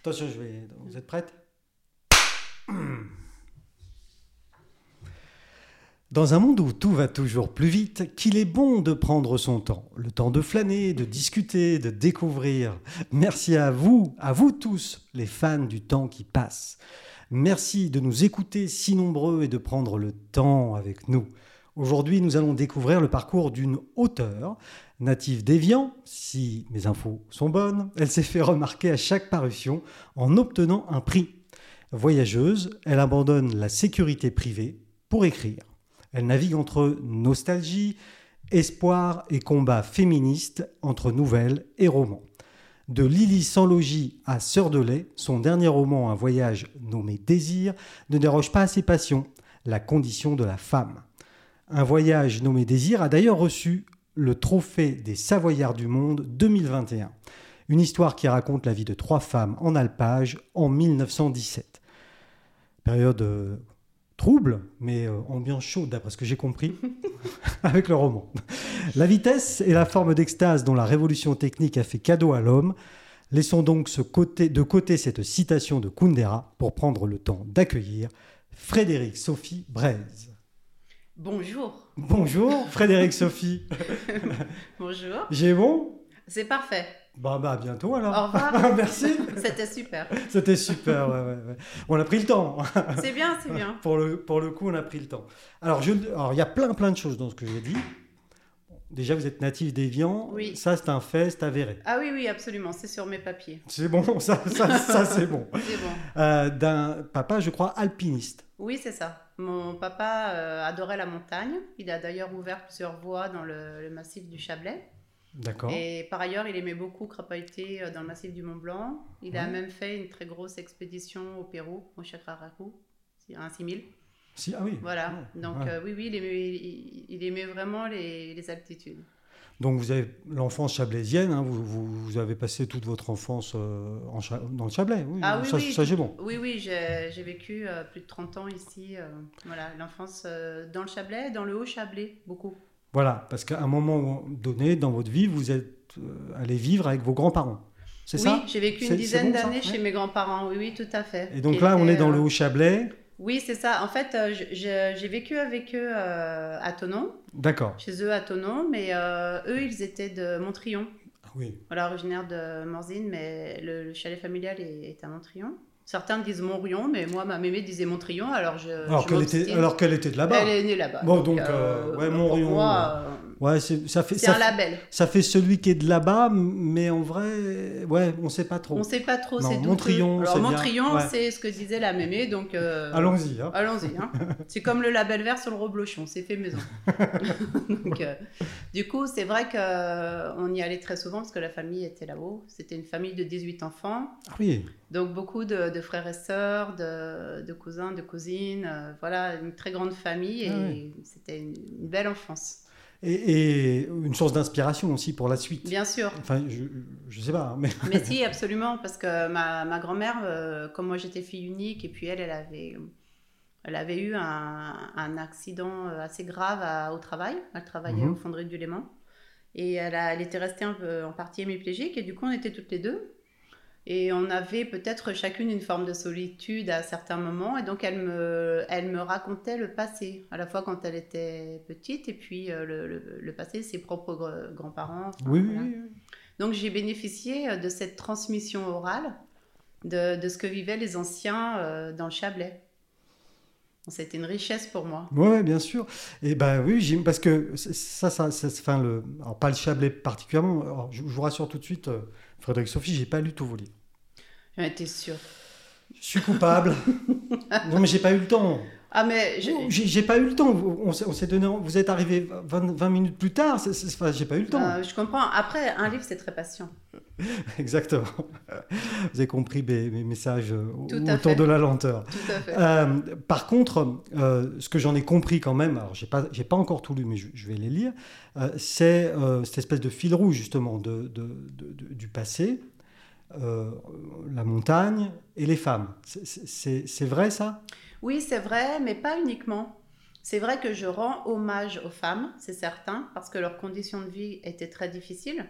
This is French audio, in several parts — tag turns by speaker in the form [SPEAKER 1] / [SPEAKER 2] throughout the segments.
[SPEAKER 1] Attention, je vais. Vous êtes prête Dans un monde où tout va toujours plus vite, qu'il est bon de prendre son temps, le temps de flâner, de discuter, de découvrir. Merci à vous, à vous tous, les fans du temps qui passe. Merci de nous écouter si nombreux et de prendre le temps avec nous. Aujourd'hui, nous allons découvrir le parcours d'une auteure, native d'Évian, si mes infos sont bonnes. Elle s'est fait remarquer à chaque parution en obtenant un prix. Voyageuse, elle abandonne la sécurité privée pour écrire. Elle navigue entre nostalgie, espoir et combat féministe, entre nouvelles et romans. De Lily sans logis à Sœur de lait, son dernier roman, un voyage nommé Désir, ne déroge pas à ses passions, la condition de la femme. Un voyage nommé Désir a d'ailleurs reçu le trophée des Savoyards du Monde 2021. Une histoire qui raconte la vie de trois femmes en alpage en 1917. Période euh, trouble, mais euh, ambiance chaude d'après ce que j'ai compris avec le roman. La vitesse est la forme d'extase dont la révolution technique a fait cadeau à l'homme. Laissons donc ce côté- de côté cette citation de Kundera pour prendre le temps d'accueillir Frédéric Sophie Braise.
[SPEAKER 2] Bonjour.
[SPEAKER 1] Bonjour Frédéric Sophie.
[SPEAKER 2] Bonjour.
[SPEAKER 1] J'ai bon
[SPEAKER 2] C'est parfait.
[SPEAKER 1] Bah bah à bientôt alors.
[SPEAKER 2] Au revoir.
[SPEAKER 1] Merci.
[SPEAKER 2] C'était super.
[SPEAKER 1] C'était super. ouais, ouais, ouais. On a pris le temps.
[SPEAKER 2] C'est bien, c'est bien.
[SPEAKER 1] Pour le, pour le coup, on a pris le temps. Alors, je, alors, il y a plein, plein de choses dans ce que j'ai dit. Déjà, vous êtes natif d'Evian.
[SPEAKER 2] Oui.
[SPEAKER 1] Ça, c'est un fait, c'est avéré.
[SPEAKER 2] Ah oui, oui, absolument. C'est sur mes papiers.
[SPEAKER 1] C'est bon, ça, ça, ça, c'est bon.
[SPEAKER 2] C'est bon.
[SPEAKER 1] Euh, D'un papa, je crois, alpiniste.
[SPEAKER 2] Oui, c'est ça. Mon papa euh, adorait la montagne. Il a d'ailleurs ouvert plusieurs voies dans le, le massif du Chablais.
[SPEAKER 1] D'accord.
[SPEAKER 2] Et par ailleurs, il aimait beaucoup crapahuter euh, dans le massif du Mont Blanc. Il a
[SPEAKER 1] Ouais.
[SPEAKER 2] même fait une très grosse expédition au Pérou, au Chakraraku, un 6000.
[SPEAKER 1] Si, ah oui.
[SPEAKER 2] Voilà.
[SPEAKER 1] Ouais,
[SPEAKER 2] Donc
[SPEAKER 1] ouais.
[SPEAKER 2] euh, oui, oui, il aimait, il, il aimait vraiment les, les altitudes.
[SPEAKER 1] Donc, vous avez l'enfance chablaisienne. hein, vous, vous, vous avez passé toute votre enfance euh, en Cha- dans le Chablais. Oui,
[SPEAKER 2] Ah oui,
[SPEAKER 1] ça,
[SPEAKER 2] oui.
[SPEAKER 1] ça, c'est bon.
[SPEAKER 2] Oui, oui, j'ai j'ai vécu euh, plus de 30 ans ici. euh, voilà, l'enfance euh, dans le Chablais, dans le Haut-Chablais, beaucoup.
[SPEAKER 1] Voilà, parce qu'à un moment donné, dans votre vie, vous êtes euh, allé vivre avec vos grands-parents. C'est
[SPEAKER 2] oui,
[SPEAKER 1] ça
[SPEAKER 2] j'ai vécu
[SPEAKER 1] C'est-
[SPEAKER 2] une
[SPEAKER 1] c'est
[SPEAKER 2] dizaine
[SPEAKER 1] bon, ça
[SPEAKER 2] d'années
[SPEAKER 1] Ouais.
[SPEAKER 2] chez mes grands-parents, oui, oui, tout à fait.
[SPEAKER 1] Et donc
[SPEAKER 2] Qui
[SPEAKER 1] là, on
[SPEAKER 2] étaient,
[SPEAKER 1] est dans le
[SPEAKER 2] euh,
[SPEAKER 1] Haut-Chablais.
[SPEAKER 2] Oui, c'est ça. En fait, euh, je- je- j'ai vécu avec eux euh, à Tonon,
[SPEAKER 1] D'accord.
[SPEAKER 2] chez eux à Tonon, mais euh, eux, ils étaient de Montrion.
[SPEAKER 1] Ah oui.
[SPEAKER 2] Voilà, originaire de Morzine, mais le, le chalet familial est, est à Montrion. Certains disent Montrion, mais moi, ma mémé disait Montrion, alors je.
[SPEAKER 1] Alors
[SPEAKER 2] je
[SPEAKER 1] qu'elle était,
[SPEAKER 2] m'obstine.
[SPEAKER 1] alors qu'elle était de là-bas.
[SPEAKER 2] Elle est née là-bas.
[SPEAKER 1] Bon, donc, euh, ouais, Montrion,
[SPEAKER 2] pour moi, euh,
[SPEAKER 1] Ouais, c'est- ça fait
[SPEAKER 2] C'est
[SPEAKER 1] ça,
[SPEAKER 2] un
[SPEAKER 1] fait-
[SPEAKER 2] label.
[SPEAKER 1] ça fait celui qui est de là-bas, mais en vrai, ouais, on sait pas trop.
[SPEAKER 2] On sait pas trop,
[SPEAKER 1] Non,
[SPEAKER 2] c'est douteux.
[SPEAKER 1] Montrion,
[SPEAKER 2] Alors
[SPEAKER 1] c'est bien,
[SPEAKER 2] Montrion,
[SPEAKER 1] ouais.
[SPEAKER 2] c'est ce que disait la mémé, donc euh,
[SPEAKER 1] Allons-y. hein.
[SPEAKER 2] allons-y, hein. C'est comme le label vert sur le reblochon, c'est fait maison. donc, euh, du coup, c'est vrai que euh, on y allait très souvent parce que la famille était là-haut. C'était une famille de 18 enfants,
[SPEAKER 1] Ah oui.
[SPEAKER 2] donc beaucoup de, de frères et sœurs, de, de cousins, de cousines. euh, voilà, une très grande famille et
[SPEAKER 1] Ah
[SPEAKER 2] c'était une, une belle enfance.
[SPEAKER 1] Et, et une source d'inspiration aussi pour la suite.
[SPEAKER 2] Bien sûr.
[SPEAKER 1] Enfin, je, je sais pas, hein, mais
[SPEAKER 2] Mais si, absolument, parce que ma, ma grand-mère, euh, comme moi j'étais fille unique, et puis elle, elle avait, elle avait eu un, un accident euh, assez grave à- au travail. Elle travaillait
[SPEAKER 1] Mhm.
[SPEAKER 2] au fonderie du Léman. Et elle, a- elle était restée un peu en partie hémiplégique, et du coup on était toutes les deux. Et on avait peut-être chacune une forme de solitude à certains moments. Et donc elle me, elle me racontait le passé, à la fois quand elle était petite, et puis euh, le, le- le passé de ses propres gr- grands-parents. Enfin,
[SPEAKER 1] oui, oui,
[SPEAKER 2] voilà.
[SPEAKER 1] oui, oui.
[SPEAKER 2] Donc j'ai bénéficié euh, de cette transmission orale de, de ce que vivaient les anciens euh, dans le Chablais. Bon, C'était une richesse pour moi.
[SPEAKER 1] Ouais, ouais, bien sûr. Et ben oui, j'im- parce que c'est- ça, ça, ça, c'est- enfin, le, alors pas le Chablais particulièrement. Alors, je, je vous rassure tout de suite, euh, Frédéric Sophie, j'ai pas lu tous vos livres.
[SPEAKER 2] J'en étais sûre.
[SPEAKER 1] Je suis coupable. non, mais j'ai pas eu le temps.
[SPEAKER 2] Ah mais je-
[SPEAKER 1] Oh, J'ai j'ai pas eu le temps. Vous- On s'est on s'est donné. Vous êtes arrivé 20, 20 minutes plus tard. C'est- c'est- enfin, j'ai pas eu le temps.
[SPEAKER 2] euh, je comprends. Après, un livre, c'est très patient.
[SPEAKER 1] Exactement. Vous avez compris mes, mes messages euh,
[SPEAKER 2] Tout à
[SPEAKER 1] autour
[SPEAKER 2] fait.
[SPEAKER 1] de la lenteur.
[SPEAKER 2] Tout à fait.
[SPEAKER 1] Euh, par contre, euh, ce que j'en ai compris quand même, alors j'ai pas, j'ai pas encore tout lu, mais je, je vais les lire, euh, c'est euh, cette espèce de fil rouge justement de, de- de- de- du passé, euh, la montagne et les femmes. C'est- c'est- C'est c'est vrai ça
[SPEAKER 2] Oui, c'est vrai, mais pas uniquement. C'est vrai que je rends hommage aux femmes, c'est certain, parce que leurs conditions de vie étaient très difficiles.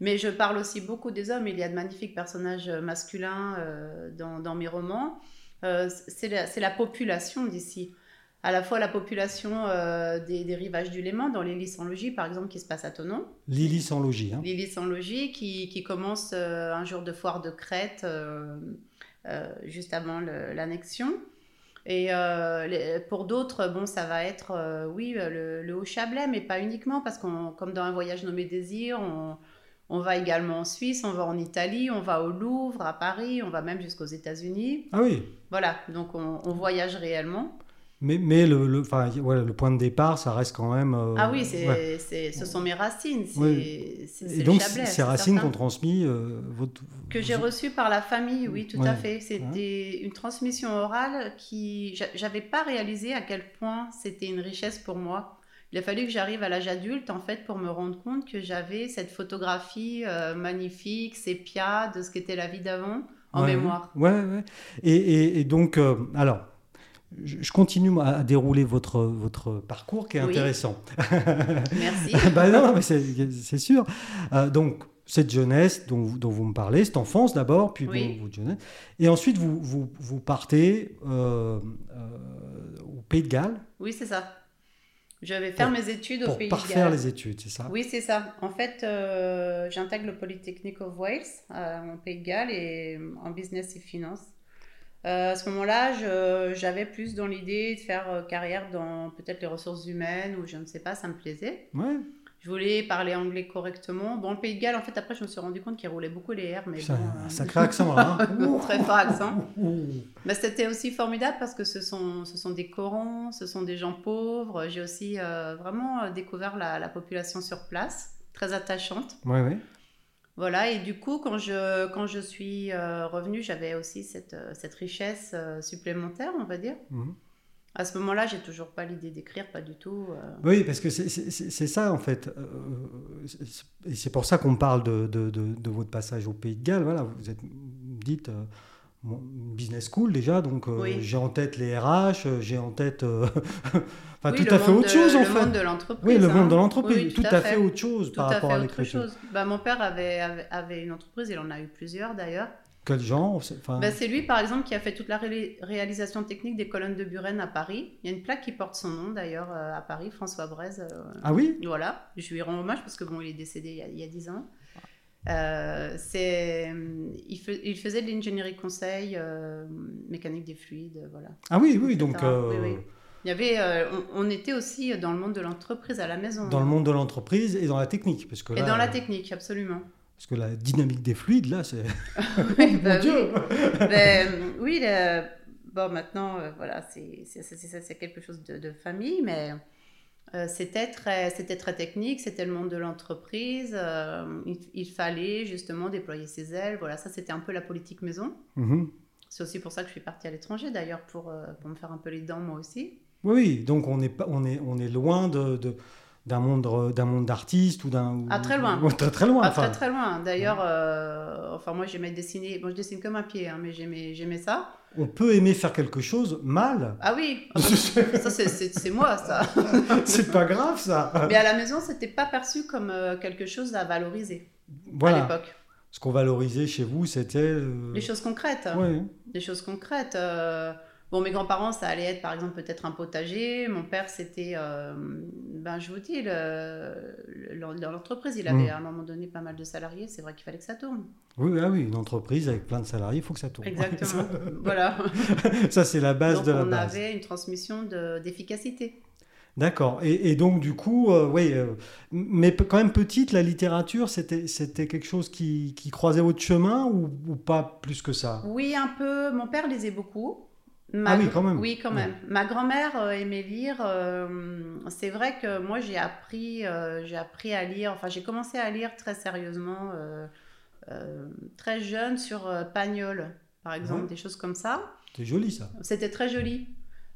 [SPEAKER 2] Mais je parle aussi beaucoup des hommes. Il y a de magnifiques personnages masculins euh, dans, dans, mes romans. Euh, c'est la, la, population d'ici. À la fois la population euh, des, des, rivages du Léman, dans Lily sans logis, par exemple, qui se passe à Tonon.
[SPEAKER 1] Lily sans logis. Hein.
[SPEAKER 2] Lily sans logis, qui, qui commence euh, un jour de foire de Crète, juste avant l'annexion. Et euh, les, pour d'autres, bon, ça va être, euh, oui, le, le Haut-Chablais, mais pas uniquement, parce qu'on, comme dans un voyage nommé Désir, on, on, va également en Suisse, on va en Italie, on va au Louvre, à Paris, on va même jusqu'aux États-Unis.
[SPEAKER 1] Ah oui.
[SPEAKER 2] Voilà, donc on, on voyage réellement.
[SPEAKER 1] Mais, mais le, le, ouais, le, point de départ, ça reste quand même. Euh,
[SPEAKER 2] ah oui, ouais. ce sont mes racines.
[SPEAKER 1] Ouais. Et donc, Chablais, ces racines qu'ont transmis euh, votre.
[SPEAKER 2] Que j'ai reçues par la famille, oui, tout à fait. C'était une transmission orale qui. J'avais pas réalisé à quel point c'était une richesse pour moi. Il a fallu que j'arrive à l'âge adulte, en fait, pour me rendre compte que j'avais cette photographie euh, magnifique, sépia, de ce qu'était la vie d'avant, en mémoire.
[SPEAKER 1] Ouais, ouais. Et, et, et donc, euh, alors je continue à dérouler votre, votre parcours qui est oui. intéressant.
[SPEAKER 2] Merci.
[SPEAKER 1] ben non, mais c'est sûr. Euh, donc, cette jeunesse dont, dont, vous me parlez, cette enfance d'abord, puis oui. votre jeunesse. Et ensuite, vous, vous, vous partez euh, euh, au Pays de Galles.
[SPEAKER 2] Oui, c'est ça. Je vais faire pour, mes études
[SPEAKER 1] pour
[SPEAKER 2] au Pays de
[SPEAKER 1] Galles. Pour parfaire les études, c'est ça
[SPEAKER 2] Oui, c'est ça. En fait, euh, j'intègre le Polytechnique of Wales, en Pays de Galles, et euh, en business et finance. Euh, à ce moment-là, j'avais plus dans l'idée de faire euh, carrière dans peut-être les ressources humaines ou je ne sais pas, ça me plaisait.
[SPEAKER 1] Ouais.
[SPEAKER 2] Je voulais parler anglais correctement. Bon, le Pays de Galles, en fait, après, je me suis rendu compte qu'il roulait beaucoup les R. Mais
[SPEAKER 1] ça, bon, un sacré accent, là.
[SPEAKER 2] Hein très fort accent. mais c'était aussi formidable parce que ce sont, ce sont des corons, ce sont des gens pauvres. J'ai aussi euh, vraiment découvert la, la, population sur place, très attachante.
[SPEAKER 1] Oui, oui.
[SPEAKER 2] Voilà, et du coup, quand je, quand je suis euh, revenue, j'avais aussi cette, cette richesse euh, supplémentaire, on va dire. Mmh.
[SPEAKER 1] Mhm.
[SPEAKER 2] À ce moment-là, j'ai toujours pas l'idée d'écrire, pas du tout. Euh...
[SPEAKER 1] Oui, parce que c'est ça, en fait. et c'est pour ça qu'on parle de, de, de, de, votre passage au Pays de Galles. Voilà, vous êtes, dites euh, business school déjà, donc euh, oui. j'ai en tête les RH, j'ai en tête euh, enfin,
[SPEAKER 2] oui,
[SPEAKER 1] tout à fait autre chose
[SPEAKER 2] de,
[SPEAKER 1] en
[SPEAKER 2] le
[SPEAKER 1] fait.
[SPEAKER 2] Monde de l'entreprise.
[SPEAKER 1] Oui, le
[SPEAKER 2] hein.
[SPEAKER 1] monde de l'entreprise, oui, tout, tout, à fait autre chose
[SPEAKER 2] tout
[SPEAKER 1] par
[SPEAKER 2] à
[SPEAKER 1] rapport
[SPEAKER 2] fait
[SPEAKER 1] à
[SPEAKER 2] l'écriture. Bah, mon père avait, avait, avait, une entreprise, il en a eu plusieurs d'ailleurs.
[SPEAKER 1] Quel genre
[SPEAKER 2] enfin... bah, C'est lui par exemple qui a fait toute la ré réalisation technique des colonnes de Buren à Paris. Il y a une plaque qui porte son nom d'ailleurs euh, à Paris, François Braise. Euh,
[SPEAKER 1] ah oui
[SPEAKER 2] Voilà, je lui rends hommage parce que bon, il est décédé il y a, il y a 10 ans. Euh, c'est, euh, il, fe, il, faisait de l'ingénierie conseil, euh, mécanique des fluides, euh, voilà.
[SPEAKER 1] Ah oui, oui, donc. Euh...
[SPEAKER 2] Oui, oui. Il y avait, euh, on, on, était aussi dans le monde de l'entreprise à la maison.
[SPEAKER 1] Dans le monde de l'entreprise et dans la technique, parce que
[SPEAKER 2] là, Et dans la technique, absolument.
[SPEAKER 1] Parce que la dynamique des fluides, là, c'est. Oh,
[SPEAKER 2] oui, bah, Dieu. Oui, Mais, Ben, oui le... bon, maintenant, euh, voilà, c'est quelque chose de, de famille, mais euh, c'était très, c'était très technique, c'était le monde de l'entreprise. Euh, il, il, fallait justement déployer ses ailes. Voilà, ça c'était un peu la politique maison.
[SPEAKER 1] Mmh.
[SPEAKER 2] C'est aussi pour ça que je suis partie à l'étranger d'ailleurs pour, euh, pour, me faire un peu les dents moi aussi.
[SPEAKER 1] Oui, donc on est, on est, on est loin de... de d'un monde euh, d'un monde d'artistes ou d'un
[SPEAKER 2] ah très loin
[SPEAKER 1] ou, très très loin
[SPEAKER 2] ah, très très loin d'ailleurs euh, enfin moi j'aimais dessiner bon je dessine comme un pied hein, mais j'aimais j'aimais ça
[SPEAKER 1] on peut aimer faire quelque chose mal
[SPEAKER 2] ah oui ça c'est moi ça
[SPEAKER 1] c'est pas grave ça
[SPEAKER 2] mais à la maison c'était pas perçu comme euh, quelque chose à valoriser
[SPEAKER 1] voilà.
[SPEAKER 2] à l'époque
[SPEAKER 1] ce qu'on valorisait chez vous c'était euh...
[SPEAKER 2] les choses concrètes
[SPEAKER 1] ouais.
[SPEAKER 2] les choses concrètes euh... Bon, mes grands-parents, ça allait être par exemple peut-être un potager. Mon père, c'était, euh, ben, je vous dis, le, le, dans l'entreprise, il
[SPEAKER 1] Mm.
[SPEAKER 2] avait mmh. à un moment donné pas mal de salariés. C'est vrai qu'il fallait que ça tourne.
[SPEAKER 1] Oui, ah oui, une entreprise avec plein de salariés, il faut que ça tourne.
[SPEAKER 2] Exactement. voilà.
[SPEAKER 1] ça, c'est la base
[SPEAKER 2] donc,
[SPEAKER 1] de la
[SPEAKER 2] on
[SPEAKER 1] base.
[SPEAKER 2] On avait une transmission d'efficacité. De,
[SPEAKER 1] D'accord. Et, et, donc, du coup, euh, oui, euh, mais quand même petite, la littérature, c'était quelque chose qui, qui, croisait votre chemin ou, ou pas plus que ça
[SPEAKER 2] Oui, un peu. Mon père lisait beaucoup.
[SPEAKER 1] Ma ah oui, quand même.
[SPEAKER 2] Oui, quand même. Ouais. Ma grand-mère euh, aimait lire. Euh, c'est vrai que moi, j'ai appris, euh, j'ai appris à lire. Enfin, j'ai commencé à lire très sérieusement, euh, très jeune, sur euh, Pagnol, par exemple, ouais. des choses comme ça.
[SPEAKER 1] C'était joli, ça.
[SPEAKER 2] C'était très joli.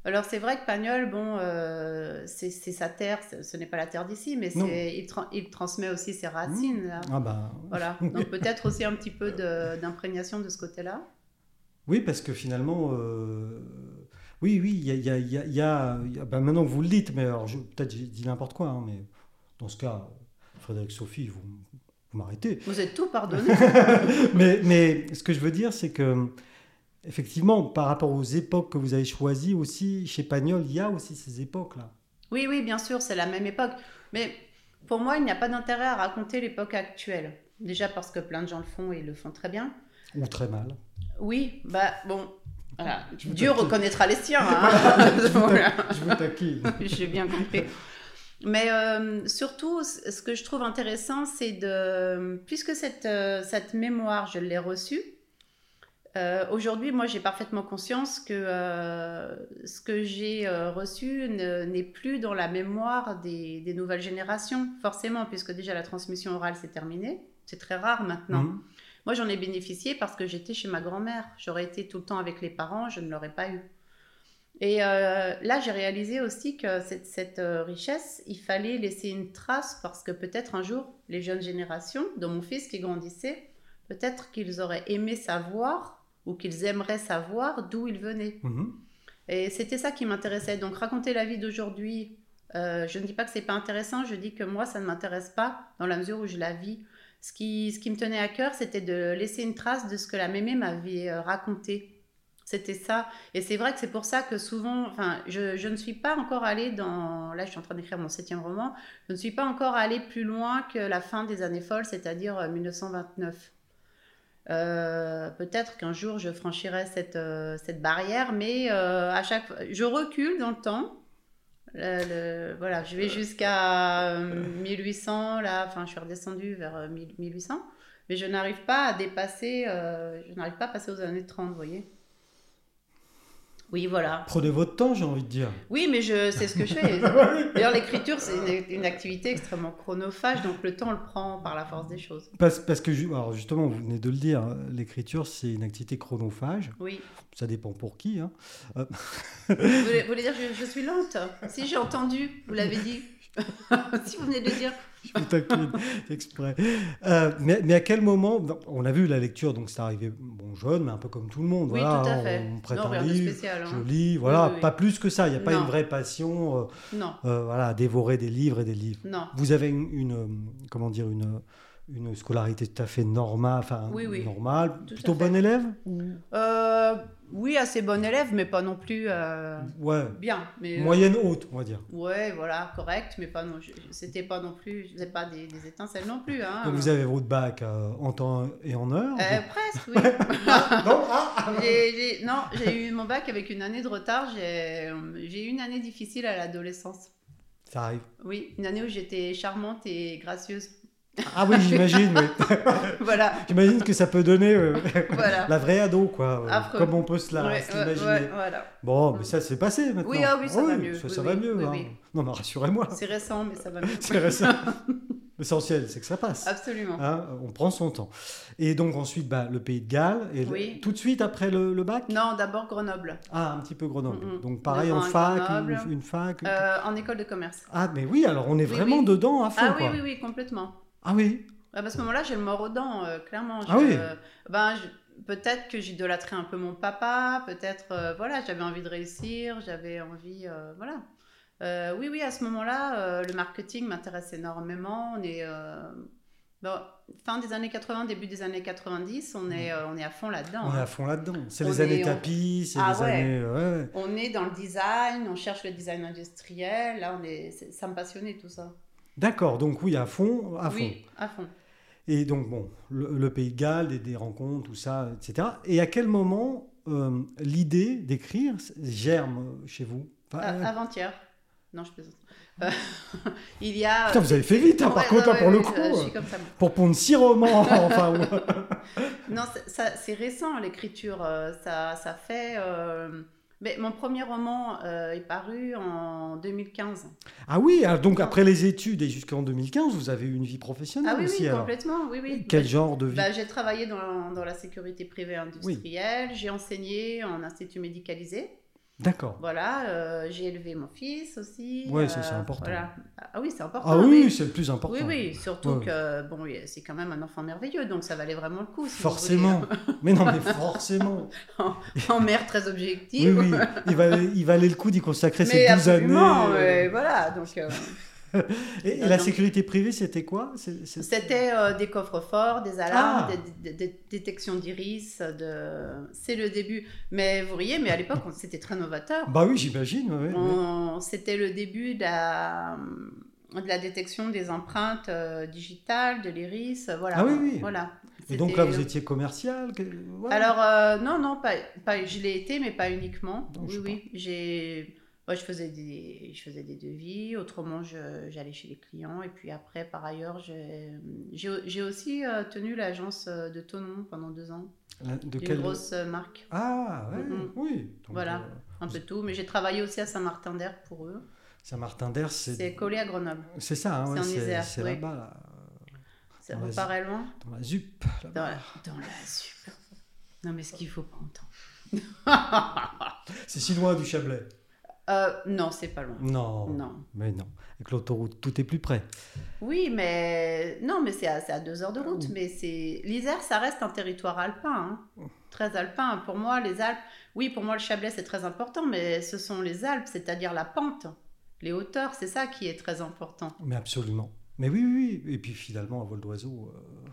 [SPEAKER 2] Alors, c'est vrai que Pagnol, bon, euh, c'est sa terre. Ce n'est pas la terre d'ici, mais il, tra il, transmet aussi ses racines. Là.
[SPEAKER 1] Ah bah...
[SPEAKER 2] Voilà. Donc, peut-être aussi un petit peu d'imprégnation de, de ce côté-là.
[SPEAKER 1] Oui, parce que finalement, euh... oui, oui, il y a, y a, y a, y a... Ben maintenant que vous le dites, mais alors je... peut-être j'ai dit n'importe quoi, hein, mais dans ce cas, Frédéric Sophie, vous vous m'arrêtez.
[SPEAKER 2] Vous êtes tout pardonné.
[SPEAKER 1] mais, mais ce que je veux dire, c'est que, effectivement, par rapport aux époques que vous avez choisies aussi, chez Pagnol, il y a aussi ces époques-là.
[SPEAKER 2] oui, oui, bien sûr, c'est la même époque. Mais pour moi, il n'y a pas d'intérêt à raconter l'époque actuelle. Déjà parce que plein de gens le font et le font très bien.
[SPEAKER 1] Ou très mal.
[SPEAKER 2] Oui, bah bon, voilà.
[SPEAKER 1] Ah, Je vous
[SPEAKER 2] Dieu
[SPEAKER 1] taquine.
[SPEAKER 2] reconnaîtra les siens. hein.
[SPEAKER 1] Je vous
[SPEAKER 2] Voilà.
[SPEAKER 1] taquine. Je vous taquine.
[SPEAKER 2] J'ai bien compris. Mais euh, surtout, c- ce que je trouve intéressant, c'est de... Puisque cette, euh, cette mémoire, je l'ai reçue, euh, aujourd'hui, moi, j'ai parfaitement conscience que euh, ce que j'ai euh, reçu ne- n'est plus dans la mémoire des, des nouvelles générations, forcément, puisque déjà la transmission orale s'est terminée. C'est très rare maintenant.
[SPEAKER 1] Mhm.
[SPEAKER 2] Moi, j'en ai bénéficié parce que j'étais chez ma grand-mère. J'aurais été tout le temps avec les parents, je ne l'aurais pas eu. Et euh, là, j'ai réalisé aussi que cette, cette, euh, richesse, il fallait laisser une trace parce que peut-être un jour, les jeunes générations, dont mon fils qui grandissait, peut-être qu'ils auraient aimé savoir ou qu'ils aimeraient savoir d'où ils venaient.
[SPEAKER 1] Mhm.
[SPEAKER 2] Et c'était ça qui m'intéressait. Donc, raconter la vie d'aujourd'hui, euh, je ne dis pas que c'est pas intéressant, je dis que moi, ça ne m'intéresse pas dans la mesure où je la vis. Ce qui, ce qui me tenait à cœur, c'était de laisser une trace de ce que la mémé m'avait euh, raconté. C'était ça. Et c'est vrai que c'est pour ça que souvent, enfin, je, je ne suis pas encore allée dans. Là, je suis en train d'écrire mon septième roman. Je ne suis pas encore allée plus loin que la fin des années folles, c'est-à-dire euh, 1929. Euh, Peut-être qu'un jour je franchirai cette, euh, cette barrière, mais euh, à chaque fois, je recule dans le temps. Euh, le- voilà, je vais jusqu'à euh, 1800, là, enfin, je suis redescendue vers euh, 1000 1800, mais je n'arrive pas à dépasser, euh, je n'arrive pas à passer aux années 30, vous voyez. Oui, voilà.
[SPEAKER 1] Prenez votre temps, j'ai envie de dire.
[SPEAKER 2] Oui, mais je, c'est ce que je fais.
[SPEAKER 1] Bah
[SPEAKER 2] D'ailleurs, l'écriture, c'est une, une activité extrêmement chronophage, donc le temps on le prend par la force des choses.
[SPEAKER 1] Parce, parce que, ju- alors justement, vous venez de le dire, hein, l'écriture, c'est une activité chronophage.
[SPEAKER 2] Oui.
[SPEAKER 1] Ça dépend pour qui. hein.
[SPEAKER 2] Vous voulez, vous voulez dire que je, je suis lente Si j'ai entendu, vous l'avez dit. si vous venez de le dire.
[SPEAKER 1] Je vous taquine exprès. Euh, mais, mais à quel moment non, On a vu la lecture, donc c'est arrivé bon, jeune, mais un peu comme tout le monde.
[SPEAKER 2] Oui,
[SPEAKER 1] voilà,
[SPEAKER 2] tout à fait.
[SPEAKER 1] On prête
[SPEAKER 2] non,
[SPEAKER 1] un
[SPEAKER 2] rien de
[SPEAKER 1] livre,
[SPEAKER 2] spécial.
[SPEAKER 1] je
[SPEAKER 2] hein.
[SPEAKER 1] lis, voilà,
[SPEAKER 2] Oui, oui, oui.
[SPEAKER 1] pas plus que ça. Il n'y a pas
[SPEAKER 2] Non.
[SPEAKER 1] une vraie passion euh,
[SPEAKER 2] Non,
[SPEAKER 1] euh, voilà, à dévorer des livres et des livres.
[SPEAKER 2] non.
[SPEAKER 1] Vous avez une, une, euh, comment dire, une, une scolarité tout à fait normale, enfin,
[SPEAKER 2] Oui, oui.
[SPEAKER 1] normale,
[SPEAKER 2] Tout à
[SPEAKER 1] plutôt
[SPEAKER 2] fait.
[SPEAKER 1] bon élève ou-
[SPEAKER 2] Euh, oui, assez bon élève, mais pas non plus euh,
[SPEAKER 1] Ouais,
[SPEAKER 2] bien. Mais, euh,
[SPEAKER 1] moyenne haute, on va dire.
[SPEAKER 2] ouais, voilà, correct, mais pas non. je- je- C'était pas non plus. Je faisais pas des, des étincelles non plus. Hein,
[SPEAKER 1] Donc vous avez votre bac euh, en temps et en heure.
[SPEAKER 2] Euh, presque, oui.
[SPEAKER 1] Non, ah,
[SPEAKER 2] J'ai- j'ai- non, j'ai eu mon bac avec une année de retard. J'ai j'ai eu une année difficile à l'adolescence.
[SPEAKER 1] ça arrive.
[SPEAKER 2] Oui, une année où j'étais charmante et gracieuse.
[SPEAKER 1] Ah oui, j'imagine. oui.
[SPEAKER 2] Voilà,
[SPEAKER 1] J'imagine que ça peut donner euh,
[SPEAKER 2] voilà.
[SPEAKER 1] la vraie ado, quoi. euh,
[SPEAKER 2] Affreux.
[SPEAKER 1] Comme on peut se la
[SPEAKER 2] Ouais,
[SPEAKER 1] se
[SPEAKER 2] ouais,
[SPEAKER 1] l'imaginer.
[SPEAKER 2] ouais, voilà.
[SPEAKER 1] Bon, mais ça c'est passé maintenant.
[SPEAKER 2] Oui, ah oui, ça va mieux.
[SPEAKER 1] Ça,
[SPEAKER 2] Oui,
[SPEAKER 1] ça
[SPEAKER 2] oui,
[SPEAKER 1] va mieux.
[SPEAKER 2] oui,
[SPEAKER 1] hein.
[SPEAKER 2] oui.
[SPEAKER 1] Non, mais rassurez-moi.
[SPEAKER 2] C'est récent, mais ça va mieux.
[SPEAKER 1] C'est récent. L'essentiel, c'est que ça passe.
[SPEAKER 2] Absolument.
[SPEAKER 1] Hein, on prend son temps. Et donc ensuite, bah, le Pays de Galles. Et le-
[SPEAKER 2] Oui.
[SPEAKER 1] tout de suite après le, le bac
[SPEAKER 2] Non, d'abord Grenoble,
[SPEAKER 1] Ah, un petit peu Grenoble.
[SPEAKER 2] Mm, mm.
[SPEAKER 1] Donc pareil, en
[SPEAKER 2] Devant un
[SPEAKER 1] fac,
[SPEAKER 2] Grenoble.
[SPEAKER 1] une, une fac.
[SPEAKER 2] euh, en école de commerce.
[SPEAKER 1] Ah, mais oui, alors on est
[SPEAKER 2] Oui,
[SPEAKER 1] vraiment
[SPEAKER 2] oui.
[SPEAKER 1] dedans à fond.
[SPEAKER 2] Ah oui,
[SPEAKER 1] quoi.
[SPEAKER 2] oui, oui, complètement.
[SPEAKER 1] Ah oui.
[SPEAKER 2] Ah, bah, à ce moment-là, j'ai le mort aux dents, euh, clairement. Je-
[SPEAKER 1] Ah oui.
[SPEAKER 2] ben, je- peut-être que j'idolâtrais un peu mon papa, peut-être, euh, voilà, j'avais envie de réussir, j'avais envie, euh, voilà. Euh, oui, oui, à ce moment-là, euh, le marketing m'intéresse énormément. On est euh, bon, fin des années 80, début des années 90, on est, euh, on est à fond là-dedans.
[SPEAKER 1] Mhm. On est
[SPEAKER 2] hein.
[SPEAKER 1] à fond là-dedans. C'est
[SPEAKER 2] On
[SPEAKER 1] les années
[SPEAKER 2] est- on-
[SPEAKER 1] tapis, c'est
[SPEAKER 2] Ah
[SPEAKER 1] les
[SPEAKER 2] ouais.
[SPEAKER 1] années. euh, ouais.
[SPEAKER 2] On est dans le design, on cherche le design industriel, là, on est, c'est- ça me passionnait tout ça.
[SPEAKER 1] D'accord, donc oui, à fond, à fond.
[SPEAKER 2] oui, à fond.
[SPEAKER 1] Et donc, bon, le, le Pays de Galles, des, des rencontres, tout ça, etc. Et à quel moment euh, l'idée d'écrire germe chez vous Enfin,
[SPEAKER 2] Ah,
[SPEAKER 1] euh,
[SPEAKER 2] Avant-hier. Non, je plaisante. Euh, il y a.
[SPEAKER 1] Putain, vous avez fait vite, hein, par
[SPEAKER 2] Ah, Ouais,
[SPEAKER 1] contre,
[SPEAKER 2] ouais,
[SPEAKER 1] hein, pour
[SPEAKER 2] ouais,
[SPEAKER 1] le
[SPEAKER 2] ouais,
[SPEAKER 1] coup.
[SPEAKER 2] je- je suis
[SPEAKER 1] euh,
[SPEAKER 2] comme ça, moi.
[SPEAKER 1] Pour pondre six romans, enfin, euh, ouais.
[SPEAKER 2] Non, c'est- ça- c'est récent, l'écriture. euh, Ça, ça fait. euh, Mais mon premier roman euh, est paru en 2015.
[SPEAKER 1] Ah oui, alors donc après les études et jusqu'en 2015, vous avez eu une vie professionnelle
[SPEAKER 2] Ah oui,
[SPEAKER 1] aussi,
[SPEAKER 2] oui,
[SPEAKER 1] alors.
[SPEAKER 2] complètement. Oui, oui.
[SPEAKER 1] Quel genre de vie
[SPEAKER 2] Bah, j'ai travaillé dans, dans la sécurité privée industrielle, j'ai enseigné en institut médicalisé.
[SPEAKER 1] D'accord.
[SPEAKER 2] Voilà, euh, j'ai élevé mon fils aussi. euh,
[SPEAKER 1] Ouais, ça, c'est important.
[SPEAKER 2] voilà. Ah oui, c'est important.
[SPEAKER 1] Ah oui,
[SPEAKER 2] oui.
[SPEAKER 1] c'est le plus important.
[SPEAKER 2] Oui, oui, surtout
[SPEAKER 1] Ouais.
[SPEAKER 2] que bon, oui, c'est quand même un enfant merveilleux, donc ça valait vraiment le coup. si vous
[SPEAKER 1] Forcément. Mais non, mais forcément.
[SPEAKER 2] voulez. En mère très
[SPEAKER 1] Oui,
[SPEAKER 2] objective.
[SPEAKER 1] oui. Il valait, il valait le coup d'y consacrer
[SPEAKER 2] Mais
[SPEAKER 1] ces 12 années.
[SPEAKER 2] absolument,
[SPEAKER 1] euh,
[SPEAKER 2] ouais, voilà. Donc, euh,
[SPEAKER 1] Et, et
[SPEAKER 2] Euh,
[SPEAKER 1] la
[SPEAKER 2] donc-
[SPEAKER 1] sécurité privée, c'était quoi C'est- c'est-
[SPEAKER 2] C'était euh, des coffres forts, des alarmes,
[SPEAKER 1] Ah.
[SPEAKER 2] des, des- des détections d'iris. De... C'est le début. Mais vous riez, mais à l'époque, on- c'était très novateur.
[SPEAKER 1] Bah oui, j'imagine. ouais, ouais.
[SPEAKER 2] On- C'était le début de la, de la détection des empreintes euh, digitales, de l'iris. Voilà.
[SPEAKER 1] Ah oui, oui.
[SPEAKER 2] Voilà.
[SPEAKER 1] Et donc là, vous
[SPEAKER 2] C'était- euh,
[SPEAKER 1] étiez commercial que- ouais.
[SPEAKER 2] alors, euh, non, non, pas, pas, je l'ai été, mais pas uniquement.
[SPEAKER 1] Donc, je
[SPEAKER 2] oui,
[SPEAKER 1] sais
[SPEAKER 2] oui. J'ai, moi, je, faisais des, je faisais des devis. Autrement, je- j'allais chez les clients. Et puis après, par ailleurs, j'ai j'ai j'ai aussi euh, tenu l'agence euh, de Tonon pendant deux ans.
[SPEAKER 1] La- De
[SPEAKER 2] Une
[SPEAKER 1] quelle
[SPEAKER 2] grosse euh, marque.
[SPEAKER 1] Ah, ouais,
[SPEAKER 2] Mhm.
[SPEAKER 1] oui. Donc,
[SPEAKER 2] Voilà.
[SPEAKER 1] euh,
[SPEAKER 2] Un peu tout. Mais j'ai travaillé aussi à Saint-Martin-d'Air pour eux.
[SPEAKER 1] Saint-Martin d'Air,
[SPEAKER 2] C'est
[SPEAKER 1] c'est.
[SPEAKER 2] collé à Grenoble.
[SPEAKER 1] C'est ça, hein,
[SPEAKER 2] c'est
[SPEAKER 1] ouais,
[SPEAKER 2] en
[SPEAKER 1] c'est
[SPEAKER 2] Isère,
[SPEAKER 1] c'est
[SPEAKER 2] oui.
[SPEAKER 1] là-bas, là,
[SPEAKER 2] Ça
[SPEAKER 1] Dans
[SPEAKER 2] vous
[SPEAKER 1] la-
[SPEAKER 2] paraît loin
[SPEAKER 1] dans la ZUP. là-bas.
[SPEAKER 2] dans la, dans la sup. Non, mais ce qu'il faut pas entendre.
[SPEAKER 1] C'est si loin du Chablais.
[SPEAKER 2] Euh, non, c'est pas loin.
[SPEAKER 1] Non.
[SPEAKER 2] Non.
[SPEAKER 1] Mais non. Avec l'autoroute, tout est plus près.
[SPEAKER 2] Oui, mais non, mais c'est à, c'est à deux heures de route.
[SPEAKER 1] Ah oui.
[SPEAKER 2] Mais c'est l'Isère, ça reste un territoire alpin, hein. très alpin. Pour moi, les Alpes, oui, pour moi le Chablais c'est très important, mais ce sont les Alpes, c'est-à-dire la pente, les hauteurs, c'est ça qui est très important.
[SPEAKER 1] Mais absolument. Mais oui, oui, oui. Et puis finalement, à vol d'oiseau. euh,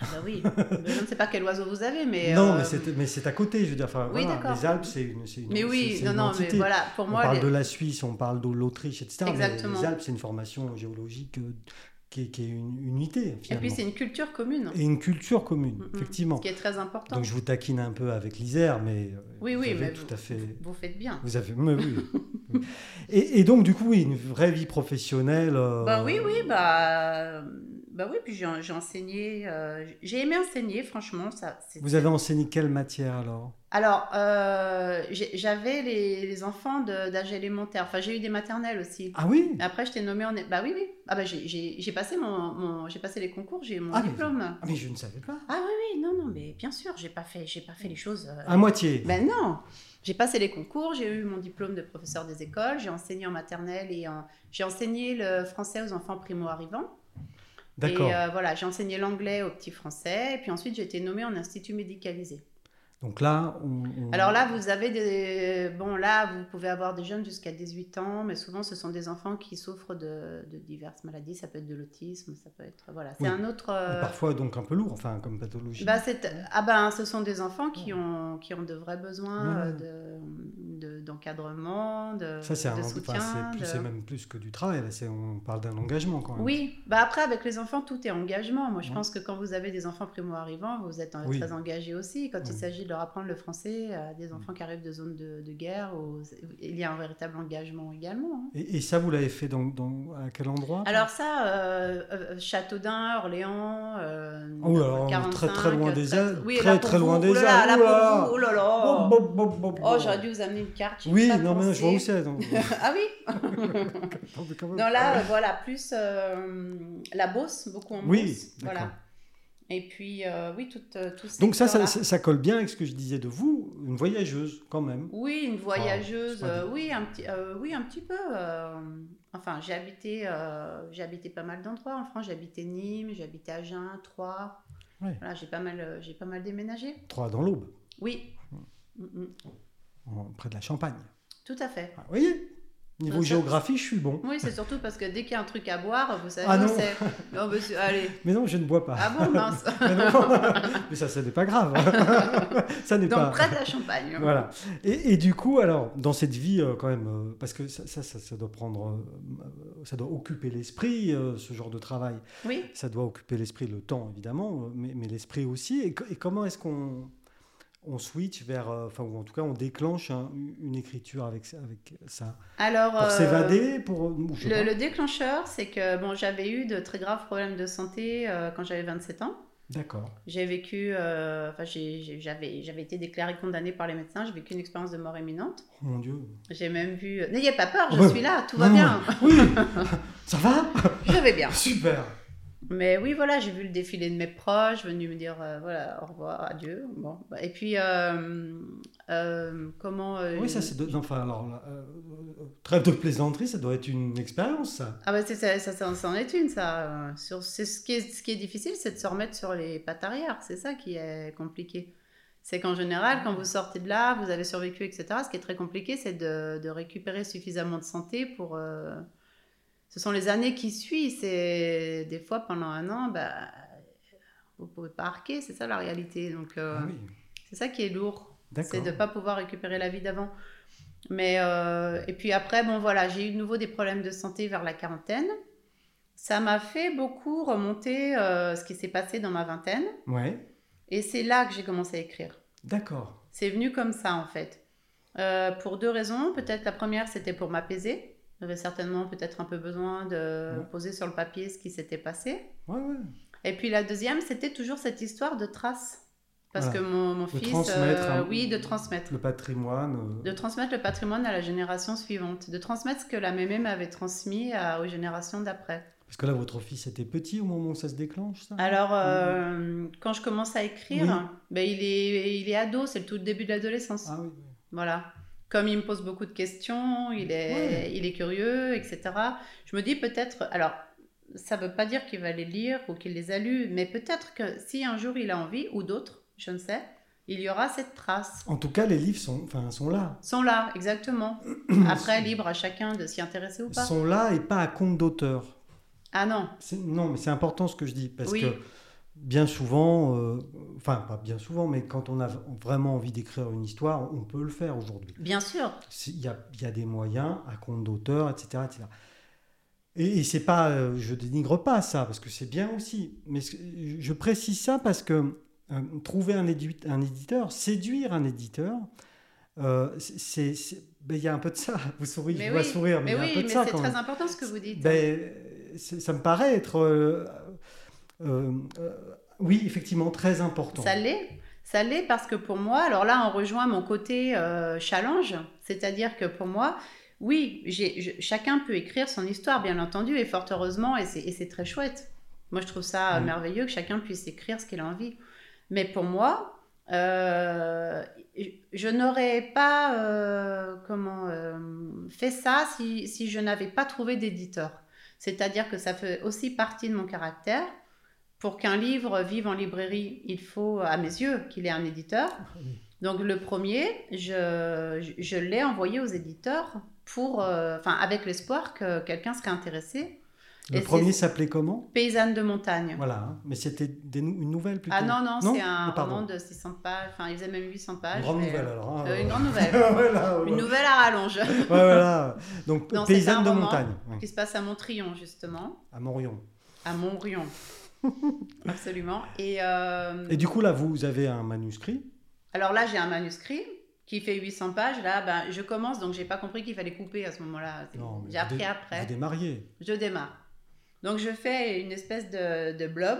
[SPEAKER 2] Ah bah oui, Mais je ne sais pas quel oiseau vous avez, mais
[SPEAKER 1] non,
[SPEAKER 2] euh,
[SPEAKER 1] mais c'est- mais c'est à côté, je veux dire. Enfin,
[SPEAKER 2] Oui,
[SPEAKER 1] voilà,
[SPEAKER 2] d'accord.
[SPEAKER 1] les Alpes, c'est une, c'est une.
[SPEAKER 2] mais
[SPEAKER 1] c'est-
[SPEAKER 2] oui,
[SPEAKER 1] c'est
[SPEAKER 2] non,
[SPEAKER 1] une
[SPEAKER 2] non, mais
[SPEAKER 1] entité.
[SPEAKER 2] voilà, pour
[SPEAKER 1] On
[SPEAKER 2] moi,
[SPEAKER 1] parle
[SPEAKER 2] les-
[SPEAKER 1] de la Suisse, on parle de l'Autriche, etc. mais
[SPEAKER 2] Exactement.
[SPEAKER 1] les Alpes, c'est une formation géologique euh, qui est, qui est une unité,
[SPEAKER 2] et
[SPEAKER 1] finalement.
[SPEAKER 2] puis c'est une culture commune,
[SPEAKER 1] Et une culture commune,
[SPEAKER 2] Mm, mm.
[SPEAKER 1] effectivement.
[SPEAKER 2] ce qui est très important.
[SPEAKER 1] Donc je vous taquine un peu avec l'Isère, mais euh,
[SPEAKER 2] Oui,
[SPEAKER 1] vous
[SPEAKER 2] oui,
[SPEAKER 1] avez
[SPEAKER 2] mais
[SPEAKER 1] tout
[SPEAKER 2] vous-
[SPEAKER 1] à fait.
[SPEAKER 2] Vous faites bien.
[SPEAKER 1] Vous avez, mais oui. et, et donc du coup, oui, une vraie vie professionnelle. euh,
[SPEAKER 2] Bah oui, oui, bah, bah oui, puis j'ai j'ai enseigné, euh, j'ai aimé enseigner, franchement, ça. c'est-
[SPEAKER 1] Vous avez enseigné quelle matière alors
[SPEAKER 2] Alors, euh, j'ai- j'avais les, les enfants de- d'âge élémentaire, enfin j'ai eu des maternelles aussi.
[SPEAKER 1] Ah oui.
[SPEAKER 2] Après, j'étais nommée en... Bah oui, oui, ah bah j'ai- j'ai j'ai passé, mon, mon- j'ai passé les concours, j'ai eu mon
[SPEAKER 1] Ah, mais-
[SPEAKER 2] diplôme.
[SPEAKER 1] Ah, mais je ne savais pas.
[SPEAKER 2] Ah oui, oui, non, non, mais bien sûr, j'ai pas fait, j'ai pas fait les choses... euh,
[SPEAKER 1] À moitié.
[SPEAKER 2] ben non, j'ai passé les concours, j'ai eu mon diplôme de professeur des écoles, j'ai enseigné en maternelle et en- j'ai enseigné le français aux enfants primo-arrivants.
[SPEAKER 1] D'accord.
[SPEAKER 2] Et euh, voilà, j'ai enseigné l'anglais aux petits français, et puis ensuite j'ai été nommée en institut médicalisé.
[SPEAKER 1] Donc là, on, on-
[SPEAKER 2] Alors là, vous avez des. Bon, là, vous pouvez avoir des jeunes jusqu'à 18 ans, mais souvent ce sont des enfants qui souffrent de, de diverses maladies. Ça peut être de l'autisme, ça peut être. Voilà, c'est
[SPEAKER 1] Oui.
[SPEAKER 2] un autre.
[SPEAKER 1] mais
[SPEAKER 2] euh,
[SPEAKER 1] parfois donc un peu lourd, enfin comme pathologie.
[SPEAKER 2] bah, c'est- ah ben, ce sont des enfants qui ont, qui ont de vrais besoins
[SPEAKER 1] Ouais.
[SPEAKER 2] euh, de- de- d'encadrement, de,
[SPEAKER 1] ça c'est un,
[SPEAKER 2] de
[SPEAKER 1] enfin,
[SPEAKER 2] soutien.
[SPEAKER 1] c'est plus-
[SPEAKER 2] de-
[SPEAKER 1] c'est même plus que du travail. Là, c'est- on parle d'un engagement quand même.
[SPEAKER 2] Oui, bah après avec les enfants tout est engagement. Moi je
[SPEAKER 1] Ouais.
[SPEAKER 2] pense que quand vous avez des enfants primo arrivants, vous êtes euh,
[SPEAKER 1] Oui.
[SPEAKER 2] très engagés aussi. Quand il
[SPEAKER 1] Oui.
[SPEAKER 2] s'agit de leur apprendre le français à des enfants qui arrivent de zones de, de guerre, ou- il y a un véritable engagement également. hein.
[SPEAKER 1] Et, et ça, vous l'avez fait dans, dans- à quel endroit
[SPEAKER 2] Alors ça, euh, euh, Châteaudun, Orléans, euh,
[SPEAKER 1] Oh là là, on est
[SPEAKER 2] 45,
[SPEAKER 1] très, très loin des Alpes,
[SPEAKER 2] oui,
[SPEAKER 1] très,
[SPEAKER 2] là pour
[SPEAKER 1] très loin
[SPEAKER 2] vous,
[SPEAKER 1] des
[SPEAKER 2] oh là là,
[SPEAKER 1] Alpes, oh
[SPEAKER 2] là
[SPEAKER 1] là
[SPEAKER 2] pour vous, oh là
[SPEAKER 1] Bon,
[SPEAKER 2] là.
[SPEAKER 1] bon, bon, bon,
[SPEAKER 2] Oh,
[SPEAKER 1] bon.
[SPEAKER 2] j'aurais dû vous amener une carte. j'y ai
[SPEAKER 1] Oui,
[SPEAKER 2] pas
[SPEAKER 1] non, mais non, je vois où
[SPEAKER 2] pensé.
[SPEAKER 1] c'est. donc-
[SPEAKER 2] ah oui
[SPEAKER 1] Attends, mais quand même. Ah
[SPEAKER 2] Non, là, euh, voilà, plus euh, la Beauce, beaucoup en
[SPEAKER 1] Oui,
[SPEAKER 2] Beauce.
[SPEAKER 1] d'accord.
[SPEAKER 2] Voilà. Et puis, euh, oui, tout, euh, tout ce
[SPEAKER 1] Donc ça ça,
[SPEAKER 2] secteur-là.
[SPEAKER 1] ça- ça colle bien avec ce que je disais de vous, une voyageuse quand même.
[SPEAKER 2] Oui, une voyageuse,
[SPEAKER 1] c'est pas
[SPEAKER 2] euh,
[SPEAKER 1] du-
[SPEAKER 2] oui, un petit, euh, oui, un petit peu. euh, enfin, j'ai habité, euh, j'ai habité pas mal d'endroits en France. J'ai habité Nîmes, j'ai habité Agen, Troyes.
[SPEAKER 1] Ouais.
[SPEAKER 2] Voilà, j'ai pas mal, euh, j'ai pas mal déménagé.
[SPEAKER 1] Trois dans l'Aube,
[SPEAKER 2] Oui, Mm, mm,
[SPEAKER 1] en- près de la Champagne.
[SPEAKER 2] tout à fait.
[SPEAKER 1] Ah, vous voyez Niveau
[SPEAKER 2] Ouais, ça-
[SPEAKER 1] géographie, je suis bon.
[SPEAKER 2] Oui, c'est surtout parce que dès qu'il y a un truc à boire, vous savez,
[SPEAKER 1] Ah non.
[SPEAKER 2] c'est. Non, mais c'est- allez.
[SPEAKER 1] Mais non, je ne bois pas.
[SPEAKER 2] Ah bon, mince.
[SPEAKER 1] mais, non. Mais ça, ça n'est pas grave. ça n'est pas...
[SPEAKER 2] Donc, près de la Champagne.
[SPEAKER 1] Voilà. Et, et du coup, alors, dans cette vie, euh, quand même, euh, parce que ça, ça, ça, ça doit prendre, euh, ça doit occuper l'esprit, euh, ce genre de travail.
[SPEAKER 2] Oui.
[SPEAKER 1] Ça doit occuper l'esprit, le temps évidemment, euh, mais, mais l'esprit aussi. Et, co- et comment est-ce qu'on on switch vers, euh, enfin, ou en tout cas, on déclenche un- une écriture avec, ça- avec ça
[SPEAKER 2] Alors,
[SPEAKER 1] Pour
[SPEAKER 2] euh,
[SPEAKER 1] s'évader Pour. ou je sais
[SPEAKER 2] le,
[SPEAKER 1] pas.
[SPEAKER 2] le déclencheur, c'est que bon, j'avais eu de très graves problèmes de santé euh, quand j'avais 27 ans.
[SPEAKER 1] D'accord.
[SPEAKER 2] J'ai vécu, euh, enfin, j'ai- j'ai- j'avais j'avais été déclarée condamnée par les médecins. J'ai vécu une expérience de mort imminente.
[SPEAKER 1] Oh, Mon Dieu.
[SPEAKER 2] J'ai même vu. euh, N'ayez pas peur,
[SPEAKER 1] Ouais.
[SPEAKER 2] je suis là, tout va
[SPEAKER 1] Non,
[SPEAKER 2] bien,
[SPEAKER 1] Oui Ça va
[SPEAKER 2] je vais bien.
[SPEAKER 1] Super
[SPEAKER 2] Mais oui, voilà, j'ai vu le défilé de mes proches, venus me dire euh, voilà, au revoir, adieu. Bon, bah, et puis euh, euh, comment euh,
[SPEAKER 1] Oui, ça c'est. de- non, Enfin, alors, là, euh, euh, trêve de plaisanterie, ça doit être une expérience, ça.
[SPEAKER 2] Ah bah c'est ça, ça, ça, ça en est une ça. Euh, Sur, c'est ce qui est, ce qui est difficile, c'est de se remettre sur les pattes arrière. C'est ça qui est compliqué. C'est qu'en général, quand vous sortez de là, vous avez survécu, etc. Ce qui est très compliqué, c'est de, de récupérer suffisamment de santé pour euh, ce sont les années qui suivent. C'est des fois pendant un an, bah, vous pouvez pas arquer, c'est ça la réalité. Donc euh,
[SPEAKER 1] Ah oui,
[SPEAKER 2] c'est ça qui est lourd,
[SPEAKER 1] d'accord.
[SPEAKER 2] c'est de pas pouvoir récupérer la vie d'avant. Mais euh, et puis après, bon voilà, j'ai eu de nouveau des problèmes de santé vers la quarantaine. Ça m'a fait beaucoup remonter euh, ce qui s'est passé dans ma vingtaine.
[SPEAKER 1] Ouais,
[SPEAKER 2] Et c'est là que j'ai commencé à écrire.
[SPEAKER 1] d'accord.
[SPEAKER 2] C'est venu comme ça en fait. Euh, pour deux raisons. Peut-être la première, c'était pour m'apaiser. J'avais certainement peut-être un peu besoin de
[SPEAKER 1] Ouais.
[SPEAKER 2] poser sur le papier ce qui s'était passé.
[SPEAKER 1] Ouais, ouais.
[SPEAKER 2] Et puis la deuxième, c'était toujours cette histoire de traces. Parce
[SPEAKER 1] Voilà.
[SPEAKER 2] que mon, mon fils. euh,
[SPEAKER 1] transmettre, hein.
[SPEAKER 2] Oui, de transmettre.
[SPEAKER 1] Le patrimoine. euh,
[SPEAKER 2] De transmettre le patrimoine à la génération suivante. De transmettre ce que la mémé m'avait transmis à- aux générations d'après.
[SPEAKER 1] Parce que là, votre fils était petit au moment où ça se déclenche, ça
[SPEAKER 2] Alors, euh, quand je commence à écrire,
[SPEAKER 1] Mhm. Oui.
[SPEAKER 2] ben, il, est, il est ado, c'est le tout début de l'adolescence.
[SPEAKER 1] Ah oui. oui.
[SPEAKER 2] Voilà. Comme il me pose beaucoup de questions, il est,
[SPEAKER 1] Ouais.
[SPEAKER 2] il est curieux, etc. Je me dis peut-être. Alors, ça ne veut pas dire qu'il va les lire ou qu'il les a lus, mais peut-être que si un jour il a envie, ou d'autres, je ne sais, il y aura cette trace.
[SPEAKER 1] En tout cas, les livres sont, enfin, sont là.
[SPEAKER 2] Ils sont là, exactement. Après, libre à chacun de s'y intéresser ou
[SPEAKER 1] Ils
[SPEAKER 2] pas.
[SPEAKER 1] sont là et pas à compte d'auteur.
[SPEAKER 2] Ah non,
[SPEAKER 1] C'est- Non, mais c'est important ce que je dis, parce
[SPEAKER 2] Oui.
[SPEAKER 1] que bien souvent, euh, enfin pas bien souvent, mais quand on a v- vraiment envie d'écrire une histoire, on peut le faire aujourd'hui.
[SPEAKER 2] bien sûr.
[SPEAKER 1] C'est- Il y a, il y a des moyens à compte d'auteur, etc. etc. Et, et c'est pas, euh, je dénigre pas ça, parce que c'est bien aussi, mais ce- je précise ça parce que euh, trouver un, édu- un éditeur, séduire un éditeur, euh, c'est- c'est- c'est- ben, il y a un peu de ça. Vous souriez,
[SPEAKER 2] Mais
[SPEAKER 1] je vois
[SPEAKER 2] oui,
[SPEAKER 1] sourire, mais
[SPEAKER 2] Mais
[SPEAKER 1] il y a un
[SPEAKER 2] oui,
[SPEAKER 1] peu de
[SPEAKER 2] mais
[SPEAKER 1] ça
[SPEAKER 2] c'est
[SPEAKER 1] quand même.
[SPEAKER 2] très important ce que vous dites.
[SPEAKER 1] Ben, euh, c'est- ça me paraît être, euh, euh, euh, oui, effectivement, très important.
[SPEAKER 2] Ça l'est. Ça l'est parce que pour moi, alors là, on rejoint mon côté euh, challenge, c'est-à-dire que pour moi, oui, j'ai- je- chacun peut écrire son histoire, bien entendu, et fort heureusement, et c'est- et c'est très chouette. Moi, je trouve ça euh,
[SPEAKER 1] Mm.
[SPEAKER 2] merveilleux que chacun puisse écrire ce qu'il a envie. Mais pour moi, euh, je- je n'aurais pas euh, comment, euh, fait ça si, si je n'avais pas trouvé d'éditeur. C'est-à-dire que ça fait aussi partie de mon caractère. Pour qu'un livre vive en librairie, il faut, à mes yeux, qu'il ait un éditeur.
[SPEAKER 1] oui.
[SPEAKER 2] Donc le premier, je, je- je l'ai envoyé aux éditeurs pour, euh, enfin, avec l'espoir que quelqu'un serait intéressé.
[SPEAKER 1] Le
[SPEAKER 2] Et
[SPEAKER 1] premier
[SPEAKER 2] c'est-
[SPEAKER 1] s'appelait comment
[SPEAKER 2] Paysanne de montagne.
[SPEAKER 1] Voilà, hein. mais c'était des nou- une nouvelle plutôt.
[SPEAKER 2] Ah non, non,
[SPEAKER 1] Non
[SPEAKER 2] c'est un
[SPEAKER 1] Ah, pardon.
[SPEAKER 2] roman de 600 pages, enfin il faisait même 800 pages.
[SPEAKER 1] Une grande
[SPEAKER 2] mais-
[SPEAKER 1] nouvelle alors. hein.
[SPEAKER 2] Euh, une grande nouvelle.
[SPEAKER 1] Voilà, ouais.
[SPEAKER 2] Une nouvelle à rallonge
[SPEAKER 1] Ouais, voilà. Donc,
[SPEAKER 2] Non, c'était
[SPEAKER 1] paysanne
[SPEAKER 2] un
[SPEAKER 1] de
[SPEAKER 2] roman.
[SPEAKER 1] montagne, ouais,
[SPEAKER 2] qui se passe à Montrion justement,
[SPEAKER 1] à Morion.
[SPEAKER 2] à Montrion. Absolument. Et, euh,
[SPEAKER 1] Et du coup, là, vous avez un manuscrit.
[SPEAKER 2] alors là j'ai un manuscrit qui fait 800 pages. Là ben, je commence donc j'ai pas compris qu'il fallait couper à ce moment-là.
[SPEAKER 1] Non, mais
[SPEAKER 2] J'ai
[SPEAKER 1] vous
[SPEAKER 2] appris
[SPEAKER 1] dé-
[SPEAKER 2] après.
[SPEAKER 1] Vous démarriez.
[SPEAKER 2] Je démarre. Donc je fais une espèce de, de blob.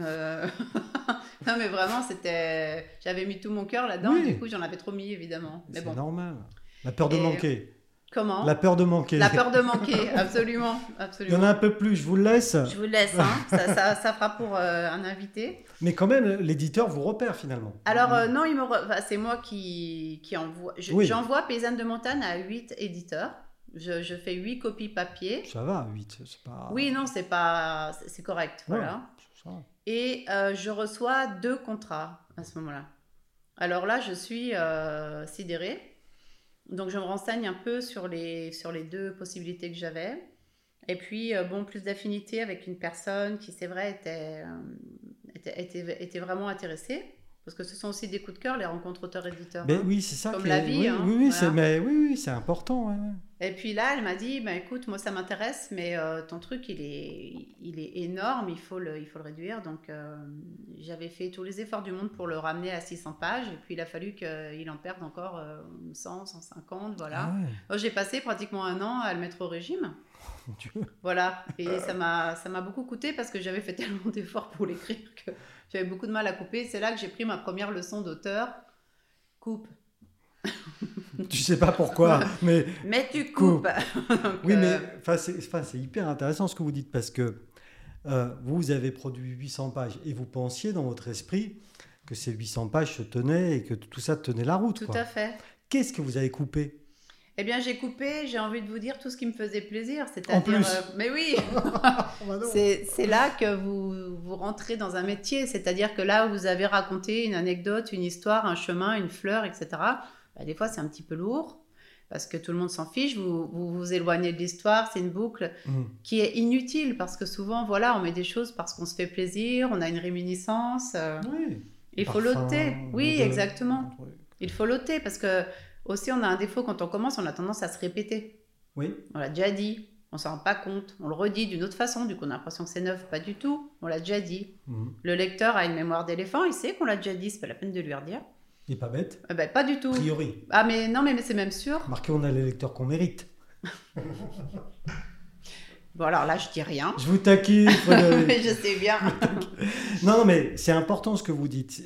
[SPEAKER 2] Euh, non mais vraiment c'était, j'avais mis tout mon cœur là-dedans.
[SPEAKER 1] Oui.
[SPEAKER 2] Du coup j'en avais trop mis évidemment. Mais
[SPEAKER 1] C'est
[SPEAKER 2] bon,
[SPEAKER 1] normal. La peur de
[SPEAKER 2] Et-
[SPEAKER 1] manquer.
[SPEAKER 2] comment
[SPEAKER 1] La peur de manquer.
[SPEAKER 2] La peur de manquer, absolument,
[SPEAKER 1] Il y en
[SPEAKER 2] absolument.
[SPEAKER 1] a un peu plus, je vous le laisse.
[SPEAKER 2] Je vous laisse, hein. ça, ça, ça fera pour euh, un invité.
[SPEAKER 1] Mais quand même, l'éditeur vous repère finalement.
[SPEAKER 2] Alors euh, non, il me re- enfin, c'est moi qui, qui envoie. je-
[SPEAKER 1] Oui.
[SPEAKER 2] J'envoie Paysanne de Montagne à 8 éditeurs. Je, je fais 8 copies papier.
[SPEAKER 1] Ça va, 8, c'est pas.
[SPEAKER 2] Oui, non, c'est pas, c'est- c'est correct,
[SPEAKER 1] Ah. Ouais.
[SPEAKER 2] voilà.
[SPEAKER 1] Ça va.
[SPEAKER 2] Et euh, je reçois deux contrats à ce moment-là. Alors là, je suis euh, sidérée. Donc je me renseigne un peu sur les, sur les deux possibilités que j'avais. Et puis, euh, bon, plus d'affinité avec une personne qui, c'est vrai, était, euh, était, était- était vraiment intéressée. Parce que ce sont aussi des coups de cœur, les rencontres auteurs-éditeurs.
[SPEAKER 1] Mais
[SPEAKER 2] hein.
[SPEAKER 1] oui, c'est ça.
[SPEAKER 2] Comme
[SPEAKER 1] qui
[SPEAKER 2] la
[SPEAKER 1] est-
[SPEAKER 2] vie,
[SPEAKER 1] Oui,
[SPEAKER 2] hein,
[SPEAKER 1] oui, oui,
[SPEAKER 2] voilà.
[SPEAKER 1] c'est, mais oui, oui, c'est important. ouais, ouais.
[SPEAKER 2] Et puis là, elle m'a dit, bah, écoute, moi ça m'intéresse, mais euh, ton truc, il est, il est énorme, il faut le, il faut le réduire. Donc euh, j'avais fait tous les efforts du monde pour le ramener à 600 pages, et puis il a fallu qu'il en perde encore euh, 100, 150,
[SPEAKER 1] Ah
[SPEAKER 2] voilà.
[SPEAKER 1] ouais.
[SPEAKER 2] Alors, J'ai passé pratiquement un an à le mettre au régime,
[SPEAKER 1] Mon Dieu.
[SPEAKER 2] voilà.
[SPEAKER 1] Euh.
[SPEAKER 2] Et ça m'a ça m'a beaucoup coûté parce que j'avais fait tellement d'efforts pour l'écrire que j'avais beaucoup de mal à couper. C'est là que j'ai pris ma première leçon d'auteur. Coupe.
[SPEAKER 1] Tu sais pas pourquoi, mais
[SPEAKER 2] Mais tu
[SPEAKER 1] Coupe.
[SPEAKER 2] coupes Donc,
[SPEAKER 1] oui, mais
[SPEAKER 2] euh,
[SPEAKER 1] enfin, c'est, enfin, c'est hyper intéressant ce que vous dites parce que euh, vous avez produit 800 pages et vous pensiez dans votre esprit que ces 800 pages se tenaient et que tout ça tenait la route.
[SPEAKER 2] Tout
[SPEAKER 1] quoi.
[SPEAKER 2] à fait.
[SPEAKER 1] Qu'est-ce que vous avez coupé
[SPEAKER 2] Eh bien, j'ai coupé, j'ai envie de vous dire tout ce qui me faisait plaisir.
[SPEAKER 1] En plus.
[SPEAKER 2] C'est-à-dire. euh, mais oui, c'est c'est là que vous, vous rentrez dans un métier. C'est-à-dire que là, vous avez raconté une anecdote, une histoire, un chemin, une fleur, etc. Bah, des fois, c'est un petit peu lourd. parce que tout le monde s'en fiche, vous, vous vous éloignez de l'histoire, c'est une boucle
[SPEAKER 1] Mm.
[SPEAKER 2] qui est inutile parce que souvent, voilà, on met des choses parce qu'on se fait plaisir, on a une réminiscence. euh,
[SPEAKER 1] Oui.
[SPEAKER 2] il faut
[SPEAKER 1] Parfum,
[SPEAKER 2] l'ôter. Oui,
[SPEAKER 1] odeur.
[SPEAKER 2] exactement. Il faut l'ôter parce que aussi, on a un défaut quand on commence, on a tendance à se répéter.
[SPEAKER 1] Oui.
[SPEAKER 2] On l'a déjà dit, on s'en rend pas compte, on le redit d'une autre façon, du coup, on a l'impression que c'est neuf, pas du tout, on l'a déjà dit.
[SPEAKER 1] Mm.
[SPEAKER 2] Le lecteur a une mémoire d'éléphant, il sait qu'on l'a déjà dit, c'est pas la peine de lui redire.
[SPEAKER 1] Il n'est pas bête.
[SPEAKER 2] Eh ben, pas du tout.
[SPEAKER 1] A priori.
[SPEAKER 2] Ah, mais non, mais, mais c'est même sûr.
[SPEAKER 1] Marqué, on a les lecteurs qu'on mérite.
[SPEAKER 2] Bon, alors là, je dis rien.
[SPEAKER 1] Je vous taquine. Frédéric.
[SPEAKER 2] mais je sais bien.
[SPEAKER 1] Non, non, mais c'est important ce que vous dites.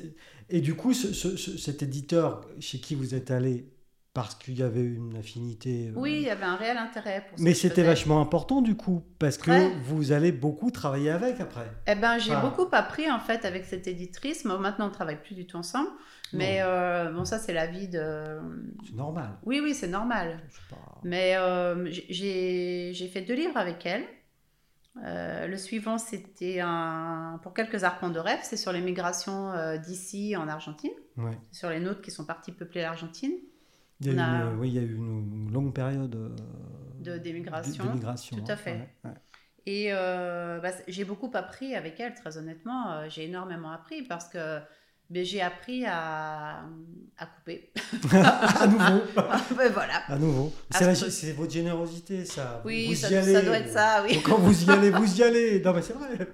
[SPEAKER 1] Et du coup, ce- ce- ce- cet éditeur chez qui vous êtes allé, parce qu'il y avait une affinité. euh,
[SPEAKER 2] Oui, il y avait un réel intérêt pour ce
[SPEAKER 1] Mais
[SPEAKER 2] que je
[SPEAKER 1] c'était
[SPEAKER 2] faisais.
[SPEAKER 1] vachement important du coup, parce que
[SPEAKER 2] Ouais.
[SPEAKER 1] vous allez beaucoup travailler avec après.
[SPEAKER 2] Eh ben, j'ai
[SPEAKER 1] Ah.
[SPEAKER 2] beaucoup appris en fait avec cette éditrice. Moi, maintenant, on travaille plus du tout ensemble. Mais euh, bon, ça, c'est la vie de.
[SPEAKER 1] C'est normal.
[SPEAKER 2] Oui, oui, c'est normal.
[SPEAKER 1] Je sais pas.
[SPEAKER 2] Mais euh, j'ai- j'ai j'ai fait deux livres avec elle. Euh, le suivant, c'était un pour quelques arpents de rêve. C'est sur les migrations euh, d'ici en Argentine,
[SPEAKER 1] Ouais.
[SPEAKER 2] sur les nôtres qui sont partis peupler l'Argentine
[SPEAKER 1] Il, y a eu
[SPEAKER 2] On a-
[SPEAKER 1] une, oui, il y a eu une longue période euh,
[SPEAKER 2] de
[SPEAKER 1] de-
[SPEAKER 2] d'émigration.
[SPEAKER 1] de migration,
[SPEAKER 2] Tout à fait.
[SPEAKER 1] ouais, ouais.
[SPEAKER 2] Et euh, bah, c'est- j'ai beaucoup appris avec elle, très honnêtement. Euh, j'ai énormément appris parce que ben, j'ai appris à, à couper.
[SPEAKER 1] à nouveau.
[SPEAKER 2] Ben, voilà.
[SPEAKER 1] À nouveau.
[SPEAKER 2] À
[SPEAKER 1] C'est, la-
[SPEAKER 2] ce-
[SPEAKER 1] c'est votre générosité, ça.
[SPEAKER 2] Oui,
[SPEAKER 1] vous
[SPEAKER 2] ça,
[SPEAKER 1] y allez.
[SPEAKER 2] ça doit être ça, oui.
[SPEAKER 1] Quand vous y allez, vous y allez. Non, mais c'est vrai.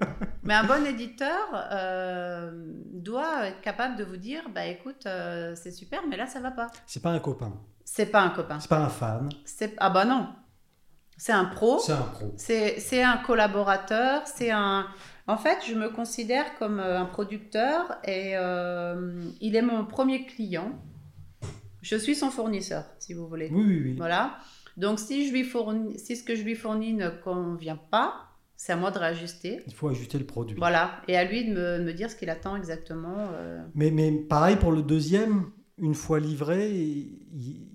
[SPEAKER 2] Mais un bon éditeur euh, doit être capable de vous dire, bah écoute, euh, c'est super, mais là ça va pas.
[SPEAKER 1] C'est pas un copain.
[SPEAKER 2] C'est pas un copain.
[SPEAKER 1] C'est pas un fan.
[SPEAKER 2] C'est ah bah non. C'est un pro.
[SPEAKER 1] C'est un pro.
[SPEAKER 2] C'est c'est un collaborateur. C'est un. En fait, je me considère comme euh, un producteur et euh, il est mon premier client. Je suis son fournisseur, si vous voulez.
[SPEAKER 1] Oui, oui, oui.
[SPEAKER 2] Voilà. Donc si je lui fournis, si ce que je lui fournis ne convient pas, c'est à moi de réajuster.
[SPEAKER 1] Il faut ajuster le produit.
[SPEAKER 2] Voilà, et à lui de me, de me dire ce qu'il attend exactement. euh.
[SPEAKER 1] Mais, mais pareil pour le deuxième, une fois livré, il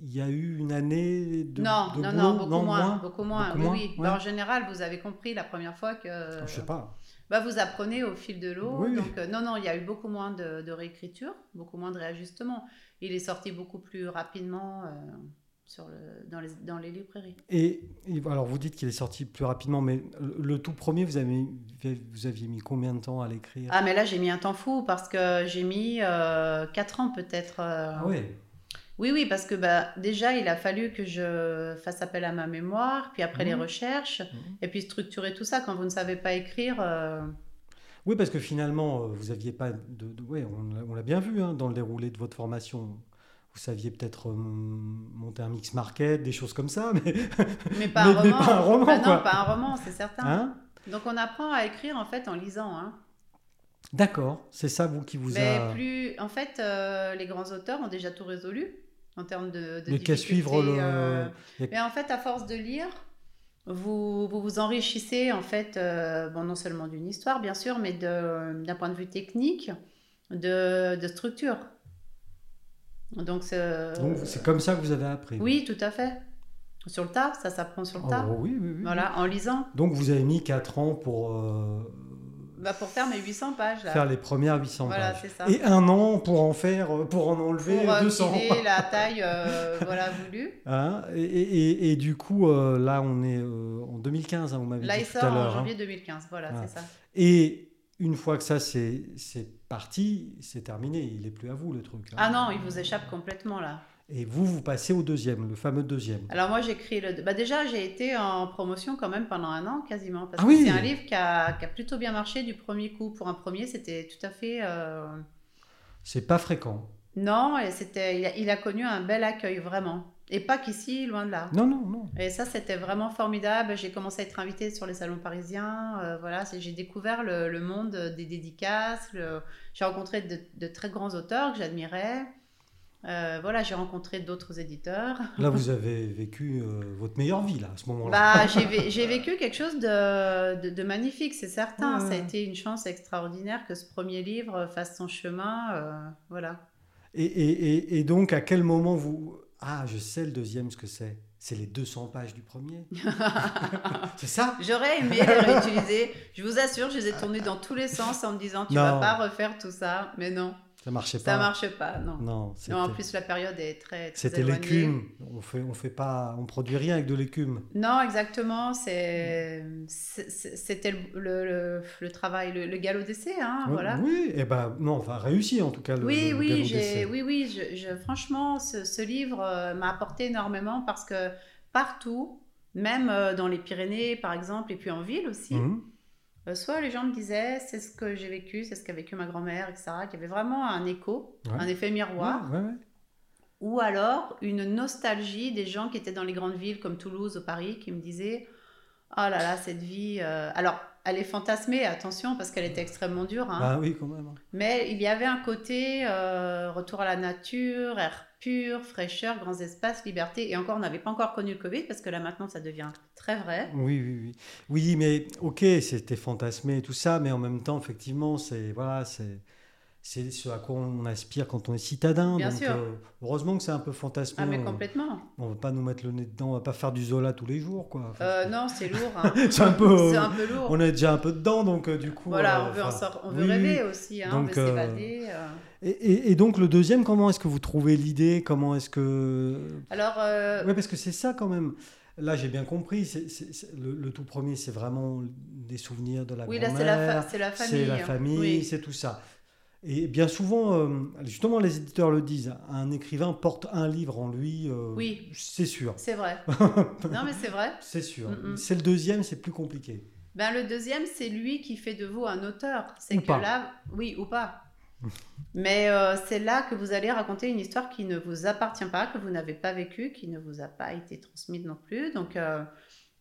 [SPEAKER 1] il y a eu une année de.
[SPEAKER 2] non,
[SPEAKER 1] de
[SPEAKER 2] non,
[SPEAKER 1] boulot,
[SPEAKER 2] non, beaucoup moins, beaucoup moins.
[SPEAKER 1] beaucoup
[SPEAKER 2] oui,
[SPEAKER 1] moins,
[SPEAKER 2] oui.
[SPEAKER 1] ouais. Oh,
[SPEAKER 2] Bah, en général, vous avez compris la première fois que
[SPEAKER 1] Je sais pas.
[SPEAKER 2] bah, vous apprenez au fil de l'eau.
[SPEAKER 1] Oui, oui.
[SPEAKER 2] donc, euh, non, non, il y a eu beaucoup moins de, de réécriture, beaucoup moins de réajustement. Il est sorti beaucoup plus rapidement euh, sur le, dans, les, dans les librairies.
[SPEAKER 1] Et, et alors, vous dites qu'il est sorti plus rapidement, mais le, le tout premier, vous, avez, vous aviez mis combien de temps à l'écrire
[SPEAKER 2] Ah, mais là, j'ai mis un temps fou parce que j'ai mis 4 ans peut-être. euh,
[SPEAKER 1] Ah ouais.
[SPEAKER 2] Oui, oui, parce que bah, déjà, il a fallu que je fasse appel à ma mémoire, puis après les
[SPEAKER 1] Mhm.
[SPEAKER 2] recherches,
[SPEAKER 1] Mhm.
[SPEAKER 2] et puis structurer tout ça. Quand vous ne savez pas écrire, euh,
[SPEAKER 1] Oui, parce que finalement, euh, vous aviez pas de. de- ouais, on l'a- on l'a bien vu hein, dans le déroulé de votre formation. Vous saviez peut-être euh, monter un mix market, des choses comme ça, mais.
[SPEAKER 2] mais pas
[SPEAKER 1] Mais-
[SPEAKER 2] un
[SPEAKER 1] mais
[SPEAKER 2] roman.
[SPEAKER 1] pas un roman,
[SPEAKER 2] Bah non,
[SPEAKER 1] quoi.
[SPEAKER 2] pas un roman, c'est certain.
[SPEAKER 1] Hein
[SPEAKER 2] Donc on apprend à écrire en fait en lisant. hein.
[SPEAKER 1] D'accord, c'est ça, vous qui vous
[SPEAKER 2] Mais
[SPEAKER 1] a.
[SPEAKER 2] plus, en fait, euh, les grands auteurs ont déjà tout résolu en termes de, de
[SPEAKER 1] Mais qu'à
[SPEAKER 2] difficultés,
[SPEAKER 1] suivre le-
[SPEAKER 2] euh,
[SPEAKER 1] y a-
[SPEAKER 2] Mais en fait, à force de lire, vous vous, vous enrichissez en fait, euh, bon, non seulement d'une histoire bien sûr, mais de- d'un point de vue technique, de, de structure. Donc, c'est-
[SPEAKER 1] Donc, c'est comme ça que vous avez appris.
[SPEAKER 2] oui, tout à fait. Sur le tas, ça s'apprend sur le
[SPEAKER 1] En
[SPEAKER 2] tas.
[SPEAKER 1] gros, Oh, oui, oui, oui.
[SPEAKER 2] Voilà, en lisant.
[SPEAKER 1] Donc vous avez mis 4 ans pour euh,
[SPEAKER 2] Bah, pour faire mes 800 pages là.
[SPEAKER 1] faire les premières 800
[SPEAKER 2] voilà,
[SPEAKER 1] pages.
[SPEAKER 2] c'est ça.
[SPEAKER 1] Et un an pour en faire, euh, pour en enlever
[SPEAKER 2] pour euh,
[SPEAKER 1] 200.
[SPEAKER 2] filer la taille euh, voilà, voulue.
[SPEAKER 1] Hein et, et- et- et du coup, euh, là, on est euh, en 2015, hein, vous m'avez
[SPEAKER 2] Là,
[SPEAKER 1] dit
[SPEAKER 2] il
[SPEAKER 1] tout
[SPEAKER 2] sort
[SPEAKER 1] à
[SPEAKER 2] en
[SPEAKER 1] l'heure. hein.
[SPEAKER 2] janvier 2015. Voilà,
[SPEAKER 1] Ah.
[SPEAKER 2] c'est ça.
[SPEAKER 1] Et une fois que ça, c'est c'est parti, c'est terminé. Il est plus à vous, le truc. hein.
[SPEAKER 2] Ah non, il vous échappe complètement là.
[SPEAKER 1] Et vous, vous passez au deuxième, le fameux deuxième.
[SPEAKER 2] Alors moi j'écris le... Bah déjà j'ai été en promotion quand même pendant un an quasiment
[SPEAKER 1] Ah
[SPEAKER 2] parce que
[SPEAKER 1] oui.
[SPEAKER 2] c'est un livre qui a, qui a plutôt bien marché du premier coup. Pour un premier c'était tout à fait... euh,
[SPEAKER 1] C'est pas fréquent.
[SPEAKER 2] Non et c'était il, a- il a connu un bel accueil vraiment. Et pas qu'ici, loin de là.
[SPEAKER 1] Non, non, non.
[SPEAKER 2] Et ça c'était vraiment formidable. J'ai commencé à être invitée sur les salons parisiens. euh, voilà, C'est- j'ai découvert le, le monde des dédicaces. le- J'ai rencontré de, de très grands auteurs que j'admirais. Euh, voilà, j'ai rencontré d'autres éditeurs.
[SPEAKER 1] Là, vous avez vécu euh, votre meilleure vie, Oh là, à ce moment-là.
[SPEAKER 2] Bah, j'ai vé- j'ai vécu quelque chose de, de- de magnifique, c'est certain.
[SPEAKER 1] Ouais.
[SPEAKER 2] Ça a été une chance extraordinaire que ce premier livre fasse son chemin. euh, voilà.
[SPEAKER 1] Et, et- et- et donc, à quel moment vous... Ah, je sais le deuxième, ce que c'est. C'est les 200 pages du premier. c'est ça
[SPEAKER 2] J'aurais aimé les réutiliser. Je vous assure, je les ai tournés dans tous les sens en me disant tu
[SPEAKER 1] Non.
[SPEAKER 2] vas pas refaire tout ça. Mais non.
[SPEAKER 1] Ça marchait pas.
[SPEAKER 2] Ça marche pas, non.
[SPEAKER 1] Non, c'était-
[SPEAKER 2] Non, en plus, la période est très. très
[SPEAKER 1] c'était
[SPEAKER 2] éloignée.
[SPEAKER 1] l'écume. On fait, on fait pas, on produit rien avec de l'écume.
[SPEAKER 2] Non, exactement. c'est- c'est- C'était le, le, le- le travail, le, le galop d'essai. Hein,
[SPEAKER 1] Ouais,
[SPEAKER 2] voilà.
[SPEAKER 1] Oui, et ben non, enfin réussi en tout cas le,
[SPEAKER 2] Oui,
[SPEAKER 1] le galop
[SPEAKER 2] oui,
[SPEAKER 1] d'essai.
[SPEAKER 2] j'ai, oui, oui, je, je- franchement, ce, ce livre euh, m'a apporté énormément parce que partout, même euh, dans les Pyrénées, par exemple, et puis en ville aussi,
[SPEAKER 1] Mhm.
[SPEAKER 2] euh, soit les gens me disaient c'est ce que j'ai vécu, c'est ce qu'a vécu ma grand-mère, etc. Qu'il y avait vraiment un écho,
[SPEAKER 1] Ouais.
[SPEAKER 2] un effet miroir,
[SPEAKER 1] Ouais, ouais, ouais.
[SPEAKER 2] ou alors une nostalgie des gens qui étaient dans les grandes villes comme Toulouse ou Paris qui me disaient oh là là, cette vie. euh, Alors, elle est fantasmée, attention, parce qu'elle était extrêmement dure. hein.
[SPEAKER 1] Bah oui, quand même. hein.
[SPEAKER 2] Mais il y avait un côté euh, retour à la nature, air pur, fraîcheur, grands espaces, liberté. Et encore, on n'avait pas encore connu le Covid parce que là maintenant, ça devient très vrai.
[SPEAKER 1] Oui, oui, oui. Oui, mais ok, c'était fantasmé et tout ça, mais en même temps, effectivement, c'est voilà, c'est c'est ce à quoi on aspire quand on est citadin.
[SPEAKER 2] Bien
[SPEAKER 1] donc,
[SPEAKER 2] sûr.
[SPEAKER 1] euh, heureusement que c'est un peu fantasmé.
[SPEAKER 2] Ah, mais
[SPEAKER 1] on-
[SPEAKER 2] complètement.
[SPEAKER 1] on va pas nous mettre le nez dedans, on va pas faire du Zola tous les jours, quoi. Enfin,
[SPEAKER 2] Euh, non, c'est lourd. hein.
[SPEAKER 1] c'est un peu. euh,
[SPEAKER 2] C'est un peu lourd.
[SPEAKER 1] On est déjà un peu dedans, donc euh, du coup.
[SPEAKER 2] Voilà,
[SPEAKER 1] euh,
[SPEAKER 2] on veut, en
[SPEAKER 1] enfin,
[SPEAKER 2] sort- on veut
[SPEAKER 1] oui,
[SPEAKER 2] rêver
[SPEAKER 1] oui.
[SPEAKER 2] aussi, hein,
[SPEAKER 1] Donc,
[SPEAKER 2] on veut
[SPEAKER 1] euh,
[SPEAKER 2] s'évader. euh.
[SPEAKER 1] Et, et- et donc le deuxième, comment est-ce que vous trouvez l'idée Comment est-ce que
[SPEAKER 2] Alors, euh,
[SPEAKER 1] Oui, parce que c'est ça quand même. Là, j'ai bien compris. c'est- c'est- c'est- le, le tout premier, c'est vraiment des souvenirs de la
[SPEAKER 2] oui, là,
[SPEAKER 1] grand-mère.
[SPEAKER 2] c'est la, fa- c'est la famille.
[SPEAKER 1] c'est la
[SPEAKER 2] hein.
[SPEAKER 1] famille,
[SPEAKER 2] Oui.
[SPEAKER 1] c'est tout ça. Et bien souvent, euh, justement, les éditeurs le disent, un écrivain porte un livre en lui. euh,
[SPEAKER 2] Oui.
[SPEAKER 1] C'est sûr.
[SPEAKER 2] C'est vrai. non, mais c'est vrai.
[SPEAKER 1] C'est sûr.
[SPEAKER 2] Mm-mm.
[SPEAKER 1] C'est le deuxième, c'est plus compliqué.
[SPEAKER 2] Ben, le deuxième, c'est lui qui fait de vous un auteur. C'est
[SPEAKER 1] Ou
[SPEAKER 2] que
[SPEAKER 1] pas.
[SPEAKER 2] là, oui ou pas. Mais euh, c'est là que vous allez raconter une histoire qui ne vous appartient pas, que vous n'avez pas vécue, qui ne vous a pas été transmise non plus. Donc euh,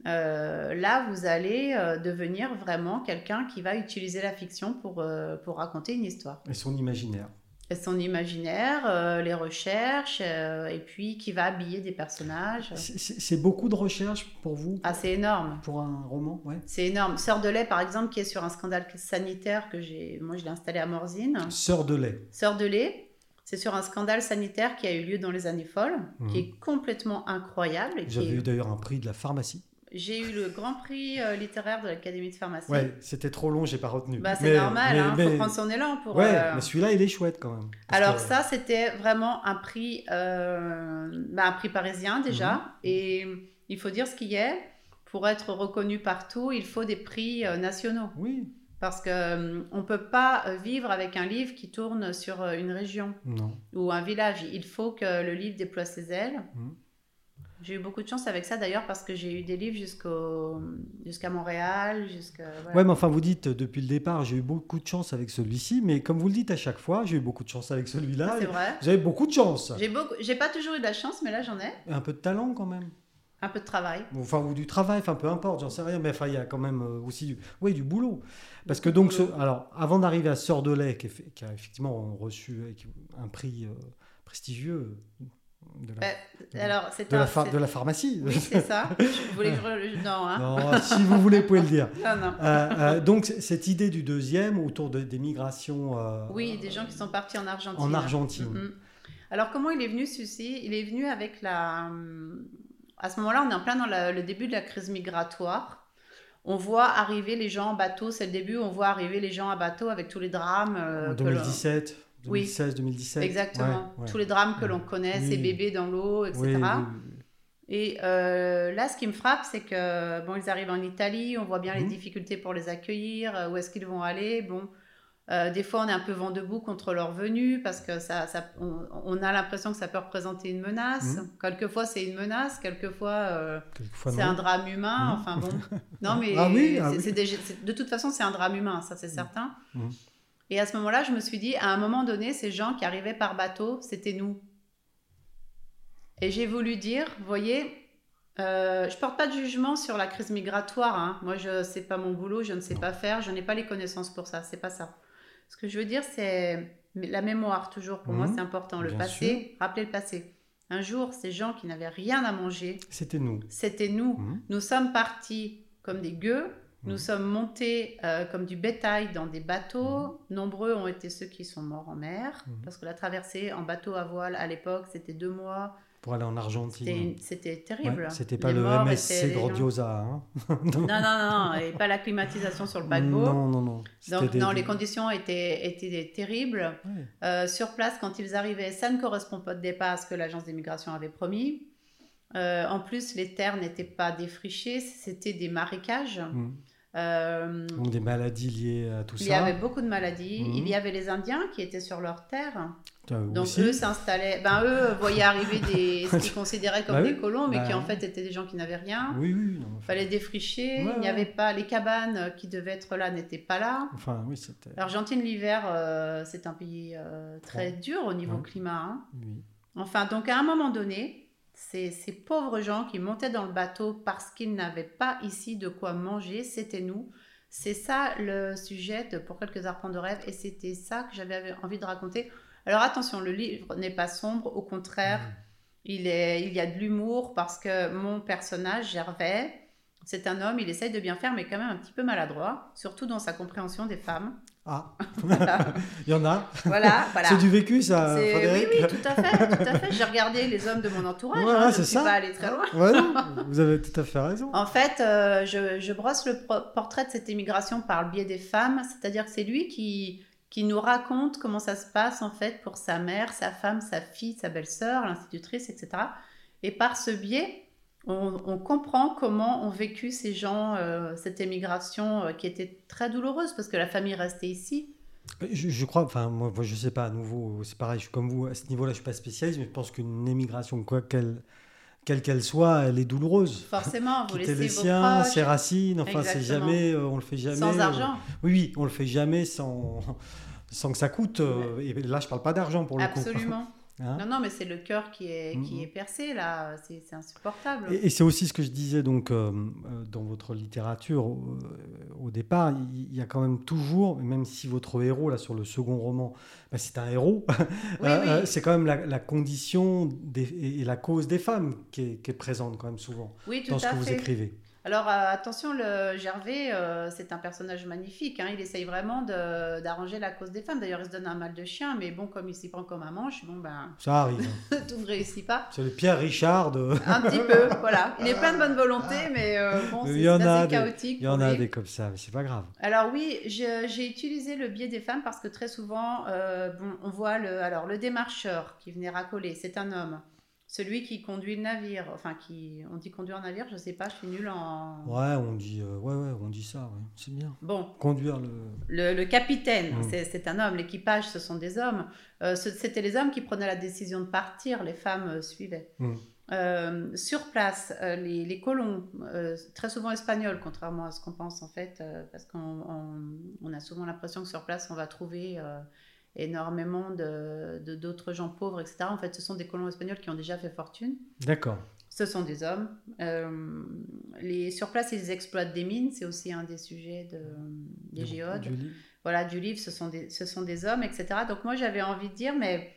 [SPEAKER 2] euh, là, vous allez euh, devenir vraiment quelqu'un qui va utiliser la fiction pour, euh, pour raconter une histoire.
[SPEAKER 1] Et son imaginaire.
[SPEAKER 2] Et Son imaginaire, euh, les recherches, euh, et puis qui va habiller des personnages.
[SPEAKER 1] C'est- C'est c'est beaucoup de recherche pour vous,
[SPEAKER 2] Ah, c'est énorme.
[SPEAKER 1] pour un roman, ouais.
[SPEAKER 2] C'est énorme. Sœur de lait, par exemple, qui est sur un scandale sanitaire que j'ai. Moi, je l'ai installé à Morzine.
[SPEAKER 1] Sœur de lait.
[SPEAKER 2] Sœur de lait, c'est sur un scandale sanitaire qui a eu lieu dans les années folles,
[SPEAKER 1] Mhm.
[SPEAKER 2] qui est complètement incroyable. et qui
[SPEAKER 1] J'avais
[SPEAKER 2] est-
[SPEAKER 1] eu d'ailleurs un prix de la pharmacie.
[SPEAKER 2] J'ai eu le grand prix euh, littéraire de l'Académie de pharmacie.
[SPEAKER 1] Ouais, c'était trop long, j'ai pas retenu.
[SPEAKER 2] Bah, c'est
[SPEAKER 1] Mais-
[SPEAKER 2] normal,
[SPEAKER 1] mais-
[SPEAKER 2] hein, faut
[SPEAKER 1] mais-
[SPEAKER 2] prendre son élan pour.
[SPEAKER 1] Ouais,
[SPEAKER 2] euh,
[SPEAKER 1] mais celui-là, il est chouette quand même. Parce
[SPEAKER 2] Alors
[SPEAKER 1] que-
[SPEAKER 2] ça, c'était vraiment un prix, euh, bah, un prix parisien déjà.
[SPEAKER 1] Mmh.
[SPEAKER 2] Et il faut dire ce qu'il y a. Pour être reconnu partout, il faut des prix euh, nationaux.
[SPEAKER 1] Oui,
[SPEAKER 2] Parce qu'on ne peut pas euh, vivre avec un livre qui tourne sur euh, une région
[SPEAKER 1] non.
[SPEAKER 2] ou un village. Il faut que le livre déploie ses ailes.
[SPEAKER 1] Mhm.
[SPEAKER 2] J'ai eu beaucoup de chance avec ça d'ailleurs parce que j'ai eu des livres jusqu'au- hum, jusqu'à Montréal, jusqu'à... voilà.
[SPEAKER 1] Ouais, mais enfin, vous dites depuis le départ, j'ai eu beaucoup de chance avec celui-ci, mais comme vous le dites à chaque fois, j'ai eu beaucoup de chance avec celui-là.
[SPEAKER 2] Ah, C'est vrai.
[SPEAKER 1] Vous avez beaucoup de chance.
[SPEAKER 2] J'ai beaucoup... j'ai pas toujours eu de la chance, mais là j'en ai.
[SPEAKER 1] Un peu de talent quand même.
[SPEAKER 2] Un peu de travail.
[SPEAKER 1] Enfin, ou du travail, enfin peu importe, j'en sais rien, mais enfin, il y a quand même euh, aussi du, oui, du boulot. Parce que donc, ce- alors, avant d'arriver à Sœur de Lait, qui, est fait- qui a effectivement reçu euh, qui- un prix euh, prestigieux euh, de la,
[SPEAKER 2] Ouais, Alors, c'est
[SPEAKER 1] Mmh. de
[SPEAKER 2] un-
[SPEAKER 1] la, phar-
[SPEAKER 2] Euh, c'est-
[SPEAKER 1] de la pharmacie.
[SPEAKER 2] Oui, c'est ça. Je voulais que je... re- Non, hein.
[SPEAKER 1] Non, si vous voulez, vous pouvez le dire.
[SPEAKER 2] Non, non.
[SPEAKER 1] Euh, euh, donc, c- cette idée du deuxième autour de- des migrations euh,
[SPEAKER 2] Oui, des gens qui sont partis en Argentine.
[SPEAKER 1] en Argentine.
[SPEAKER 2] Mhm. Alors, comment il est venu celui-ci Il est venu avec la. hum, À ce moment-là, on est en plein dans la- le début de la crise migratoire. On voit arriver les gens en bateau. C'est le début où on voit arriver les gens à bateau avec tous les drames. euh,
[SPEAKER 1] En
[SPEAKER 2] que l'on-
[SPEAKER 1] 2017,
[SPEAKER 2] Oui.
[SPEAKER 1] 2016, 2017.
[SPEAKER 2] Exactement.
[SPEAKER 1] Ouais, ouais.
[SPEAKER 2] Tous les drames que l'on connaît,
[SPEAKER 1] Oui.
[SPEAKER 2] ces bébés dans l'eau, etc.
[SPEAKER 1] Oui, oui, oui.
[SPEAKER 2] Et euh, là, ce qui me frappe, c'est que bon, ils arrivent en Italie, on voit bien les
[SPEAKER 1] Mhm.
[SPEAKER 2] difficultés pour les accueillir, euh, où est-ce qu'ils vont aller. Bon, euh, des fois, on est un peu vent debout contre leur venue parce que ça, ça- on, on a l'impression que ça peut représenter une menace. Quelquefois, c'est une menace, quelquefois, euh,
[SPEAKER 1] Quelquefois,
[SPEAKER 2] c'est
[SPEAKER 1] non.
[SPEAKER 2] un drame humain.
[SPEAKER 1] Mhm.
[SPEAKER 2] Enfin bon, non mais
[SPEAKER 1] Ah oui, ah
[SPEAKER 2] c'est-
[SPEAKER 1] oui.
[SPEAKER 2] c'est déjà- c'est- de toute façon, c'est un drame humain, ça c'est certain.
[SPEAKER 1] Mhm.
[SPEAKER 2] Et à ce moment-là, je me suis dit, à un moment donné, ces gens qui arrivaient par bateau, c'était nous. Et j'ai voulu dire, vous voyez, euh, je porte pas de jugement sur la crise migratoire. hein. Moi, je sais pas mon boulot, je ne sais
[SPEAKER 1] Non.
[SPEAKER 2] pas faire, je n'ai pas les connaissances pour ça. C'est pas ça. Ce que je veux dire, c'est la mémoire toujours. Pour moi,
[SPEAKER 1] Mhm.
[SPEAKER 2] c'est important. Le
[SPEAKER 1] Bien
[SPEAKER 2] passé, rappeler le passé. Un jour, ces gens qui n'avaient rien à manger,
[SPEAKER 1] C'était nous.
[SPEAKER 2] c'était nous.
[SPEAKER 1] Mhm.
[SPEAKER 2] Nous sommes partis comme des gueux Nous sommes montés euh, comme du bétail dans des bateaux. Nombreux ont été ceux qui sont morts en mer,
[SPEAKER 1] Mhm.
[SPEAKER 2] parce que la traversée en bateau à voile à l'époque, c'était deux mois.
[SPEAKER 1] Pour aller en
[SPEAKER 2] C'était
[SPEAKER 1] Argentine.
[SPEAKER 2] une- C'était
[SPEAKER 1] Ouais,
[SPEAKER 2] terrible.
[SPEAKER 1] C'était pas
[SPEAKER 2] Les
[SPEAKER 1] le
[SPEAKER 2] morts étaient-
[SPEAKER 1] MSC
[SPEAKER 2] les gens-
[SPEAKER 1] Grandiosa. hein.
[SPEAKER 2] Non, non, non, et pas la climatisation sur le paquebot.
[SPEAKER 1] Non, non, non. C'était
[SPEAKER 2] Donc,
[SPEAKER 1] des-
[SPEAKER 2] non, les conditions étaient, étaient terribles.
[SPEAKER 1] Ouais.
[SPEAKER 2] Euh, sur place, quand ils arrivaient, ça ne correspond pas au départ à ce que l'agence d'immigration avait promis. Euh, en plus, les terres n'étaient pas défrichées, c'était des marécages.
[SPEAKER 1] Mm.
[SPEAKER 2] Euh,
[SPEAKER 1] Donc des maladies liées à tout
[SPEAKER 2] il
[SPEAKER 1] ça.
[SPEAKER 2] y avait beaucoup de maladies.
[SPEAKER 1] Mhm.
[SPEAKER 2] Il y avait les Indiens qui étaient sur leurs terres.
[SPEAKER 1] Euh,
[SPEAKER 2] Donc
[SPEAKER 1] aussi.
[SPEAKER 2] eux s'installaient. Ben eux voyaient arriver des ce qu'ils considéraient comme
[SPEAKER 1] Bah
[SPEAKER 2] des
[SPEAKER 1] oui.
[SPEAKER 2] colons, mais
[SPEAKER 1] Bah
[SPEAKER 2] qui en
[SPEAKER 1] oui.
[SPEAKER 2] fait étaient des gens qui n'avaient rien.
[SPEAKER 1] Oui, oui. non, enfin,
[SPEAKER 2] Il fallait défricher.
[SPEAKER 1] Ouais,
[SPEAKER 2] il n'y
[SPEAKER 1] ouais.
[SPEAKER 2] avait pas les cabanes qui devaient être là n'étaient pas là.
[SPEAKER 1] Enfin, oui, c'était.
[SPEAKER 2] L'Argentine l'hiver, euh, c'est un pays euh,
[SPEAKER 1] Ouais.
[SPEAKER 2] très dur au niveau
[SPEAKER 1] Ouais.
[SPEAKER 2] climat. hein.
[SPEAKER 1] oui.
[SPEAKER 2] Enfin donc à un moment donné, ces, ces pauvres gens qui montaient dans le bateau parce qu'ils n'avaient pas ici de quoi manger, c'était nous. C'est ça le sujet de Pour quelques arpents de rêve et c'était ça que j'avais envie de raconter. Alors attention, le livre n'est pas sombre, au contraire,
[SPEAKER 1] Mmh.
[SPEAKER 2] il, est, il y a de l'humour parce que mon personnage, Gervais, c'est un homme, il essaye de bien faire, mais quand même un petit peu maladroit, surtout dans sa compréhension des femmes.
[SPEAKER 1] Ah,
[SPEAKER 2] voilà,
[SPEAKER 1] il y en a.
[SPEAKER 2] voilà. voilà.
[SPEAKER 1] C'est du vécu, ça,
[SPEAKER 2] C'est- Oui,
[SPEAKER 1] Euh, Frédéric
[SPEAKER 2] oui, tout à fait, tout à fait. J'ai regardé les hommes de mon entourage,
[SPEAKER 1] Voilà,
[SPEAKER 2] hein, je
[SPEAKER 1] c'est
[SPEAKER 2] ne suis
[SPEAKER 1] ça.
[SPEAKER 2] pas allée très loin.
[SPEAKER 1] Ouais, non, vous avez tout à fait raison.
[SPEAKER 2] En fait, euh, je, je brosse le pro- portrait de cette immigration par le biais des femmes, c'est-à-dire que c'est lui qui, qui nous raconte comment ça se passe en fait pour sa mère, sa femme, sa fille, sa belle-sœur, l'institutrice, etc. Et par ce biais, on, on comprend comment ont vécu ces gens, euh, cette émigration euh, qui était très douloureuse parce que la famille restait ici.
[SPEAKER 1] Je, je crois, enfin, moi, moi, je sais pas, à nouveau, c'est pareil, je suis comme vous, à ce niveau-là, je suis pas spécialiste, mais je pense qu'une émigration, quoi qu'elle quelle qu'elle soit, elle est douloureuse.
[SPEAKER 2] Forcément, Ah, vous
[SPEAKER 1] Quitter
[SPEAKER 2] laissez
[SPEAKER 1] les
[SPEAKER 2] vos
[SPEAKER 1] siens,
[SPEAKER 2] proches
[SPEAKER 1] ses racines, enfin, c'est
[SPEAKER 2] Exactement.
[SPEAKER 1] jamais, euh, on le fait jamais.
[SPEAKER 2] sans
[SPEAKER 1] euh,
[SPEAKER 2] argent.
[SPEAKER 1] Oui, oui, on le fait jamais sans, sans que ça coûte. euh, Et là, je parle pas d'argent pour le coup.
[SPEAKER 2] Absolument.
[SPEAKER 1] Hein
[SPEAKER 2] Non, non, mais c'est le cœur qui est,
[SPEAKER 1] Mhm.
[SPEAKER 2] qui est percé là, c'est c'est insupportable.
[SPEAKER 1] Et, et c'est aussi ce que je disais donc euh, euh, dans votre littérature euh, au départ, il il y, a quand même toujours, même si votre héros là sur le second roman, bah, c'est un héros,
[SPEAKER 2] Oui,
[SPEAKER 1] euh,
[SPEAKER 2] oui.
[SPEAKER 1] euh, c'est quand même la, la condition des- et, et la cause des femmes qui est, qui est présente quand même souvent
[SPEAKER 2] Oui, tout
[SPEAKER 1] dans ce
[SPEAKER 2] à
[SPEAKER 1] que vous
[SPEAKER 2] fait.
[SPEAKER 1] écrivez.
[SPEAKER 2] Alors euh, attention, le Gervais, euh, c'est un personnage magnifique. hein. Il essaye vraiment de- d'arranger la cause des femmes. D'ailleurs, il se donne un mal de chien, mais bon, comme il s'y prend comme un manche, bon ben,
[SPEAKER 1] Ça arrive. hein.
[SPEAKER 2] tout ne réussit pas.
[SPEAKER 1] c'est le Pierre Richard. euh, de-
[SPEAKER 2] Un petit peu, voilà. Il est plein de bonne volonté, mais euh, bon,
[SPEAKER 1] Ah. Il
[SPEAKER 2] c'est
[SPEAKER 1] y en
[SPEAKER 2] assez
[SPEAKER 1] a des-
[SPEAKER 2] chaotique.
[SPEAKER 1] Il y en
[SPEAKER 2] pour
[SPEAKER 1] a
[SPEAKER 2] lui.
[SPEAKER 1] des comme ça, mais c'est pas grave.
[SPEAKER 2] Alors oui, je- j'ai utilisé le biais des femmes parce que très souvent, euh, bon, on voit le, alors, le démarcheur qui venait racoler, c'est un homme. Celui qui conduit le navire, enfin qui, on dit conduire un navire, je sais pas, je suis nulle en...
[SPEAKER 1] Ouais, on dit, euh, ouais, ouais, on dit ça, ouais, c'est bien.
[SPEAKER 2] Bon,
[SPEAKER 1] Conduire le.
[SPEAKER 2] Le, le capitaine,
[SPEAKER 1] Mm.
[SPEAKER 2] c'est- c'est un homme, l'équipage, ce sont des hommes. Euh, ce- C'était les hommes qui prenaient la décision de partir, les femmes euh, suivaient.
[SPEAKER 1] Mm.
[SPEAKER 2] Euh, sur place, euh, les, les colons, euh, très souvent espagnols, contrairement à ce qu'on pense en fait, euh, parce qu'on on- on a souvent l'impression que sur place, on va trouver euh, énormément de de- d'autres gens pauvres, etc. En fait, ce sont des colons espagnols qui ont déjà fait fortune.
[SPEAKER 1] D'accord.
[SPEAKER 2] Ce sont des hommes. Euh, les, sur place, ils exploitent des mines, c'est aussi un des sujets de, des
[SPEAKER 1] Du-
[SPEAKER 2] géodes
[SPEAKER 1] du
[SPEAKER 2] Euh,
[SPEAKER 1] lit.
[SPEAKER 2] voilà, du livre, ce sont des, ce sont des hommes, etc. Donc moi, j'avais envie de dire, mais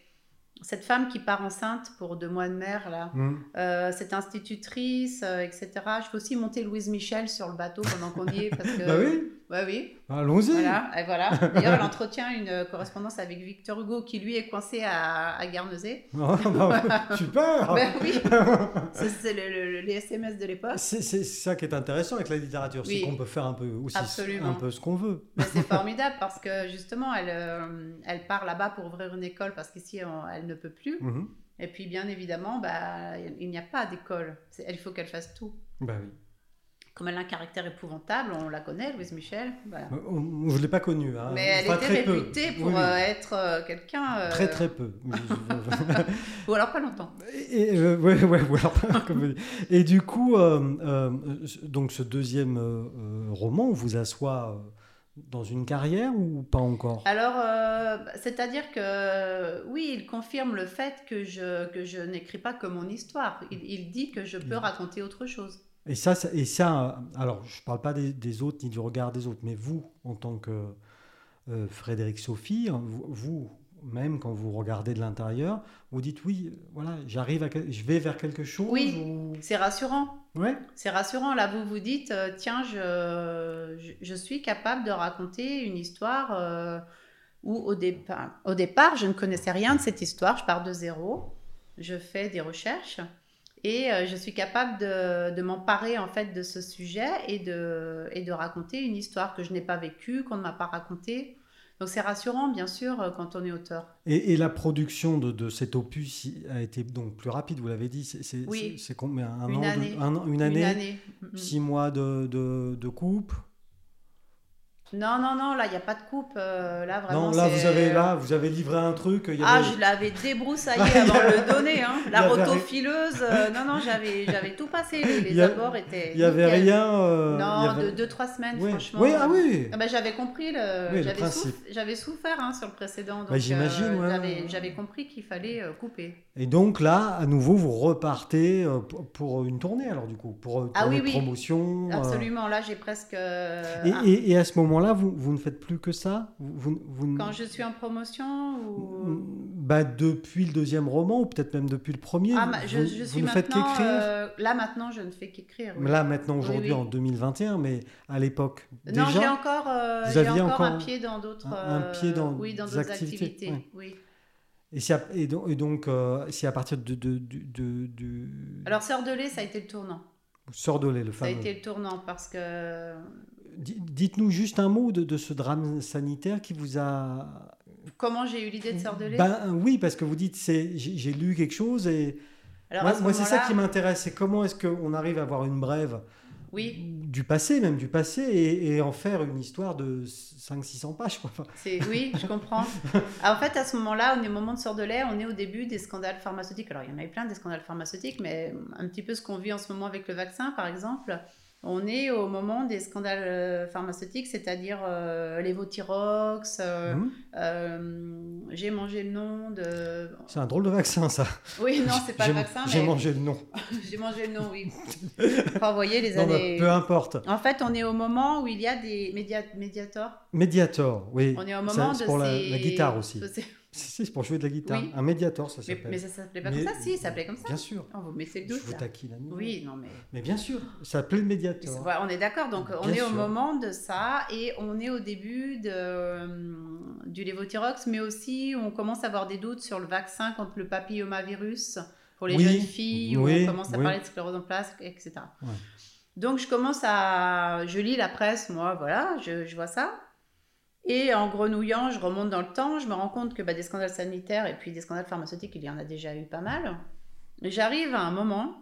[SPEAKER 2] cette femme qui part enceinte pour deux mois de mer, là,
[SPEAKER 1] Hum.
[SPEAKER 2] euh, cette institutrice, euh, etc. Je peux aussi monter Louise Michel sur le bateau pendant qu'on y est, parce que...
[SPEAKER 1] Bah oui,
[SPEAKER 2] Ouais, oui,
[SPEAKER 1] allons-y.
[SPEAKER 2] voilà, et voilà. D'ailleurs, elle entretient une euh, correspondance avec Victor Hugo, qui lui est coincé à, à Guernesey.
[SPEAKER 1] Ah, bah, super
[SPEAKER 2] Ben oui, c'est c'est le- le- les SMS de l'époque.
[SPEAKER 1] C'est c'est ça qui est intéressant avec la littérature,
[SPEAKER 2] Oui.
[SPEAKER 1] c'est qu'on peut faire un peu aussi
[SPEAKER 2] Absolument.
[SPEAKER 1] un peu ce qu'on veut.
[SPEAKER 2] Mais Ben, c'est formidable parce que justement, elle, euh, elle part là-bas pour ouvrir une école parce qu'ici, on- elle ne peut plus.
[SPEAKER 1] Mhm.
[SPEAKER 2] Et puis, bien évidemment, bah, il n'y a pas d'école. C'est- Elle il faut qu'elle fasse tout.
[SPEAKER 1] Bah oui.
[SPEAKER 2] Comme elle a un caractère épouvantable, on la connaît, Louise Michel. voilà.
[SPEAKER 1] Euh, on- je ne l'ai pas connue. hein.
[SPEAKER 2] Ah. Mais elle
[SPEAKER 1] Enfin,
[SPEAKER 2] était
[SPEAKER 1] très peu.
[SPEAKER 2] réputée pour
[SPEAKER 1] Oui, oui.
[SPEAKER 2] euh, être euh, quelqu'un. euh,
[SPEAKER 1] Très très peu. Je-
[SPEAKER 2] Ou alors pas longtemps.
[SPEAKER 1] je- et, euh, ouais, ouais, ou alors, comme vous dites. Et du coup, euh, euh, ce- donc ce deuxième euh, euh, roman vous assoit euh, dans une carrière ou pas encore
[SPEAKER 2] Alors, euh, c'est-à-dire que oui, il confirme le fait que je, que je n'écris pas que mon histoire. Il, il dit que je peux
[SPEAKER 1] Mm.
[SPEAKER 2] raconter autre chose.
[SPEAKER 1] Et ça, ça- et ça, euh, alors je ne parle pas des, des autres ni du regard des autres, mais vous, en tant que euh, Frédéric Sophie, hein, vous, vous, même quand vous regardez de l'intérieur, vous dites oui, euh, voilà, j'arrive, à quel- je vais vers quelque chose.
[SPEAKER 2] Oui.
[SPEAKER 1] ou-
[SPEAKER 2] C'est rassurant.
[SPEAKER 1] Ouais.
[SPEAKER 2] C'est rassurant. Là, vous vous dites, euh, tiens, je, je, je suis capable de raconter une histoire euh, où au, départ au départ, je ne connaissais rien de cette histoire. Je pars de zéro. Je fais des recherches. Et euh, je suis capable de, de m'emparer en fait de ce sujet et de, et de raconter une histoire que je n'ai pas vécue, qu'on ne m'a pas racontée. Donc c'est rassurant, bien sûr, euh, quand on est auteur.
[SPEAKER 1] Et, et la production de, de, cet opus a été donc plus rapide, vous l'avez dit. C'est
[SPEAKER 2] Oui.
[SPEAKER 1] c'est combien un
[SPEAKER 2] Une
[SPEAKER 1] an de-
[SPEAKER 2] année.
[SPEAKER 1] un an- une année,
[SPEAKER 2] Une année. Mhm.
[SPEAKER 1] Six mois de, de, de couple
[SPEAKER 2] Non, non, non, là, il n'y a pas de coupe. euh, là, vraiment,
[SPEAKER 1] Non, là
[SPEAKER 2] c'est-
[SPEAKER 1] vous, avez, là, vous avez livré un truc. il y
[SPEAKER 2] Ah,
[SPEAKER 1] avait-
[SPEAKER 2] je l'avais débroussaillé avant de le donner. hein.
[SPEAKER 1] Il y
[SPEAKER 2] La
[SPEAKER 1] avait rien.
[SPEAKER 2] rotofileuse, euh, non, non, j'avais j'avais tout passé. Les, les
[SPEAKER 1] Il y a-
[SPEAKER 2] abords étaient.
[SPEAKER 1] Il n'y avait
[SPEAKER 2] nickel.
[SPEAKER 1] rien. euh,
[SPEAKER 2] Non,
[SPEAKER 1] il y avait-
[SPEAKER 2] de deux, trois semaines,
[SPEAKER 1] Ouais.
[SPEAKER 2] franchement.
[SPEAKER 1] Oui, ah oui.
[SPEAKER 2] Ah ben, j'avais compris, le,
[SPEAKER 1] Oui, le
[SPEAKER 2] j'avais,
[SPEAKER 1] principe.
[SPEAKER 2] souff- j'avais souffert hein, sur le précédent. Donc,
[SPEAKER 1] Bah, j'imagine,
[SPEAKER 2] euh,
[SPEAKER 1] ouais,
[SPEAKER 2] j'avais,
[SPEAKER 1] ouais.
[SPEAKER 2] j'avais compris qu'il fallait euh, couper.
[SPEAKER 1] Et donc là, à nouveau, vous repartez euh, p- pour une tournée, alors du coup, pour une
[SPEAKER 2] Ah oui, oui.
[SPEAKER 1] promotion. euh.
[SPEAKER 2] Absolument, là j'ai presque. euh,
[SPEAKER 1] Et,
[SPEAKER 2] ah,
[SPEAKER 1] et- et à ce moment-là, vous, vous ne faites plus que ça vous, vous- vous ne-
[SPEAKER 2] Quand je suis en promotion ou. euh,
[SPEAKER 1] bah, Depuis le deuxième roman, ou peut-être même depuis le premier,
[SPEAKER 2] Ah,
[SPEAKER 1] vous-
[SPEAKER 2] ma- je,
[SPEAKER 1] vous,
[SPEAKER 2] je
[SPEAKER 1] vous
[SPEAKER 2] suis
[SPEAKER 1] ne faites
[SPEAKER 2] maintenant.
[SPEAKER 1] qu'écrire.
[SPEAKER 2] euh, là maintenant, je ne fais qu'écrire. oui.
[SPEAKER 1] Là, maintenant, aujourd'hui,
[SPEAKER 2] oui.
[SPEAKER 1] en 2021, mais à l'époque,
[SPEAKER 2] Non, j'ai
[SPEAKER 1] déjà,
[SPEAKER 2] encore, euh,
[SPEAKER 1] vous
[SPEAKER 2] j'ai
[SPEAKER 1] aviez
[SPEAKER 2] encore, un
[SPEAKER 1] encore
[SPEAKER 2] pied dans d'autres
[SPEAKER 1] un- un
[SPEAKER 2] euh,
[SPEAKER 1] pied dans
[SPEAKER 2] oui, dans
[SPEAKER 1] des
[SPEAKER 2] d'autres
[SPEAKER 1] activités,
[SPEAKER 2] activités.
[SPEAKER 1] ouais.
[SPEAKER 2] oui.
[SPEAKER 1] et, c'est à- et donc, et donc, euh, c'est à partir de, de, du- de- du-
[SPEAKER 2] Alors, Sœur de lait, ça a été le tournant.
[SPEAKER 1] Sœur de lait, le
[SPEAKER 2] Ça a
[SPEAKER 1] fameux.
[SPEAKER 2] été le tournant parce que
[SPEAKER 1] Di- Dites-nous juste un mot de, de ce drame sanitaire qui vous a
[SPEAKER 2] comment j'ai eu l'idée de Sœur de lait
[SPEAKER 1] Ben, oui, parce que vous dites, c'est, j'ai, j'ai lu quelque chose et
[SPEAKER 2] Alors, à
[SPEAKER 1] moi,
[SPEAKER 2] ce
[SPEAKER 1] moi, c'est ça
[SPEAKER 2] moment-là,
[SPEAKER 1] qui m'intéresse, c'est comment est-ce qu'on arrive à avoir une brève
[SPEAKER 2] Oui,
[SPEAKER 1] du passé, même du passé, et, et en faire une histoire de 500-600 pages. quoi. Enfin,
[SPEAKER 2] c'est oui, je comprends. Ah, en fait, à ce moment-là, on est au moment de Sœur de lait, on est au début des scandales pharmaceutiques. Alors, il y en avait plein des scandales pharmaceutiques, mais un petit peu ce qu'on vit en ce moment avec le vaccin, par exemple. On est au moment des scandales euh, pharmaceutiques, c'est-à-dire euh, les Votirox, euh,
[SPEAKER 1] hum,
[SPEAKER 2] Euh, j'ai mangé le nom de.
[SPEAKER 1] C'est un drôle de vaccin, ça.
[SPEAKER 2] Oui, non, c'est pas
[SPEAKER 1] j'ai,
[SPEAKER 2] le vaccin,
[SPEAKER 1] J'ai
[SPEAKER 2] mais
[SPEAKER 1] mangé le nom.
[SPEAKER 2] j'ai mangé le nom, oui. Enfin, vous voyez, les
[SPEAKER 1] Non, bah,
[SPEAKER 2] années.
[SPEAKER 1] peu importe.
[SPEAKER 2] en fait, on est au moment où il y a des média- médiateurs.
[SPEAKER 1] Mediator, oui.
[SPEAKER 2] On est au
[SPEAKER 1] Ça,
[SPEAKER 2] moment
[SPEAKER 1] c'est
[SPEAKER 2] de
[SPEAKER 1] pour la,
[SPEAKER 2] ces-
[SPEAKER 1] la guitare aussi.
[SPEAKER 2] de ces-
[SPEAKER 1] Si, si, c'est pour jouer de la guitare.
[SPEAKER 2] Oui.
[SPEAKER 1] Un Mediator, ça
[SPEAKER 2] Mais,
[SPEAKER 1] s'appelle.
[SPEAKER 2] mais ça s'appelait pas
[SPEAKER 1] Mais-
[SPEAKER 2] comme ça Si, ça s'appelait comme ça.
[SPEAKER 1] Bien sûr.
[SPEAKER 2] On vous mettez le
[SPEAKER 1] Je
[SPEAKER 2] doute.
[SPEAKER 1] vous
[SPEAKER 2] là.
[SPEAKER 1] taquine à nouveau.
[SPEAKER 2] Oui, non, mais.
[SPEAKER 1] Mais bien sûr, ça s'appelait le Mediator.
[SPEAKER 2] Ouais, on est d'accord, donc on
[SPEAKER 1] Bien
[SPEAKER 2] est au
[SPEAKER 1] sûr.
[SPEAKER 2] moment de ça et on est au début de, euh, du Levothyrox, mais aussi on commence à avoir des doutes sur le vaccin contre le papillomavirus pour les
[SPEAKER 1] Oui,
[SPEAKER 2] jeunes filles,
[SPEAKER 1] oui,
[SPEAKER 2] où on commence à
[SPEAKER 1] oui.
[SPEAKER 2] parler de sclérose en plaques, etc.
[SPEAKER 1] Ouais.
[SPEAKER 2] Donc je commence à. Je lis la presse, moi, voilà, je, je vois ça. Et en grenouillant, je remonte dans le temps, je me rends compte que bah, des scandales sanitaires et puis des scandales pharmaceutiques, il y en a déjà eu pas mal. J'arrive à un moment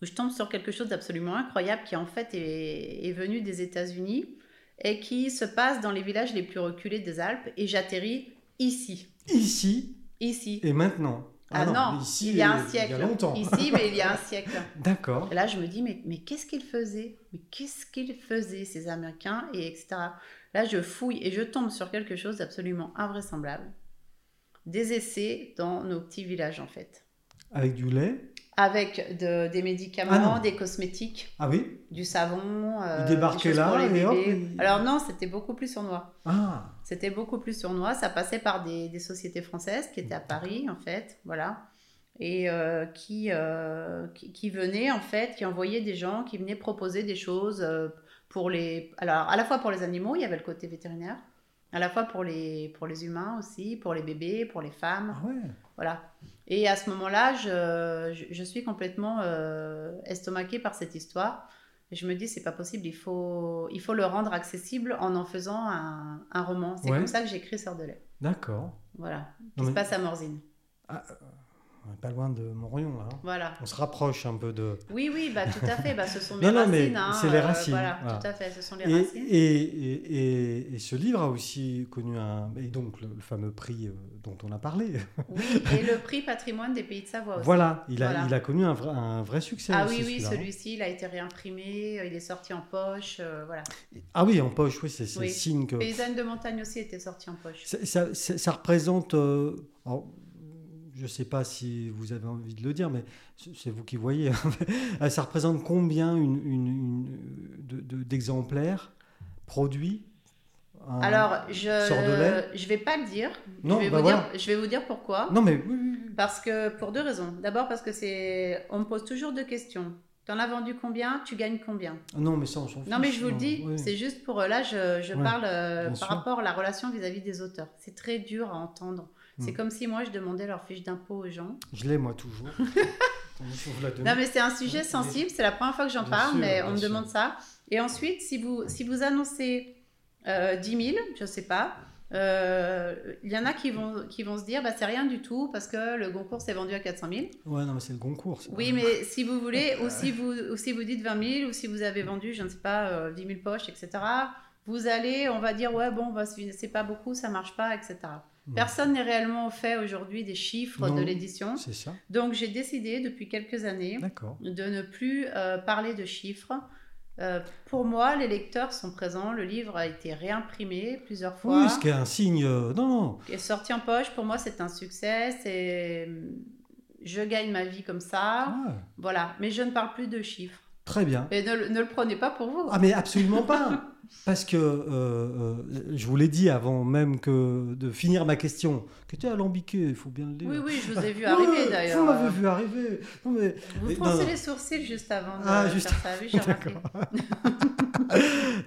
[SPEAKER 2] où je tombe sur quelque chose d'absolument incroyable qui en fait est, est venu des États-Unis et qui se passe dans les villages les plus reculés des Alpes et j'atterris ici,
[SPEAKER 1] Ici
[SPEAKER 2] ici.
[SPEAKER 1] et maintenant.
[SPEAKER 2] Ah, non,
[SPEAKER 1] mais ici,
[SPEAKER 2] il y a un
[SPEAKER 1] Il
[SPEAKER 2] siècle.
[SPEAKER 1] y a longtemps.
[SPEAKER 2] Ici, mais il y a un siècle.
[SPEAKER 1] D'accord.
[SPEAKER 2] Et là, je me dis, mais, mais qu'est-ce qu'ils faisaient Mais qu'est-ce qu'ils faisaient, ces Américains Et etc. Là, je fouille et je tombe sur quelque chose d'absolument invraisemblable. Des essais dans nos petits villages, en fait.
[SPEAKER 1] Avec du lait.
[SPEAKER 2] Avec de- des
[SPEAKER 1] Ah
[SPEAKER 2] médicaments,
[SPEAKER 1] non.
[SPEAKER 2] des cosmétiques,
[SPEAKER 1] Ah oui
[SPEAKER 2] du savon. euh,
[SPEAKER 1] Ils débarquaient
[SPEAKER 2] des choses
[SPEAKER 1] là
[SPEAKER 2] pour les
[SPEAKER 1] et
[SPEAKER 2] bébés.
[SPEAKER 1] hop, ils-
[SPEAKER 2] Alors non, c'était beaucoup plus sournois.
[SPEAKER 1] Ah
[SPEAKER 2] C'était beaucoup plus sournois. Ça passait par des, des sociétés françaises qui étaient à Paris, en fait, voilà, et euh, qui, euh, qui, qui venaient, en fait, qui envoyaient des gens, qui venaient proposer des choses euh, pour les... Alors, à la fois pour les animaux, il y avait le côté vétérinaire, à la fois pour les, pour les humains aussi, pour les bébés, pour les femmes,
[SPEAKER 1] Ah ouais
[SPEAKER 2] voilà. Et à ce moment-là, je, je- je suis complètement euh, estomaquée par cette histoire. Et Je me dis, c'est pas possible, il faut, il faut le rendre accessible en en faisant un, un roman. C'est
[SPEAKER 1] Ouais.
[SPEAKER 2] comme ça que j'écris Sœur de lait.
[SPEAKER 1] D'accord.
[SPEAKER 2] Voilà, qui
[SPEAKER 1] Non,
[SPEAKER 2] se
[SPEAKER 1] mais
[SPEAKER 2] passe à Morzine.
[SPEAKER 1] on est pas loin de Morion, là. hein.
[SPEAKER 2] Voilà.
[SPEAKER 1] On se rapproche un peu de...
[SPEAKER 2] Oui, oui, bah, tout à fait, bah, ce sont
[SPEAKER 1] Non,
[SPEAKER 2] mes
[SPEAKER 1] non, mais
[SPEAKER 2] racines. hein,
[SPEAKER 1] c'est les
[SPEAKER 2] euh,
[SPEAKER 1] racines,
[SPEAKER 2] voilà,
[SPEAKER 1] voilà.
[SPEAKER 2] tout à fait, ce sont les
[SPEAKER 1] Et,
[SPEAKER 2] racines.
[SPEAKER 1] et, et, et- et ce livre a aussi connu un... Et donc, le, le fameux prix euh, dont on a parlé.
[SPEAKER 2] Oh, Oui, et le prix patrimoine des Pays de Savoie aussi.
[SPEAKER 1] Voilà, il a,
[SPEAKER 2] Voilà.
[SPEAKER 1] Il a connu un vrai, un vrai succès
[SPEAKER 2] Ah
[SPEAKER 1] aussi,
[SPEAKER 2] oui, oui,
[SPEAKER 1] celui-là, hein.
[SPEAKER 2] celui-ci, il a été réimprimé, euh, il est sorti en poche, euh, voilà.
[SPEAKER 1] Ah oui, en poche, oui, c'est c'est
[SPEAKER 2] Oui.
[SPEAKER 1] signe que...
[SPEAKER 2] Paysanne de montagne aussi était sorti en poche.
[SPEAKER 1] Ça, ça- ça- ça représente, euh, alors, je ne sais pas si vous avez envie de le dire, mais c'est c'est vous qui voyez, Euh, ça représente combien une, une- une- de- de- d'exemplaires produits un-
[SPEAKER 2] Alors,
[SPEAKER 1] Sort de
[SPEAKER 2] je
[SPEAKER 1] lait.
[SPEAKER 2] je vais pas le dire.
[SPEAKER 1] Non,
[SPEAKER 2] je, vais
[SPEAKER 1] bah
[SPEAKER 2] vous
[SPEAKER 1] voilà.
[SPEAKER 2] dire je vais vous dire pourquoi.
[SPEAKER 1] Non mais oui, oui, oui.
[SPEAKER 2] Parce que pour deux raisons. D'abord parce que c'est on me pose toujours deux questions. T'en as vendu combien Tu gagnes combien
[SPEAKER 1] Non, mais ça, on s'en fiche.
[SPEAKER 2] Non, mais je vous le
[SPEAKER 1] non,
[SPEAKER 2] dis,
[SPEAKER 1] oui.
[SPEAKER 2] c'est juste pour. Là, je, je
[SPEAKER 1] Ouais,
[SPEAKER 2] parle euh,
[SPEAKER 1] bien
[SPEAKER 2] par
[SPEAKER 1] sûr.
[SPEAKER 2] rapport à la relation vis-à-vis des auteurs. C'est très dur à entendre. C'est
[SPEAKER 1] Mm.
[SPEAKER 2] comme si moi, je demandais leur fiche d'impôt aux gens.
[SPEAKER 1] Je l'ai, moi, toujours. Attendez, je vous la demande.
[SPEAKER 2] Non, mais c'est un sujet
[SPEAKER 1] Ouais,
[SPEAKER 2] sensible. C'est la première fois que j'en
[SPEAKER 1] Bien
[SPEAKER 2] parle,
[SPEAKER 1] sûr,
[SPEAKER 2] mais
[SPEAKER 1] bien
[SPEAKER 2] on me
[SPEAKER 1] sûr.
[SPEAKER 2] demande ça. Et ensuite, si vous, si vous annoncez euh, 10 000, je sais pas. euh, Il y en a qui vont, qui vont se dire bah, c'est rien du tout parce que le concours s'est vendu à 400 000.
[SPEAKER 1] Ouais, non, mais c'est le concours. c'est
[SPEAKER 2] Oui,
[SPEAKER 1] pas-
[SPEAKER 2] mais si vous voulez, ou si vous, ou si vous dites 20 000, ou si vous avez vendu, je ne sais pas, euh, 10 000 poches, etc., vous allez, on va dire, ouais, bon, bah, c'est c'est pas beaucoup, ça marche pas, etc.
[SPEAKER 1] Mm.
[SPEAKER 2] Personne n'est réellement au fait aujourd'hui des chiffres de
[SPEAKER 1] Non.
[SPEAKER 2] l'édition.
[SPEAKER 1] C'est ça,
[SPEAKER 2] Donc, j'ai décidé depuis quelques années
[SPEAKER 1] d'accord.
[SPEAKER 2] de ne plus euh, parler de chiffres. Euh, pour moi, les lecteurs sont présents, le livre a été réimprimé plusieurs fois
[SPEAKER 1] Oui, ce qui est un signe. euh, non, non.
[SPEAKER 2] est sorti en poche. Pour moi, c'est un succès. C'est, je gagne ma vie comme ça.
[SPEAKER 1] Ouais,
[SPEAKER 2] Voilà. Mais je ne parle plus de chiffres.
[SPEAKER 1] Ah, très bien.
[SPEAKER 2] Et ne, le- ne le prenez pas pour vous.
[SPEAKER 1] Ah, mais absolument pas Parce que euh, euh, je vous l'ai dit avant même que de finir ma question, qui était alambiquée, il faut bien le dire.
[SPEAKER 2] oui, oui, je vous ai vu
[SPEAKER 1] Ouais,
[SPEAKER 2] arriver d'ailleurs.
[SPEAKER 1] Vous m'avez vu arriver. Non, mais
[SPEAKER 2] Vous
[SPEAKER 1] Non,
[SPEAKER 2] froncez
[SPEAKER 1] non.
[SPEAKER 2] les sourcils juste avant de
[SPEAKER 1] Ah, juste
[SPEAKER 2] faire ça. Oui, j'ai remarqué.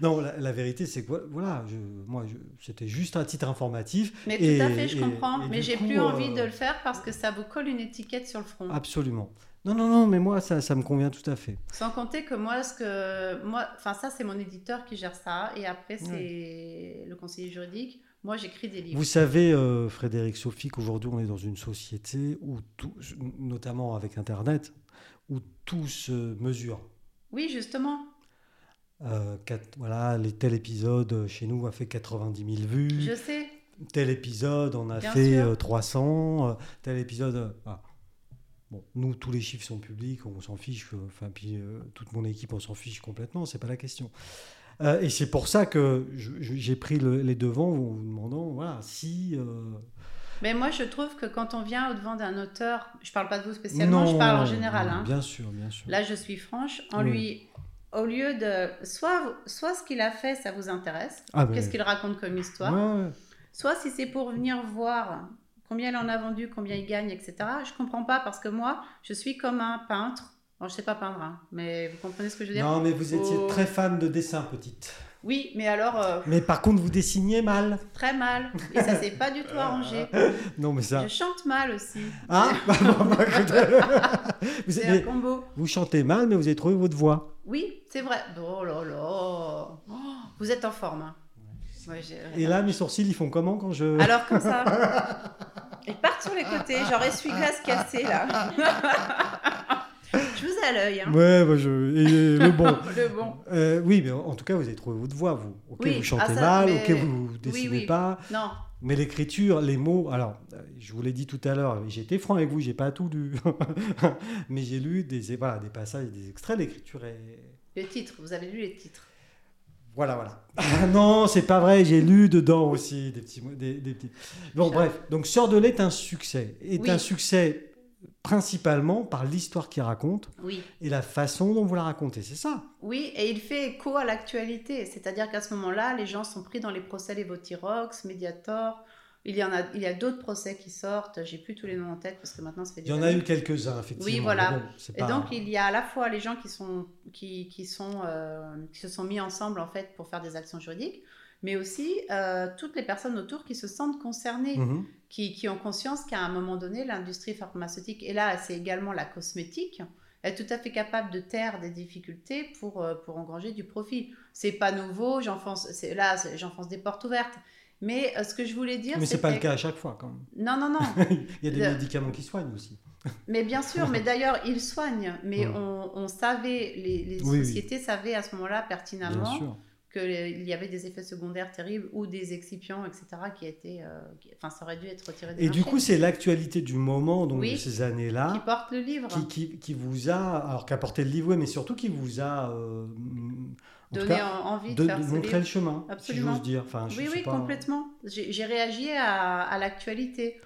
[SPEAKER 1] Non, la, la vérité, c'est que voilà, je, moi, je- c'était juste à titre informatif.
[SPEAKER 2] Mais
[SPEAKER 1] Et-
[SPEAKER 2] tout à fait, je
[SPEAKER 1] et-
[SPEAKER 2] comprends.
[SPEAKER 1] et
[SPEAKER 2] mais
[SPEAKER 1] du
[SPEAKER 2] j'ai
[SPEAKER 1] coup,
[SPEAKER 2] plus
[SPEAKER 1] euh,
[SPEAKER 2] envie de le faire parce que ça vous colle une étiquette sur le front.
[SPEAKER 1] Absolument. Non, non, non, mais moi, ça, ça me convient tout à fait.
[SPEAKER 2] Sans compter que moi, ce que moi, enfin ça, c'est mon éditeur qui gère ça, et après c'est le conseiller juridique. Moi, j'écris des livres.
[SPEAKER 1] Vous savez, euh, Frédéric Sophie, qu'aujourd'hui, on est dans une société où, tout, notamment avec Internet, où tout se mesure.
[SPEAKER 2] Oui, justement.
[SPEAKER 1] Euh, quatre- voilà, les, tel épisode euh, chez nous a fait 90 000 vues.
[SPEAKER 2] Je sais.
[SPEAKER 1] tel épisode on a
[SPEAKER 2] Bien
[SPEAKER 1] fait
[SPEAKER 2] sûr.
[SPEAKER 1] euh, 300, euh, tel épisode. euh, ah. Bon, nous, tous les chiffres sont publics, on s'en fiche. euh, Enfin, puis euh, toute mon équipe, on s'en fiche complètement, c'est pas la question. Euh, et c'est pour ça que je- je- j'ai pris le- les devants en vous demandant voilà, si. euh,
[SPEAKER 2] Mais moi, je trouve que quand on vient au devant d'un auteur, je parle pas de vous spécialement, je parle en général. hein.
[SPEAKER 1] Bien sûr, bien sûr.
[SPEAKER 2] Là, je suis franche. En
[SPEAKER 1] Oui.
[SPEAKER 2] lui, au lieu de soit soit ce qu'il a fait, ça vous intéresse.
[SPEAKER 1] Ah, mais-
[SPEAKER 2] Qu'est-ce qu'il raconte comme histoire
[SPEAKER 1] Ouais, ouais.
[SPEAKER 2] Soit si c'est pour venir voir combien il en a vendu, combien il gagne, etc. Je comprends pas parce que moi, je suis comme un peintre. Bon, je sais pas peindre, hein, mais vous comprenez ce que je veux dire
[SPEAKER 1] Non, mais vous étiez
[SPEAKER 2] Oh.
[SPEAKER 1] très fan de dessin, petite.
[SPEAKER 2] Oui, mais alors euh,
[SPEAKER 1] Mais par contre, vous dessiniez mal.
[SPEAKER 2] très mal. Et ça s'est pas du tout arrangé.
[SPEAKER 1] Non, mais ça. hein?
[SPEAKER 2] Je chante mal aussi.
[SPEAKER 1] Ah Bah, bah, bah, écoutez. Vous
[SPEAKER 2] C'est un
[SPEAKER 1] avez-
[SPEAKER 2] combo.
[SPEAKER 1] Vous chantez mal, mais vous avez trouvé votre voix.
[SPEAKER 2] Oui, c'est vrai. Oh là là. Oh, vous êtes en forme. hein. Moi, j'ai-
[SPEAKER 1] Et là, mes sourcils, ils font comment quand je...
[SPEAKER 2] Alors comme ça. Ils partent sur les côtés, genre essuie-glace cassé là. je vous ai à l'œil. Hein.
[SPEAKER 1] Ouais, bah, je... et, et le bon.
[SPEAKER 2] Le bon.
[SPEAKER 1] Euh, oui, mais en tout cas, vous avez trouvé votre voix, vous. Ok,
[SPEAKER 2] Oui,
[SPEAKER 1] vous chantez
[SPEAKER 2] ah, ça,
[SPEAKER 1] mal,
[SPEAKER 2] mais-
[SPEAKER 1] ok, vous dessinez
[SPEAKER 2] oui.
[SPEAKER 1] pas.
[SPEAKER 2] Non,
[SPEAKER 1] Mais l'écriture, les mots... Alors, euh, je vous l'ai dit tout à l'heure, j'étais franc avec vous, j'ai pas tout lu. mais j'ai lu des, voilà, des passages, des extraits, l'écriture est...
[SPEAKER 2] le titre, vous avez lu les titres.
[SPEAKER 1] Voilà, voilà. Ah non, c'est pas vrai, j'ai lu dedans aussi des petits. mots- Des, des petits... Bon,
[SPEAKER 2] Je-
[SPEAKER 1] bref, donc Sœur de lait est un succès. Est
[SPEAKER 2] Oui.
[SPEAKER 1] un succès principalement par l'histoire qu'il raconte
[SPEAKER 2] Oui.
[SPEAKER 1] et la façon dont vous la racontez, c'est ça
[SPEAKER 2] Oui, et il fait écho à l'actualité. C'est-à-dire qu'à ce moment-là, les gens sont pris dans les procès Levothyrox, Mediator. Il y en a, il y a d'autres procès qui sortent. J'ai plus tous les noms en tête parce que maintenant, ça fait
[SPEAKER 1] Il
[SPEAKER 2] des
[SPEAKER 1] y en a
[SPEAKER 2] années.
[SPEAKER 1] eu quelques-uns, effectivement.
[SPEAKER 2] Oui, voilà.
[SPEAKER 1] mais bon, c'est
[SPEAKER 2] Et
[SPEAKER 1] pas-
[SPEAKER 2] donc, il y a à la fois les gens qui, sont, qui, qui sont, euh, qui se sont mis ensemble, en fait, pour faire des actions juridiques, mais aussi euh, toutes les personnes autour qui se sentent concernées,
[SPEAKER 1] Mhm.
[SPEAKER 2] qui, qui ont conscience qu'à un moment donné, l'industrie pharmaceutique, et là, c'est également la cosmétique, est tout à fait capable de taire des difficultés pour, euh, pour engranger du profit. C'est pas nouveau, j'enfonce, c'est- là, c'est- j'enfonce des portes ouvertes. Mais euh, ce que je voulais dire,
[SPEAKER 1] Mais c'est pas le
[SPEAKER 2] c'était-
[SPEAKER 1] cas à chaque fois, quand même.
[SPEAKER 2] Non, non, non.
[SPEAKER 1] Il y a des
[SPEAKER 2] Le-
[SPEAKER 1] médicaments qui soignent aussi.
[SPEAKER 2] Mais bien sûr, mais d'ailleurs, ils soignent. Mais
[SPEAKER 1] Mm.
[SPEAKER 2] on, on savait, les, les
[SPEAKER 1] Oui, oui.
[SPEAKER 2] sociétés savaient à ce moment-là
[SPEAKER 1] Bien
[SPEAKER 2] pertinemment
[SPEAKER 1] sûr.
[SPEAKER 2] qu'il y avait des effets secondaires terribles ou des excipients, etc., qui étaient. euh, qui- Enfin, ça aurait dû être retiré
[SPEAKER 1] Et du
[SPEAKER 2] marché.
[SPEAKER 1] coup, c'est l'actualité du moment, donc
[SPEAKER 2] Oui.
[SPEAKER 1] de ces
[SPEAKER 2] Qui
[SPEAKER 1] années-là,
[SPEAKER 2] porte le livre.
[SPEAKER 1] qui, qui, qui vous a, alors qu'a porté le livre, oui, mais surtout qui vous a euh, en tout
[SPEAKER 2] Donner
[SPEAKER 1] cas,
[SPEAKER 2] en- envie de,
[SPEAKER 1] de,
[SPEAKER 2] faire
[SPEAKER 1] de
[SPEAKER 2] ce
[SPEAKER 1] montrer
[SPEAKER 2] livre.
[SPEAKER 1] le chemin,
[SPEAKER 2] Absolument.
[SPEAKER 1] si j'ose dire. Enfin, je
[SPEAKER 2] oui,
[SPEAKER 1] sais
[SPEAKER 2] oui,
[SPEAKER 1] pas. hein.
[SPEAKER 2] complètement. J'ai j'ai réagi à, à l'actualité.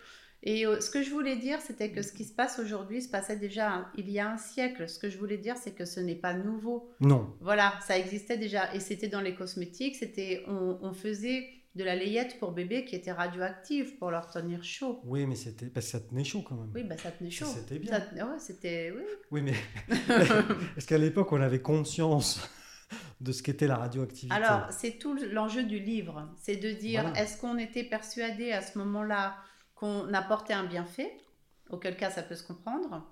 [SPEAKER 2] Et euh, ce que je voulais dire, c'était que ce qui se passe aujourd'hui se passait déjà hein, il y a un siècle. Ce que je voulais dire, c'est que ce n'est pas nouveau.
[SPEAKER 1] Non,
[SPEAKER 2] Voilà, ça existait déjà et c'était dans les cosmétiques, c'était on, on faisait de la layette pour bébé qui était radioactive pour leur tenir chaud.
[SPEAKER 1] Oui, mais c'était parce que ça tenait chaud quand même.
[SPEAKER 2] Oui, bah ça tenait chaud.
[SPEAKER 1] C'était bien.
[SPEAKER 2] Ça tenait- ouais, c'était. Oui.
[SPEAKER 1] Oui, mais est-ce qu'à l'époque on avait conscience de ce qu'était la radioactivité
[SPEAKER 2] Alors, c'est tout l'enjeu du livre. C'est de dire
[SPEAKER 1] Voilà.
[SPEAKER 2] est-ce qu'on était persuadé à ce moment-là qu'on apportait un bienfait Auquel cas, ça peut se comprendre.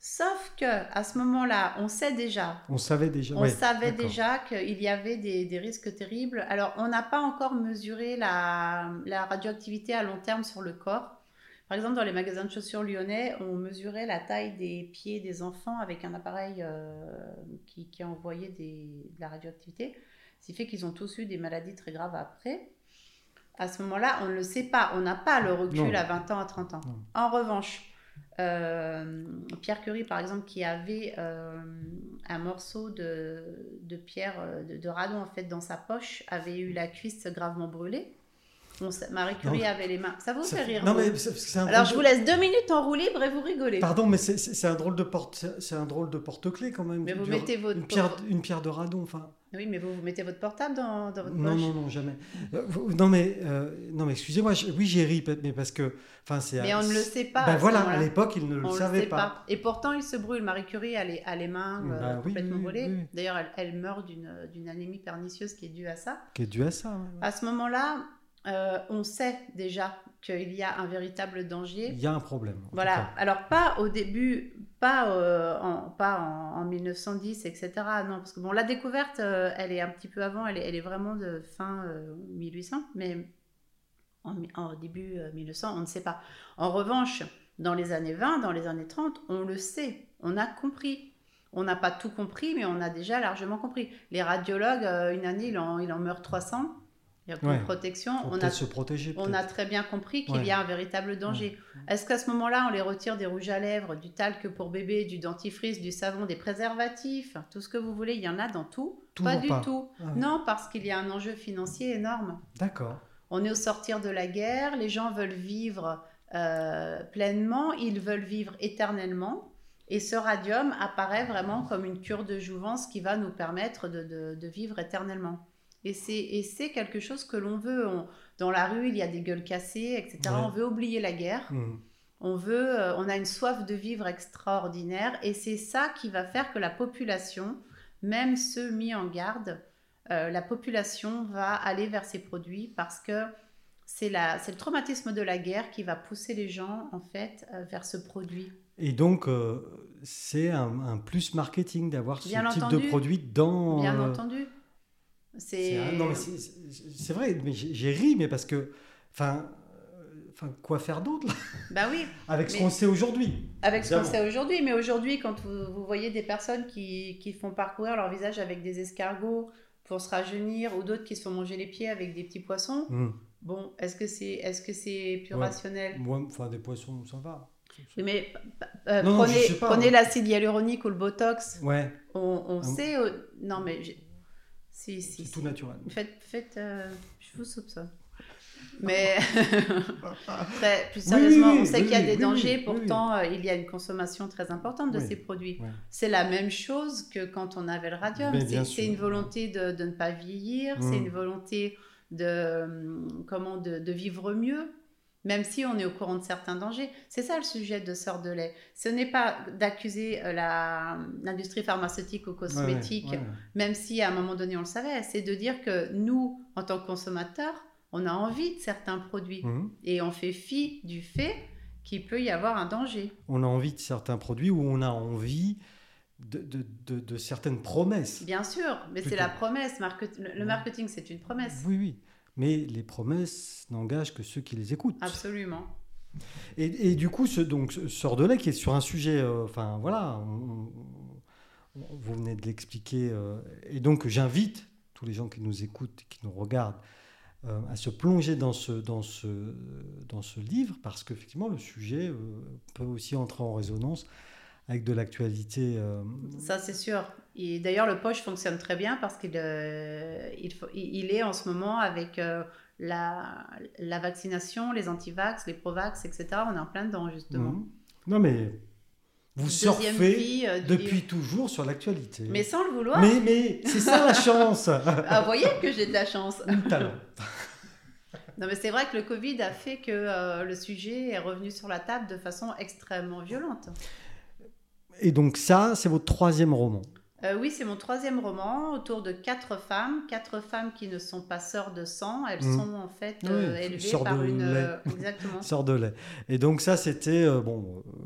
[SPEAKER 2] Sauf que à ce moment-là, on sait déjà
[SPEAKER 1] On savait déjà.
[SPEAKER 2] On
[SPEAKER 1] ouais,
[SPEAKER 2] savait
[SPEAKER 1] d'accord.
[SPEAKER 2] déjà qu'il y avait des, des risques terribles. Alors, on n'a pas encore mesuré la, la radioactivité à long terme sur le corps. Par exemple, dans les magasins de chaussures lyonnais, on mesurait la taille des pieds des enfants avec un appareil euh, qui, qui envoyait des- de la radioactivité. Ce qui fait qu'ils ont tous eu des maladies très graves après. À ce moment-là, on ne le sait pas. On n'a pas le recul
[SPEAKER 1] Non.
[SPEAKER 2] à 20 ans, à 30 ans.
[SPEAKER 1] Non.
[SPEAKER 2] En revanche, euh, Pierre Curie, par exemple, qui avait euh, un morceau de, de pierre, euh, de, de radon en fait dans sa poche, avait eu la cuisse gravement brûlée. On sait- Marie Curie
[SPEAKER 1] Non.
[SPEAKER 2] avait les mains. Ça vous
[SPEAKER 1] Ça
[SPEAKER 2] fait
[SPEAKER 1] fait-
[SPEAKER 2] rire
[SPEAKER 1] Non,
[SPEAKER 2] vous
[SPEAKER 1] mais c'est- parce que c'est un
[SPEAKER 2] Alors
[SPEAKER 1] drôle
[SPEAKER 2] je
[SPEAKER 1] de-
[SPEAKER 2] vous laisse deux minutes en roue libre et vous rigolez.
[SPEAKER 1] Pardon, mais c'est- c'est c'est un drôle de porte, c'est- c'est un drôle de porte-clé quand même.
[SPEAKER 2] mais vous
[SPEAKER 1] Du-
[SPEAKER 2] mettez votre
[SPEAKER 1] une pierre, une pierre de radon, enfin.
[SPEAKER 2] oui, mais vous, vous mettez votre portable dans, dans votre
[SPEAKER 1] Non,
[SPEAKER 2] poche.
[SPEAKER 1] non, non, jamais. Euh, vous- non, mais euh, non, mais excusez-moi. je- Oui, j'ai ri, peut-être, mais parce que, enfin, c'est.
[SPEAKER 2] Mais on ne le sait pas.
[SPEAKER 1] Ben
[SPEAKER 2] à ce
[SPEAKER 1] voilà,
[SPEAKER 2] moment-là.
[SPEAKER 1] à l'époque, ils ne le
[SPEAKER 2] On ne
[SPEAKER 1] savaient
[SPEAKER 2] sait
[SPEAKER 1] pas.
[SPEAKER 2] Et pourtant, il se brûle. Marie Curie a les, a les mains euh,
[SPEAKER 1] Bah oui,
[SPEAKER 2] complètement
[SPEAKER 1] oui,
[SPEAKER 2] brûlées.
[SPEAKER 1] oui.
[SPEAKER 2] D'ailleurs, elle, elle meurt d'une d'une anémie pernicieuse qui est due à ça.
[SPEAKER 1] Qui est dû à ça. ouais, ouais.
[SPEAKER 2] À ce moment-là, euh, on sait déjà qu'il y a un véritable danger.
[SPEAKER 1] Il y a un problème. en tout
[SPEAKER 2] Voilà.
[SPEAKER 1] cas.
[SPEAKER 2] Alors pas au début, pas, euh, en, pas en, en 1910, etc. Non, parce que bon, la découverte, euh, elle est un petit peu avant, elle est, elle est vraiment de fin euh, 1800, mais en, mi- en début euh, 1900, on ne sait pas. En revanche, dans les années 20, dans les années 30, on le sait, on a compris. On n'a pas tout compris, mais on a déjà largement compris. Les radiologues, euh, une année, il en, il en meurt 300. Il y a
[SPEAKER 1] Ouais.
[SPEAKER 2] une protection.
[SPEAKER 1] Faut
[SPEAKER 2] On
[SPEAKER 1] peut-être
[SPEAKER 2] a
[SPEAKER 1] se protéger.
[SPEAKER 2] on
[SPEAKER 1] peut-être.
[SPEAKER 2] a très bien compris qu'il
[SPEAKER 1] Ouais.
[SPEAKER 2] y a un véritable danger. Est-ce qu'à ce moment-là, on les retire des rouges à lèvres, du talc pour bébé, du dentifrice, du savon, des préservatifs, tout ce que vous voulez, il y en a dans tout Pas
[SPEAKER 1] Toujours
[SPEAKER 2] du
[SPEAKER 1] pas.
[SPEAKER 2] tout.
[SPEAKER 1] Ah oui,
[SPEAKER 2] Non, parce qu'il y a un enjeu financier énorme.
[SPEAKER 1] D'accord.
[SPEAKER 2] On est au sortir de la guerre, les gens veulent vivre euh, pleinement, ils veulent vivre éternellement. Et ce radium apparaît vraiment comme une cure de jouvence qui va nous permettre de, de- de vivre éternellement. Et c'est, et c'est quelque chose que l'on veut. On- dans la rue, il y a des gueules cassées, etc.
[SPEAKER 1] Ouais.
[SPEAKER 2] On veut oublier la guerre.
[SPEAKER 1] Hmm.
[SPEAKER 2] On veut, euh, on a une soif de vivre extraordinaire et c'est ça qui va faire que la population, même ceux mis en garde, euh, la population va aller vers ces produits parce que c'est la- c'est le traumatisme de la guerre qui va pousser les gens en fait euh, vers ce produit.
[SPEAKER 1] Et donc, euh, c'est un, un plus marketing d'avoir ce
[SPEAKER 2] Bien
[SPEAKER 1] type de
[SPEAKER 2] entendu.
[SPEAKER 1] produit dans.
[SPEAKER 2] Bien
[SPEAKER 1] euh,
[SPEAKER 2] entendu,
[SPEAKER 1] C'est
[SPEAKER 2] c'est
[SPEAKER 1] un- non, mais c'est- c'est c'est vrai, mais j'ai j'ai ri, mais parce que, enfin, euh, enfin, quoi faire d'autre là,
[SPEAKER 2] bah oui,
[SPEAKER 1] avec ce
[SPEAKER 2] Mais-
[SPEAKER 1] qu'on sait aujourd'hui
[SPEAKER 2] avec ce qu'on
[SPEAKER 1] Évidemment.
[SPEAKER 2] sait aujourd'hui. Mais aujourd'hui, quand vous, vous voyez des personnes qui, qui font parcourir leur visage avec des escargots pour se rajeunir ou d'autres qui se font manger les pieds avec des petits poissons.
[SPEAKER 1] Hmm.
[SPEAKER 2] Bon, est-ce que c'est est-ce que c'est plus
[SPEAKER 1] Ouais.
[SPEAKER 2] rationnel
[SPEAKER 1] Moi, enfin, des poissons, ça va.
[SPEAKER 2] Oui, Mais euh,
[SPEAKER 1] Non, non,
[SPEAKER 2] prenez,
[SPEAKER 1] je sais pas.
[SPEAKER 2] prenez l'acide hyaluronique ou le botox,
[SPEAKER 1] Ouais,
[SPEAKER 2] on, on
[SPEAKER 1] Ah bon
[SPEAKER 2] sait. euh, non, mais j'ai- si
[SPEAKER 1] c'est
[SPEAKER 2] si. si.
[SPEAKER 1] tout Ah, naturel.
[SPEAKER 2] Faites, faites euh, je vous soupçonne. Mais très-
[SPEAKER 1] Oui,
[SPEAKER 2] plus sérieusement,
[SPEAKER 1] oui,
[SPEAKER 2] on sait
[SPEAKER 1] oui,
[SPEAKER 2] qu'il y a
[SPEAKER 1] oui,
[SPEAKER 2] des
[SPEAKER 1] oui,
[SPEAKER 2] dangers.
[SPEAKER 1] oui, oui.
[SPEAKER 2] pourtant, euh, il y a une consommation très importante de
[SPEAKER 1] Oui,
[SPEAKER 2] ces produits.
[SPEAKER 1] ouais.
[SPEAKER 2] C'est la même chose que quand on avait le radium.
[SPEAKER 1] Mais
[SPEAKER 2] C'est-
[SPEAKER 1] bien
[SPEAKER 2] C'est
[SPEAKER 1] sûr.
[SPEAKER 2] une volonté de, de ne pas vieillir.
[SPEAKER 1] Mm.
[SPEAKER 2] C'est une volonté de hum, comment de, de vivre mieux. Même si on est au courant de certains dangers, c'est ça le sujet de Sœur de lait. Ce n'est pas d'accuser euh, la- l'industrie pharmaceutique ou
[SPEAKER 1] Ouais, ouais,
[SPEAKER 2] cosmétique
[SPEAKER 1] ouais, ouais.
[SPEAKER 2] même si à un moment donné on le savait, c'est de dire que nous, en tant que consommateurs, on a envie de certains produits
[SPEAKER 1] Mhm.
[SPEAKER 2] et on fait fi du fait qu'il peut y avoir un danger.
[SPEAKER 1] On a envie de certains produits ou on a envie de, de, de- de certaines promesses.
[SPEAKER 2] Bien sûr, mais c'est
[SPEAKER 1] Plutôt.
[SPEAKER 2] la promesse. market- le- Le
[SPEAKER 1] Ouais. Mhm.
[SPEAKER 2] marketing, c'est une promesse.
[SPEAKER 1] Oui, oui. Mais les promesses n'engagent que ceux qui les écoutent.
[SPEAKER 2] Absolument.
[SPEAKER 1] Et, et du coup, ce, donc, ce sort de là qui est sur un sujet, euh, enfin voilà, on- on- on- vous venez de l'expliquer, euh, et donc j'invite tous les gens qui nous écoutent, qui nous regardent, euh, à se plonger dans ce, dans ce, dans ce livre, parce qu'effectivement, le sujet euh, peut aussi entrer en résonance avec de l'actualité. euh,
[SPEAKER 2] Ça, c'est sûr. Et d'ailleurs, le poche fonctionne très bien parce qu'il euh, il, faut- il- il est en ce moment avec euh, la, la vaccination, les antivax, les provax, etc. On est en plein dedans, justement.
[SPEAKER 1] mhm. Non, mais vous
[SPEAKER 2] Deuxième
[SPEAKER 1] surfez
[SPEAKER 2] vie, euh, du livre.
[SPEAKER 1] depuis toujours sur l'actualité.
[SPEAKER 2] Mais sans le vouloir.
[SPEAKER 1] mais, mais c'est ça la chance
[SPEAKER 2] Ah, vous voyez que j'ai de la chance.
[SPEAKER 1] Ou le talent.
[SPEAKER 2] Non, mais c'est vrai que le Covid a fait que euh, le sujet est revenu sur la table de façon extrêmement violente.
[SPEAKER 1] Et donc ça, c'est votre troisième roman.
[SPEAKER 2] Euh, oui, c'est mon troisième roman autour de quatre femmes, quatre femmes qui ne sont pas sœurs de sang, elles
[SPEAKER 1] Mhm.
[SPEAKER 2] sont en fait
[SPEAKER 1] Oui,
[SPEAKER 2] euh, élevées
[SPEAKER 1] sœurs
[SPEAKER 2] par
[SPEAKER 1] de
[SPEAKER 2] une
[SPEAKER 1] lait.
[SPEAKER 2] euh, exactement.
[SPEAKER 1] Sort de lait. Et donc ça, c'était euh, bon, euh,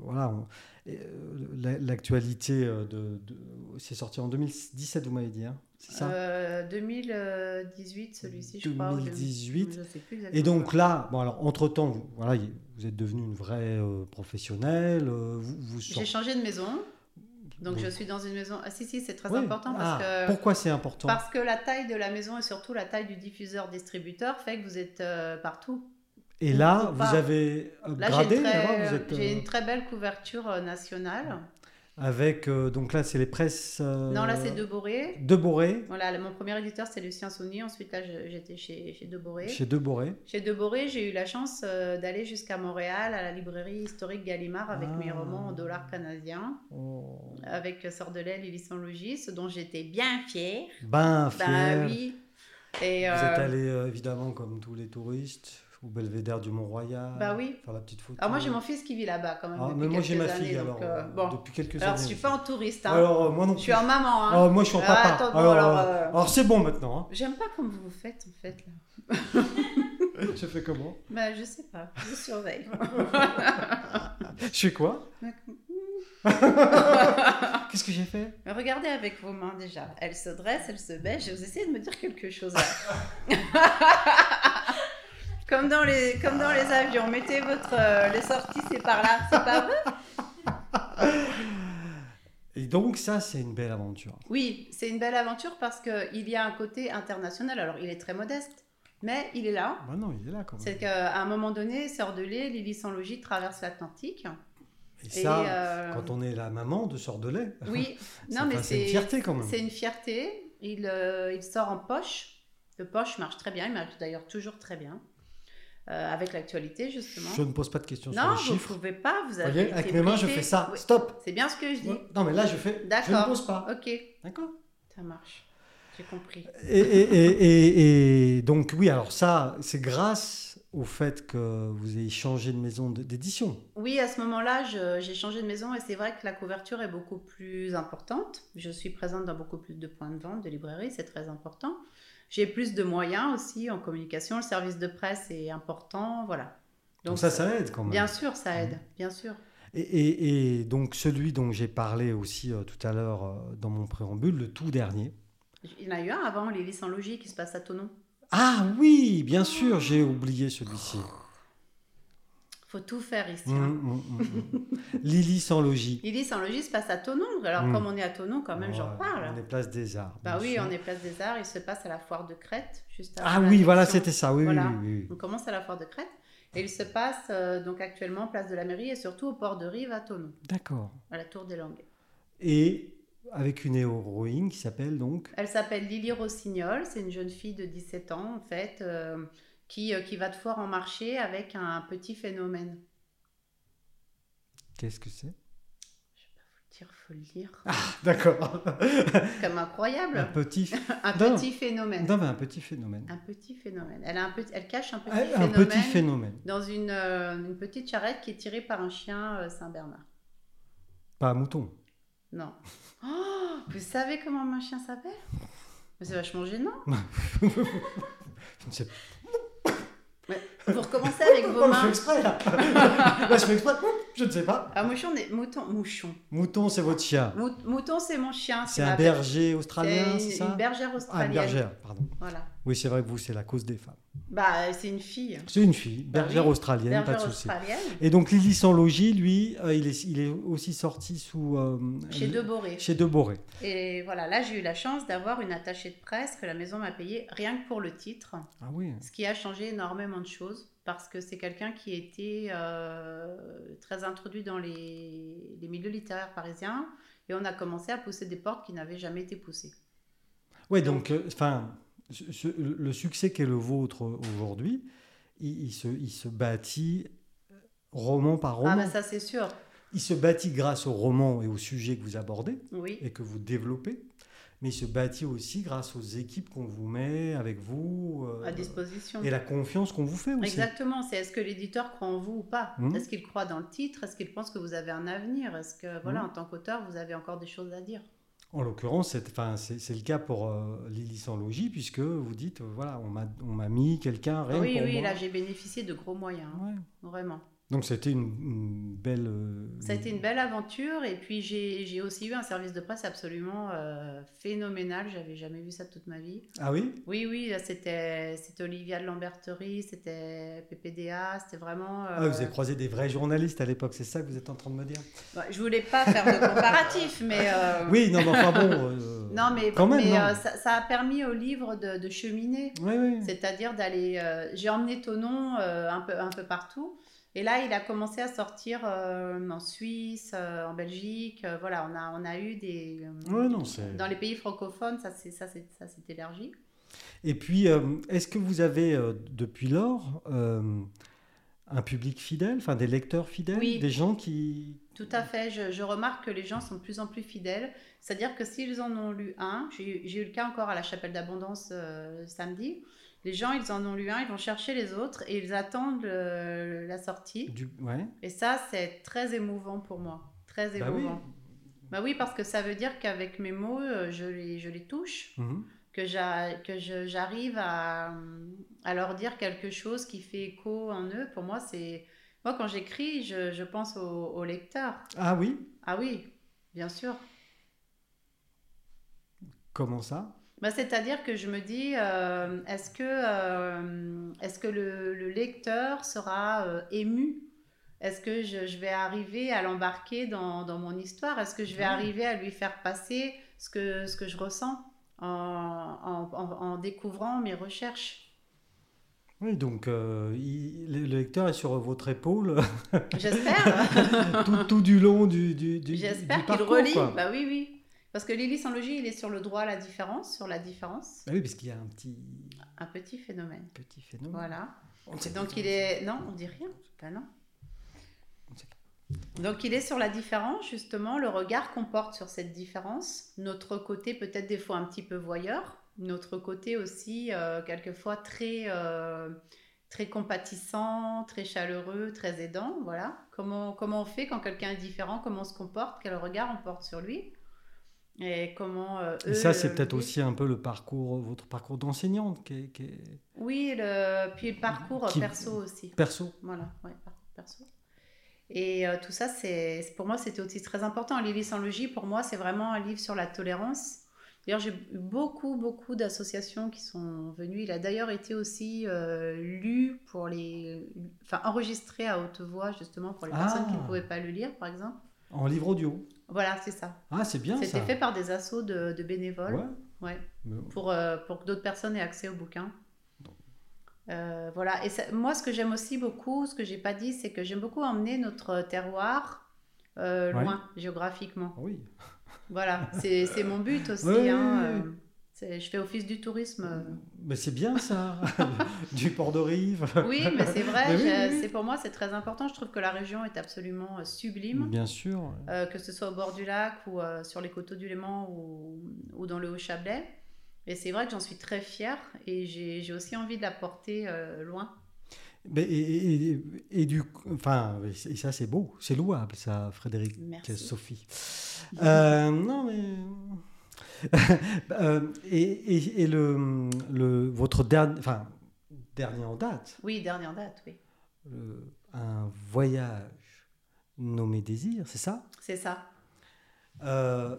[SPEAKER 1] voilà. on- et, euh, la- L'actualité euh, de, de- c'est sorti en 2017, vous m'avez dit, hein, c'est ça.
[SPEAKER 2] Euh, 2018 celui-ci je crois. ou
[SPEAKER 1] 2018.
[SPEAKER 2] Je sais plus
[SPEAKER 1] Et
[SPEAKER 2] exactement.
[SPEAKER 1] donc là, bon alors entre temps, vous, voilà, y- vous êtes devenue une vraie euh, professionnelle. euh, vous, vous
[SPEAKER 2] j'ai
[SPEAKER 1] sortez.
[SPEAKER 2] changé de maison. Donc
[SPEAKER 1] Oui.
[SPEAKER 2] je suis dans une maison. Ah si si, c'est très
[SPEAKER 1] Ouais.
[SPEAKER 2] important parce
[SPEAKER 1] Ah,
[SPEAKER 2] que
[SPEAKER 1] pourquoi c'est important
[SPEAKER 2] parce que la taille de la maison et surtout la taille du diffuseur distributeur fait que vous êtes euh, partout.
[SPEAKER 1] Et là,
[SPEAKER 2] faut
[SPEAKER 1] vous
[SPEAKER 2] pas-
[SPEAKER 1] avez
[SPEAKER 2] bah, Là, j'ai
[SPEAKER 1] upgradé.
[SPEAKER 2] une,
[SPEAKER 1] là-bas,
[SPEAKER 2] très,
[SPEAKER 1] vous êtes,
[SPEAKER 2] j'ai
[SPEAKER 1] euh,
[SPEAKER 2] une très belle couverture euh, nationale.
[SPEAKER 1] avec euh, donc là, c'est les presses. euh,
[SPEAKER 2] Non, là, c'est De Boré.
[SPEAKER 1] De Boré,
[SPEAKER 2] Voilà, là, mon premier éditeur, c'est Lucien Souni. Ensuite, là, je- j'étais chez, chez De Boré.
[SPEAKER 1] chez De Boré.
[SPEAKER 2] Chez De Boré, j'ai eu la chance euh, d'aller jusqu'à Montréal, à la librairie historique Gallimard, avec
[SPEAKER 1] Ah.
[SPEAKER 2] mes romans en dollars canadiens,
[SPEAKER 1] Oh,
[SPEAKER 2] avec Sordelais, Lily sans logis, ce dont j'étais bien fière.
[SPEAKER 1] Ben, fier.
[SPEAKER 2] Ben oui. Et,
[SPEAKER 1] Vous
[SPEAKER 2] euh,
[SPEAKER 1] êtes allé euh, évidemment comme tous les touristes au belvédère du Mont-Royal.
[SPEAKER 2] Bah oui.
[SPEAKER 1] Faire la petite photo.
[SPEAKER 2] Alors, moi, j'ai mon fils qui vit là-bas quand même.
[SPEAKER 1] Ah,
[SPEAKER 2] depuis
[SPEAKER 1] mais moi j'ai ma
[SPEAKER 2] quelques
[SPEAKER 1] fille
[SPEAKER 2] années,
[SPEAKER 1] alors.
[SPEAKER 2] donc, euh,
[SPEAKER 1] euh,
[SPEAKER 2] bon.
[SPEAKER 1] Depuis quelques
[SPEAKER 2] Alors,
[SPEAKER 1] années.
[SPEAKER 2] je suis pas en touriste. hein.
[SPEAKER 1] Alors euh, moi non
[SPEAKER 2] je
[SPEAKER 1] plus.
[SPEAKER 2] suis en maman. hein.
[SPEAKER 1] Ah, moi je suis en
[SPEAKER 2] Ah,
[SPEAKER 1] papa.
[SPEAKER 2] attends, bon,
[SPEAKER 1] alors,
[SPEAKER 2] alors,
[SPEAKER 1] euh,
[SPEAKER 2] euh,
[SPEAKER 1] alors, c'est bon maintenant.
[SPEAKER 2] J'aime pas comme vous vous faites en fait là.
[SPEAKER 1] hein. je fais comment
[SPEAKER 2] Bah, je sais pas, je surveille.
[SPEAKER 1] Je fais quoi
[SPEAKER 2] Ah,
[SPEAKER 1] Qu'est-ce que j'ai fait
[SPEAKER 2] Mais Regardez avec vos mains déjà. Elle se dresse, elle se baisse. Vous essayez de me dire quelque chose. là. comme, dans les, comme dans les avions. Mettez votre. euh, les sorties, c'est par là. C'est pas vrai
[SPEAKER 1] Et donc ça c'est une belle aventure.
[SPEAKER 2] Oui, c'est une belle aventure parce qu'il y a un côté international. Alors, il est très modeste, mais il est là.
[SPEAKER 1] Bah non il est là quand
[SPEAKER 2] Ah. C'est
[SPEAKER 1] même.
[SPEAKER 2] qu'à un moment donné, Sœur de lait, Lily sans logis traverse l'Atlantique.
[SPEAKER 1] Et
[SPEAKER 2] Et,
[SPEAKER 1] ça
[SPEAKER 2] euh,
[SPEAKER 1] quand on est la maman de sort de lait.
[SPEAKER 2] Oui,
[SPEAKER 1] ça-
[SPEAKER 2] non, mais
[SPEAKER 1] enfin, c'est une
[SPEAKER 2] c'est.
[SPEAKER 1] fierté quand même.
[SPEAKER 2] C'est une fierté. Il, euh, il sort en poche. Le poche marche très bien. Il marche d'ailleurs toujours très bien. Euh, avec l'actualité, justement.
[SPEAKER 1] Je ne pose pas de questions sur
[SPEAKER 2] non,
[SPEAKER 1] les
[SPEAKER 2] vous ne
[SPEAKER 1] chiffres.
[SPEAKER 2] pouvez pas. Vous
[SPEAKER 1] Vous
[SPEAKER 2] avez
[SPEAKER 1] voyez,
[SPEAKER 2] été
[SPEAKER 1] avec mes mains je
[SPEAKER 2] briefé.
[SPEAKER 1] fais ça.
[SPEAKER 2] Oui,
[SPEAKER 1] Stop.
[SPEAKER 2] C'est bien ce que je dis.
[SPEAKER 1] Non mais là je fais. Je ne
[SPEAKER 2] D'accord.
[SPEAKER 1] pose pas.
[SPEAKER 2] Ok,
[SPEAKER 1] D'accord.
[SPEAKER 2] ça marche. J'ai compris.
[SPEAKER 1] Et, et- et- et- et donc oui, alors ça, c'est grâce au fait que vous ayez changé de maison d- d'édition.
[SPEAKER 2] Oui, à ce moment-là, je- j'ai changé de maison et c'est vrai que la couverture est beaucoup plus importante. Je suis présente dans beaucoup plus de points de vente, de librairies, c'est très important. J'ai plus de moyens aussi en communication. Le service de presse est important, voilà.
[SPEAKER 1] Donc, ça, ça aide quand même.
[SPEAKER 2] Bien sûr, ça aide, bien sûr.
[SPEAKER 1] Et, et- et donc celui dont j'ai parlé aussi euh, tout à l'heure euh, dans mon préambule, le tout dernier.
[SPEAKER 2] Il y en a eu un avant, Lily sans logis, qui se passe à Tonon.
[SPEAKER 1] Ah oui, bien sûr, j'ai oublié celui-ci.
[SPEAKER 2] Oh, Faut tout faire ici.
[SPEAKER 1] Mm,
[SPEAKER 2] hein.
[SPEAKER 1] mm, mm, mm. Lily sans logis.
[SPEAKER 2] Lily sans logis se passe à Tonon. Alors,
[SPEAKER 1] Mm.
[SPEAKER 2] comme on est à Tonon, quand même, j'en
[SPEAKER 1] Ouais,
[SPEAKER 2] parle.
[SPEAKER 1] On est place des arts.
[SPEAKER 2] Bah
[SPEAKER 1] bien
[SPEAKER 2] oui,
[SPEAKER 1] sûr.
[SPEAKER 2] on est place des arts, il se passe à la foire de Crète, juste avant
[SPEAKER 1] Ah
[SPEAKER 2] la
[SPEAKER 1] oui, voilà,
[SPEAKER 2] question.
[SPEAKER 1] c'était ça. Oui, oui,
[SPEAKER 2] Voilà.
[SPEAKER 1] oui, oui, oui.
[SPEAKER 2] On commence à la foire de Crète. Et il se passe euh, donc actuellement place de la mairie et surtout au port de Rive à Tonon,
[SPEAKER 1] D'accord.
[SPEAKER 2] à la Tour des Langues.
[SPEAKER 1] Et avec une héroïne qui s'appelle donc.
[SPEAKER 2] Elle s'appelle Lily Rossignol, c'est une jeune fille de 17 ans en fait, euh, qui, euh, qui va de foire en marché avec un petit phénomène.
[SPEAKER 1] Qu'est-ce que c'est
[SPEAKER 2] Dire, faut le dire.
[SPEAKER 1] D'accord.
[SPEAKER 2] C'est comme
[SPEAKER 1] Un
[SPEAKER 2] incroyable.
[SPEAKER 1] petit
[SPEAKER 2] Un
[SPEAKER 1] Non.
[SPEAKER 2] petit phénomène.
[SPEAKER 1] Non, mais un petit phénomène.
[SPEAKER 2] Un petit phénomène. Elle, a un petit, elle cache un petit,
[SPEAKER 1] Un,
[SPEAKER 2] phénomène,
[SPEAKER 1] petit phénomène.
[SPEAKER 2] dans une, euh, une petite charrette qui est tirée par un chien euh, Saint-Bernard.
[SPEAKER 1] Pas un mouton.
[SPEAKER 2] Non. Oh, vous savez comment mon chien s'appelle Mais C'est vachement gênant.
[SPEAKER 1] Je ne sais pas.
[SPEAKER 2] Vous recommencez avec vos
[SPEAKER 1] Oh, je fais
[SPEAKER 2] mains.
[SPEAKER 1] exprès là. Là, je fais exprès. Je ne sais pas.
[SPEAKER 2] Ah, mouchon, des- mouton, mouchon.
[SPEAKER 1] Mouton, c'est votre chien.
[SPEAKER 2] Mou- Mouton, c'est mon chien.
[SPEAKER 1] C'est
[SPEAKER 2] ma-
[SPEAKER 1] un berger
[SPEAKER 2] C'est
[SPEAKER 1] australien,
[SPEAKER 2] une,
[SPEAKER 1] c'est ça
[SPEAKER 2] une bergère
[SPEAKER 1] Ah,
[SPEAKER 2] australienne.
[SPEAKER 1] une bergère, pardon.
[SPEAKER 2] Voilà.
[SPEAKER 1] Oui, c'est vrai que vous, c'est la cause des femmes.
[SPEAKER 2] Bah, c'est une fille.
[SPEAKER 1] C'est une fille,
[SPEAKER 2] Bah
[SPEAKER 1] bergère
[SPEAKER 2] oui,
[SPEAKER 1] australienne,
[SPEAKER 2] bergère
[SPEAKER 1] pas de souci.
[SPEAKER 2] australienne.
[SPEAKER 1] Et donc, Lily sans logis, lui, euh, il, est, il est aussi sorti sous. euh,
[SPEAKER 2] Chez
[SPEAKER 1] euh,
[SPEAKER 2] De Boré.
[SPEAKER 1] Chez Deboré.
[SPEAKER 2] Et voilà, là, j'ai eu la chance d'avoir une attachée de presse que la maison m'a payée rien que pour le titre.
[SPEAKER 1] Ah oui.
[SPEAKER 2] Ce qui a changé énormément de choses parce que c'est quelqu'un qui était euh, très introduit dans les, les milieux littéraires parisiens et on a commencé à pousser des portes qui n'avaient jamais été poussées.
[SPEAKER 1] Ouais, donc, euh, enfin, le succès qu'est le vôtre aujourd'hui, il, il se, il se bâtit euh, roman par roman.
[SPEAKER 2] Ah ben ça c'est sûr,
[SPEAKER 1] Il se bâtit grâce au roman et au sujet que vous abordez
[SPEAKER 2] oui.
[SPEAKER 1] et que vous développez. mais il se bâtit aussi grâce aux équipes qu'on vous met avec vous euh,
[SPEAKER 2] à disposition.
[SPEAKER 1] et la confiance qu'on vous fait aussi.
[SPEAKER 2] Exactement, c'est est-ce que l'éditeur croit en vous ou pas
[SPEAKER 1] Mhm.
[SPEAKER 2] Est-ce qu'il croit dans le titre Est-ce qu'il pense que vous avez un avenir Est-ce que, voilà,
[SPEAKER 1] Mhm.
[SPEAKER 2] en tant qu'auteur, vous avez encore des choses à dire
[SPEAKER 1] En l'occurrence, c'est enfin, c'est- c'est le cas pour euh, Lily sans logis, puisque vous dites, euh, voilà, on m'a- on m'a mis quelqu'un rien
[SPEAKER 2] Oui,
[SPEAKER 1] pour
[SPEAKER 2] oui,
[SPEAKER 1] moi.
[SPEAKER 2] là, j'ai bénéficié de gros moyens, hein,
[SPEAKER 1] Ouais.
[SPEAKER 2] vraiment.
[SPEAKER 1] Donc c'était une, une belle. euh,
[SPEAKER 2] Ça a été une belle aventure et puis j'ai j'ai aussi eu un service de presse absolument euh, phénoménal. J'avais jamais vu ça de toute ma vie.
[SPEAKER 1] Ah oui
[SPEAKER 2] Oui, oui, là, c'était c'était Olivia de Lamberterie, c'était PPDA, c'était vraiment.
[SPEAKER 1] Ah,
[SPEAKER 2] euh,
[SPEAKER 1] vous avez croisé des vrais journalistes à l'époque, c'est ça que vous êtes en train de me dire
[SPEAKER 2] bah, je voulais pas faire de comparatif, mais. euh,
[SPEAKER 1] Oui, non, mais enfin bon. euh,
[SPEAKER 2] Non, mais,
[SPEAKER 1] quand même.
[SPEAKER 2] mais,
[SPEAKER 1] non.
[SPEAKER 2] euh, ça, ça a permis au livre de, de cheminer.
[SPEAKER 1] Oui, oui.
[SPEAKER 2] C'est-à-dire d'aller. euh, J'ai emmené ton nom euh, un, peu, un peu partout. Et là, il a commencé à sortir euh, en Suisse, euh, en Belgique. euh, voilà, on a, on a eu des. euh,
[SPEAKER 1] Ouais, non, c'est-
[SPEAKER 2] Dans les pays francophones, ça s'est ça, c'est- ça s'est élargi.
[SPEAKER 1] Et puis, euh, est-ce que vous avez, euh, depuis lors, euh, un public fidèle, enfin des lecteurs fidèles,
[SPEAKER 2] Oui.
[SPEAKER 1] des gens qui...
[SPEAKER 2] Tout à fait. Je, je remarque que les gens sont de plus en plus fidèles. C'est-à-dire que s'ils en ont lu un, j'ai eu- j'ai eu le cas encore à la Chapelle d'Abondance euh, samedi, les gens, ils en ont lu un, ils vont chercher les autres et ils attendent euh, la sortie.
[SPEAKER 1] Du... Ouais.
[SPEAKER 2] Et ça, c'est très émouvant pour moi. Très
[SPEAKER 1] Bah oui.
[SPEAKER 2] émouvant. Bah oui, parce que ça veut dire qu'avec mes mots, euh, je les, je les touche,
[SPEAKER 1] Mhm.
[SPEAKER 2] que j'a- que je- j'arrive à, à leur dire quelque chose qui fait écho en eux. Pour moi, c'est. Moi, quand j'écris, je, je pense au, au lecteur.
[SPEAKER 1] Ah oui
[SPEAKER 2] Ah oui, bien sûr.
[SPEAKER 1] Comment ça
[SPEAKER 2] Bah, C'est-à-dire que je me dis, euh, est-ce que, euh, est-ce que le, le lecteur sera euh, ému Est-ce que je, je vais arriver à l'embarquer dans, dans mon histoire Est-ce que je vais
[SPEAKER 1] Ouais.
[SPEAKER 2] arriver à lui faire passer ce que, ce que je ressens en, en- en- en découvrant mes recherches
[SPEAKER 1] Oui, donc euh, il- le le lecteur est sur votre épaule
[SPEAKER 2] J'espère
[SPEAKER 1] tout, tout du long du, du, du, du
[SPEAKER 2] J'espère qu'il
[SPEAKER 1] parcours,
[SPEAKER 2] relit.
[SPEAKER 1] quoi.
[SPEAKER 2] Bah oui, oui. Parce que Lily sans logis, il est sur le droit à la différence, sur la différence.
[SPEAKER 1] Ah oui, parce qu'il y a un petit,
[SPEAKER 2] Un petit phénomène.
[SPEAKER 1] petit phénomène.
[SPEAKER 2] Voilà.
[SPEAKER 1] On ne sait
[SPEAKER 2] Et donc
[SPEAKER 1] pas.
[SPEAKER 2] il est... Non, on dit rien. Ben non. Donc il est sur la différence, justement, le regard qu'on porte sur cette différence, notre côté peut-être des fois un petit peu voyeur, notre côté aussi euh, quelquefois très, euh, très compatissant, très chaleureux, très aidant, voilà. Comment, comment on fait quand quelqu'un est différent, comment on se comporte, quel regard on porte sur lui et comment euh,
[SPEAKER 1] Et
[SPEAKER 2] eux
[SPEAKER 1] ça, c'est
[SPEAKER 2] le
[SPEAKER 1] peut-être
[SPEAKER 2] vivent.
[SPEAKER 1] aussi un peu le parcours, votre parcours d'enseignante qui est, qui est
[SPEAKER 2] oui le puis le parcours
[SPEAKER 1] Qui-
[SPEAKER 2] perso aussi
[SPEAKER 1] perso.
[SPEAKER 2] Voilà, ouais, par- perso. Et euh, tout ça, c'est c'est- pour moi, c'était aussi très important. Lily sans logis, pour moi, c'est vraiment un livre sur la tolérance. D'ailleurs, j'ai eu beaucoup, beaucoup d'associations qui sont venues. Il a d'ailleurs été aussi euh, lu pour les. Enfin, enregistré à haute voix, justement, pour les
[SPEAKER 1] Ah.
[SPEAKER 2] personnes qui ne pouvaient pas le lire, par exemple.
[SPEAKER 1] En livre audio.
[SPEAKER 2] Voilà, c'est ça.
[SPEAKER 1] Ah, c'est bien ça.
[SPEAKER 2] C'était fait par des assos de, de bénévoles
[SPEAKER 1] Ouais.
[SPEAKER 2] Ouais.
[SPEAKER 1] Mais-
[SPEAKER 2] pour, euh, pour que d'autres personnes aient accès au bouquin. Euh, voilà, et ça- moi ce que j'aime aussi beaucoup, ce que j'ai pas dit, c'est que j'aime beaucoup emmener notre terroir euh,
[SPEAKER 1] Ouais.
[SPEAKER 2] loin géographiquement.
[SPEAKER 1] ah Oui.
[SPEAKER 2] Voilà, c'est c'est mon but aussi.
[SPEAKER 1] Ouais,
[SPEAKER 2] hein,
[SPEAKER 1] ouais, ouais.
[SPEAKER 2] euh, c'est- je fais office du tourisme.
[SPEAKER 1] Mais c'est bien ça. du port de rive.
[SPEAKER 2] Oui, mais c'est
[SPEAKER 1] Mais
[SPEAKER 2] vrai,
[SPEAKER 1] Bah, oui,
[SPEAKER 2] j'ai-
[SPEAKER 1] oui, oui.
[SPEAKER 2] c'est pour moi c'est très important. Je trouve que la région est absolument euh, sublime.
[SPEAKER 1] Bien sûr.
[SPEAKER 2] euh, que ce soit au bord du lac ou euh, sur les coteaux du Léman ou, ou dans le Haut-Chablais. Et c'est vrai que j'en suis très fière et j'ai j'ai aussi envie de la porter euh, loin.
[SPEAKER 1] Mais, et, et- et- et du, coup- enfin, et ça c'est beau, c'est louable ça, Frédéric,
[SPEAKER 2] Merci.
[SPEAKER 1] Sophie. Euh, non mais. Euh, et et- et le, le- votre dernier, enfin, dernier en date,
[SPEAKER 2] Oui, dernière date, oui.
[SPEAKER 1] euh, un voyage nommé Désir, c'est ça
[SPEAKER 2] C'est ça.
[SPEAKER 1] Euh,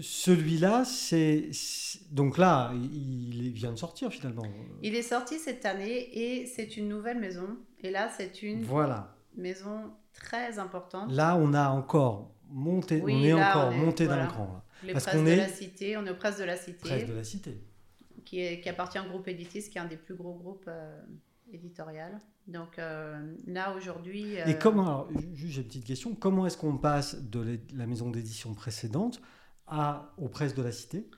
[SPEAKER 1] Celui-là, c'est c'est- donc là, il, il vient de sortir finalement.
[SPEAKER 2] Il est sorti cette année et c'est une nouvelle maison. Et là, c'est une
[SPEAKER 1] Voilà.
[SPEAKER 2] maison très importante.
[SPEAKER 1] Là, on a encore monté,
[SPEAKER 2] Oui,
[SPEAKER 1] on est
[SPEAKER 2] là,
[SPEAKER 1] encore
[SPEAKER 2] on est-
[SPEAKER 1] monté
[SPEAKER 2] voilà.
[SPEAKER 1] d'un cran. là.
[SPEAKER 2] Les
[SPEAKER 1] parce
[SPEAKER 2] presses
[SPEAKER 1] qu'on
[SPEAKER 2] de
[SPEAKER 1] est-
[SPEAKER 2] la Cité, on est aux presses de la Cité,
[SPEAKER 1] Presse de la cité.
[SPEAKER 2] qui, est- qui appartient au groupe Editis, qui est un des plus gros groupes euh, éditorial. Donc euh, là, aujourd'hui... euh,
[SPEAKER 1] Et comment, alors, ju- juste j'ai une petite question, comment est-ce qu'on passe de l'é- la maison d'édition précédente à, aux presses de la cité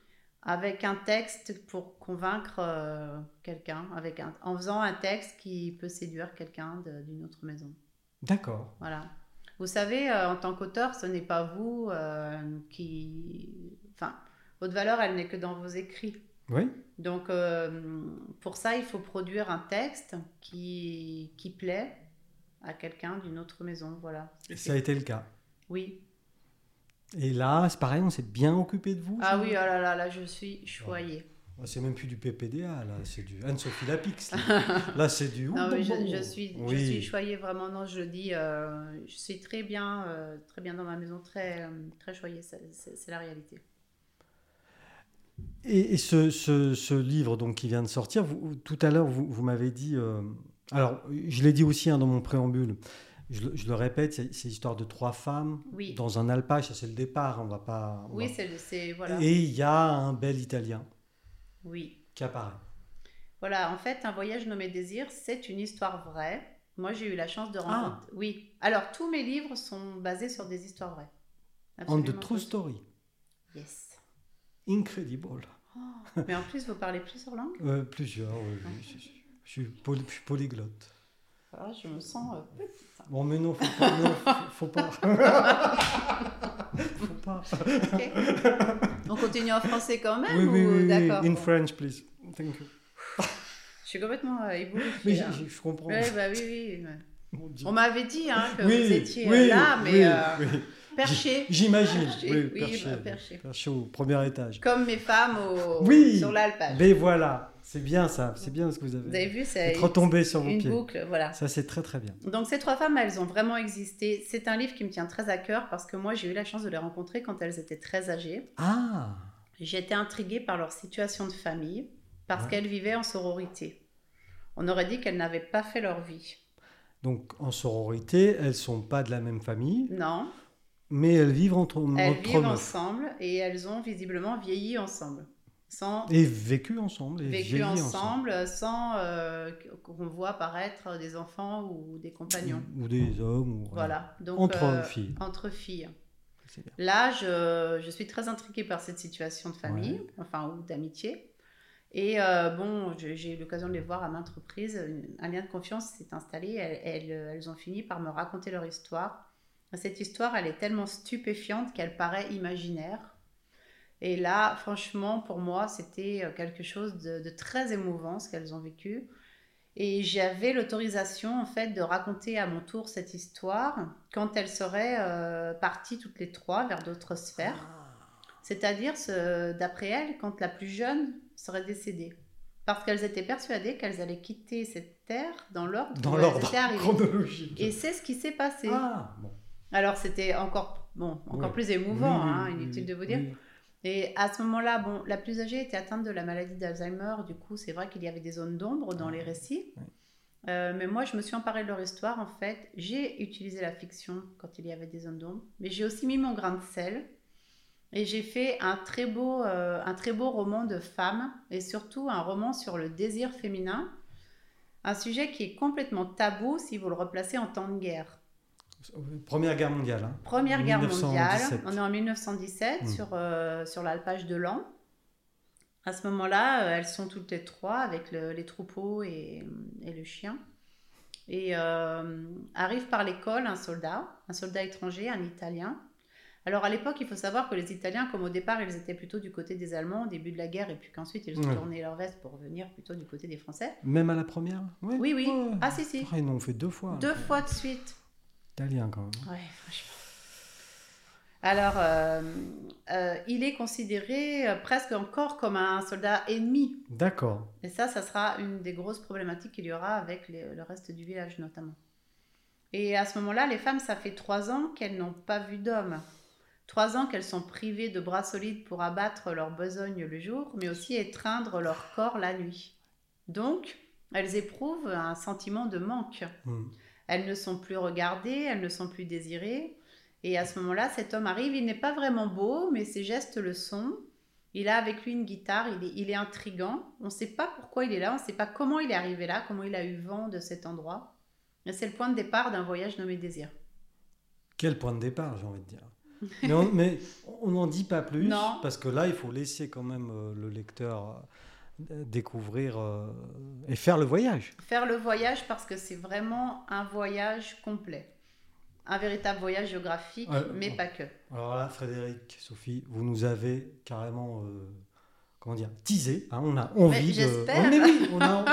[SPEAKER 2] avec un texte pour convaincre euh, quelqu'un, avec un, en faisant un texte qui peut séduire quelqu'un de- d'une autre maison.
[SPEAKER 1] D'accord.
[SPEAKER 2] Voilà. Vous savez, euh, en tant qu'auteur, ce n'est pas vous euh, qui, enfin, Votre valeur, elle n'est que dans vos écrits.
[SPEAKER 1] Oui.
[SPEAKER 2] Donc, euh, pour ça, il faut produire un texte qui, qui plaît à quelqu'un d'une autre maison. Voilà.
[SPEAKER 1] Et ça a été le cas.
[SPEAKER 2] Oui.
[SPEAKER 1] Et là, c'est pareil, on s'est bien occupé de vous.
[SPEAKER 2] Ah
[SPEAKER 1] ça
[SPEAKER 2] oui, oh là là, là, je suis choyée.
[SPEAKER 1] Ah, C'est même plus du PPDA, là, c'est du Anne-Sophie Lapix. Là, Là, c'est du.
[SPEAKER 2] Non, mais je,
[SPEAKER 1] Ouh,
[SPEAKER 2] je suis,
[SPEAKER 1] oui.
[SPEAKER 2] je suis choyée vraiment. Non, je dis, euh, je suis très bien, euh, très bien dans ma maison, très, euh, très choyée. c'est- C'est c'est la réalité.
[SPEAKER 1] Et, et ce, ce- ce livre donc, qui vient de sortir, vous- tout à l'heure, vous, vous m'avez dit. euh, alors, je l'ai dit aussi hein, dans mon préambule, je, le- je le répète, c'est c'est l'histoire de trois femmes
[SPEAKER 2] Oui.
[SPEAKER 1] dans un alpage, ça c'est le départ, on va pas. on
[SPEAKER 2] oui,
[SPEAKER 1] va-
[SPEAKER 2] c'est le- c'est voilà.
[SPEAKER 1] Et il y a un bel italien
[SPEAKER 2] Oui.
[SPEAKER 1] qui apparaît.
[SPEAKER 2] Voilà, en fait, un voyage nommé désir, c'est une histoire vraie. Moi, j'ai eu la chance de
[SPEAKER 1] Ah.
[SPEAKER 2] rencontrer. Oui. Alors, tous mes livres sont basés sur des histoires vraies.
[SPEAKER 1] On
[SPEAKER 2] Absolument
[SPEAKER 1] the true
[SPEAKER 2] tous.
[SPEAKER 1] story.
[SPEAKER 2] Yes.
[SPEAKER 1] Incredible.
[SPEAKER 2] Oh, Mais en plus, vous parlez plusieurs langues.
[SPEAKER 1] Euh, plusieurs, oui, oui, je, je- je suis poly- je suis polyglotte.
[SPEAKER 2] Ah, je me sens euh, petite.
[SPEAKER 1] Bon, mais non, faut pas. non, faut, faut pas. faut pas.
[SPEAKER 2] Ok. On continue en français quand même
[SPEAKER 1] Oui, oui,
[SPEAKER 2] ou-
[SPEAKER 1] oui, oui.
[SPEAKER 2] D'accord.
[SPEAKER 1] In
[SPEAKER 2] bon.
[SPEAKER 1] French, please. Thank you.
[SPEAKER 2] Je suis complètement euh, ébouriffée,
[SPEAKER 1] Mais
[SPEAKER 2] hein.
[SPEAKER 1] je, je- je comprends.
[SPEAKER 2] Ouais, bah oui, oui.
[SPEAKER 1] Mon Dieu.
[SPEAKER 2] On m'avait dit hein, que
[SPEAKER 1] Oui,
[SPEAKER 2] vous étiez euh,
[SPEAKER 1] oui,
[SPEAKER 2] là, mais
[SPEAKER 1] oui,
[SPEAKER 2] euh,
[SPEAKER 1] oui.
[SPEAKER 2] perché.
[SPEAKER 1] J'imagine.
[SPEAKER 2] Perché,
[SPEAKER 1] Oui,
[SPEAKER 2] oui,
[SPEAKER 1] perché,
[SPEAKER 2] bah,
[SPEAKER 1] oui.
[SPEAKER 2] perché.
[SPEAKER 1] Perché au premier étage.
[SPEAKER 2] Comme mes femmes au-
[SPEAKER 1] Oui.
[SPEAKER 2] sur l'Alpage.
[SPEAKER 1] Mais voilà, c'est bien ça. C'est bien ce que vous avez.
[SPEAKER 2] Vous avez vu, c'est
[SPEAKER 1] Être retombé sur vos
[SPEAKER 2] une
[SPEAKER 1] pieds.
[SPEAKER 2] boucle, voilà.
[SPEAKER 1] Ça, c'est très très bien.
[SPEAKER 2] Donc ces trois femmes, elles ont vraiment existé. C'est un livre qui me tient très à cœur parce que moi, j'ai eu la chance de les rencontrer quand elles étaient très âgées.
[SPEAKER 1] Ah,
[SPEAKER 2] J'étais intriguée par leur situation de famille parce
[SPEAKER 1] Ouais.
[SPEAKER 2] qu'elles vivaient en sororité. On aurait dit qu'elles n'avaient pas fait leur vie.
[SPEAKER 1] donc en sororité, elles sont pas de la même famille,
[SPEAKER 2] Non,
[SPEAKER 1] mais elles vivent entre,
[SPEAKER 2] elles
[SPEAKER 1] entre
[SPEAKER 2] vivent
[SPEAKER 1] meufs.
[SPEAKER 2] ensemble et elles ont visiblement vieilli ensemble. Sans
[SPEAKER 1] Et vécu ensemble. Et
[SPEAKER 2] vécu
[SPEAKER 1] vieilli
[SPEAKER 2] ensemble, sans euh, qu'on voit apparaître des enfants ou des compagnons.
[SPEAKER 1] Ou des hommes. Ou,
[SPEAKER 2] Voilà. Donc,
[SPEAKER 1] Mmh. Entre
[SPEAKER 2] euh,
[SPEAKER 1] filles.
[SPEAKER 2] Entre filles.
[SPEAKER 1] C'est bien.
[SPEAKER 2] Là, je, je suis très intriguée par cette situation de famille, enfin, ou d'amitié. Et euh, bon, je- j'ai eu l'occasion de les voir à maintes reprises. Une- Un lien de confiance s'est installé. Elles, elles- elles ont fini par me raconter leur histoire. Cette histoire, elle est tellement stupéfiante qu'elle paraît imaginaire. Et là, franchement, pour moi, c'était euh, quelque chose de, de très émouvant, ce qu'elles ont vécu. Et j'avais l'autorisation, en fait, de raconter à mon tour cette histoire quand elles seraient euh, parties toutes les trois vers d'autres sphères. C'est-à-dire, ce- d'après elles, quand la plus jeune serait décédée. Parce qu'elles étaient persuadées qu'elles allaient quitter cette terre dans l'ordre
[SPEAKER 1] Dans
[SPEAKER 2] où elles
[SPEAKER 1] l'ordre
[SPEAKER 2] étaient arrivées.
[SPEAKER 1] chronologique.
[SPEAKER 2] Et c'est ce qui s'est passé.
[SPEAKER 1] Ah, bon.
[SPEAKER 2] Alors, c'était encore, bon, encore
[SPEAKER 1] Oui.
[SPEAKER 2] plus émouvant,
[SPEAKER 1] Oui,
[SPEAKER 2] hein,
[SPEAKER 1] oui,
[SPEAKER 2] inutile
[SPEAKER 1] oui,
[SPEAKER 2] de vous dire.
[SPEAKER 1] oui.
[SPEAKER 2] Et à ce moment-là, bon, la plus âgée était atteinte de la maladie d'Alzheimer. Du coup, c'est vrai qu'il y avait des zones d'ombre dans
[SPEAKER 1] Ouais.
[SPEAKER 2] les récits.
[SPEAKER 1] Ouais.
[SPEAKER 2] Euh, mais moi, je me suis emparée de leur histoire. En fait, j'ai utilisé la fiction quand il y avait des zones d'ombre, mais j'ai aussi mis mon grain de sel. Et j'ai fait un très beau, euh, un très beau roman de femmes, et surtout un roman sur le désir féminin, un sujet qui est complètement tabou si vous le replacez en temps de guerre.
[SPEAKER 1] Première guerre mondiale. hein.
[SPEAKER 2] Première guerre
[SPEAKER 1] 1917.
[SPEAKER 2] mondiale, on est en 1917
[SPEAKER 1] Mm.
[SPEAKER 2] sur, euh, sur l'alpage de l'An. À ce moment-là, euh, elles sont toutes les trois avec le- les troupeaux et, et le chien. Et euh, arrive par l'école un soldat, un soldat étranger, un Italien. Alors à l'époque, il faut savoir que les Italiens, comme au départ, ils étaient plutôt du côté des Allemands au début de la guerre, et puis qu'ensuite ils ont
[SPEAKER 1] Ouais.
[SPEAKER 2] tourné leur veste pour venir plutôt du côté des Français.
[SPEAKER 1] Même à la première Ouais.
[SPEAKER 2] Oui, oui.
[SPEAKER 1] Ouais.
[SPEAKER 2] Ah si, si.
[SPEAKER 1] Ah, ils l'ont fait deux fois.
[SPEAKER 2] Deux fois de suite.
[SPEAKER 1] Italien quand même.
[SPEAKER 2] Ouais, franchement. Alors, euh, euh, il est considéré euh, presque encore comme un soldat ennemi.
[SPEAKER 1] D'accord.
[SPEAKER 2] Et ça, ça sera une des grosses problématiques qu'il y aura avec les- le reste du village notamment. Et à ce moment-là, les femmes, ça fait trois ans qu'elles n'ont pas vu d'hommes. Trois ans qu'elles sont privées de bras solides pour abattre leur besogne le jour, mais aussi étreindre leur corps la nuit. Donc, elles éprouvent un sentiment de manque.
[SPEAKER 1] Hmm.
[SPEAKER 2] Elles ne sont plus regardées, elles ne sont plus désirées. Et à ce moment-là, cet homme arrive. Il n'est pas vraiment beau, mais ses gestes le sont. Il a avec lui une guitare, il est, il est intrigant. On ne sait pas pourquoi il est là, on ne sait pas comment il est arrivé là, comment il a eu vent de cet endroit. Et c'est le point de départ d'un voyage nommé Désir.
[SPEAKER 1] Quel point de départ, j'ai envie de dire. Mais on mais on n'en dit pas plus,
[SPEAKER 2] Non.
[SPEAKER 1] parce que là, il faut laisser quand même euh, le lecteur euh, découvrir euh, et faire le voyage.
[SPEAKER 2] Faire le voyage parce que c'est vraiment un voyage complet. un véritable voyage géographique,
[SPEAKER 1] Ouais,
[SPEAKER 2] mais
[SPEAKER 1] ouais.
[SPEAKER 2] pas que.
[SPEAKER 1] Alors là, Frédéric, Sophie, vous nous avez carrément, euh, comment dire, teasé. hein, on a envie de.
[SPEAKER 2] j'espère.
[SPEAKER 1] Mais oui, on a,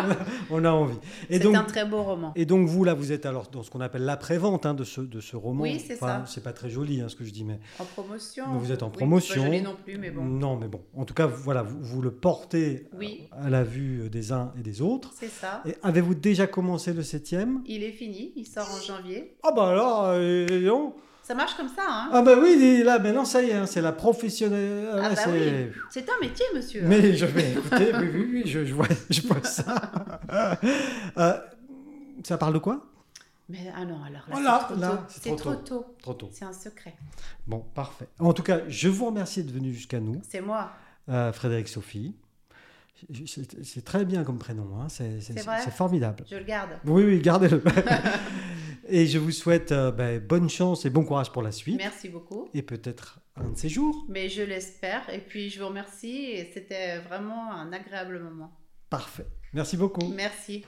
[SPEAKER 1] on a envie. Et
[SPEAKER 2] C'est
[SPEAKER 1] donc,
[SPEAKER 2] un très beau roman.
[SPEAKER 1] et donc vous là, vous êtes alors dans ce qu'on appelle l'après-vente hein, de ce de ce roman.
[SPEAKER 2] Oui, c'est
[SPEAKER 1] Enfin,
[SPEAKER 2] ça.
[SPEAKER 1] C'est pas très joli hein, ce que je dis, mais
[SPEAKER 2] En promotion.
[SPEAKER 1] Mais vous êtes en
[SPEAKER 2] Oui, c'est
[SPEAKER 1] promotion.
[SPEAKER 2] Pas joli non plus, mais bon.
[SPEAKER 1] non, mais bon. En tout cas, vous- voilà, vous, vous le portez
[SPEAKER 2] Oui.
[SPEAKER 1] à la vue des uns et des autres.
[SPEAKER 2] C'est ça.
[SPEAKER 1] Et avez-vous déjà commencé le septième
[SPEAKER 2] Il est fini, il sort en janvier.
[SPEAKER 1] Ah bah alors, euh, dis donc.
[SPEAKER 2] Ça marche comme ça, hein
[SPEAKER 1] ah bah oui, dis- là maintenant ça y est, hein, c'est la professionnelle.
[SPEAKER 2] Ah
[SPEAKER 1] là,
[SPEAKER 2] bah
[SPEAKER 1] c'est-
[SPEAKER 2] C'est un métier, monsieur.
[SPEAKER 1] Mais je vais écouter, oui, oui, oui, je, je vois, je vois ça. Euh, ça parle de quoi
[SPEAKER 2] Mais ah non, alors là,
[SPEAKER 1] Oh là,
[SPEAKER 2] c'est trop
[SPEAKER 1] là,
[SPEAKER 2] tôt.
[SPEAKER 1] c'est
[SPEAKER 2] C'est
[SPEAKER 1] trop
[SPEAKER 2] trop, tôt.
[SPEAKER 1] Trop tôt.
[SPEAKER 2] C'est un secret.
[SPEAKER 1] Bon, parfait. En tout cas, je vous remercie de venir jusqu'à nous,
[SPEAKER 2] C'est moi.
[SPEAKER 1] euh, Frédéric Sophie. Je- je- C'est c'est très bien comme prénom, hein, c'est c'est-
[SPEAKER 2] C'est vrai
[SPEAKER 1] c'est formidable.
[SPEAKER 2] Je le garde.
[SPEAKER 1] Oui, oui, gardez-le. et je vous souhaite euh, ben, bonne chance et bon courage pour la suite.
[SPEAKER 2] Merci beaucoup.
[SPEAKER 1] Et peut-être un de ces jours.
[SPEAKER 2] Mais je l'espère. Et puis, je vous remercie. Et c'était vraiment un agréable moment.
[SPEAKER 1] Parfait. Merci beaucoup.
[SPEAKER 2] Merci.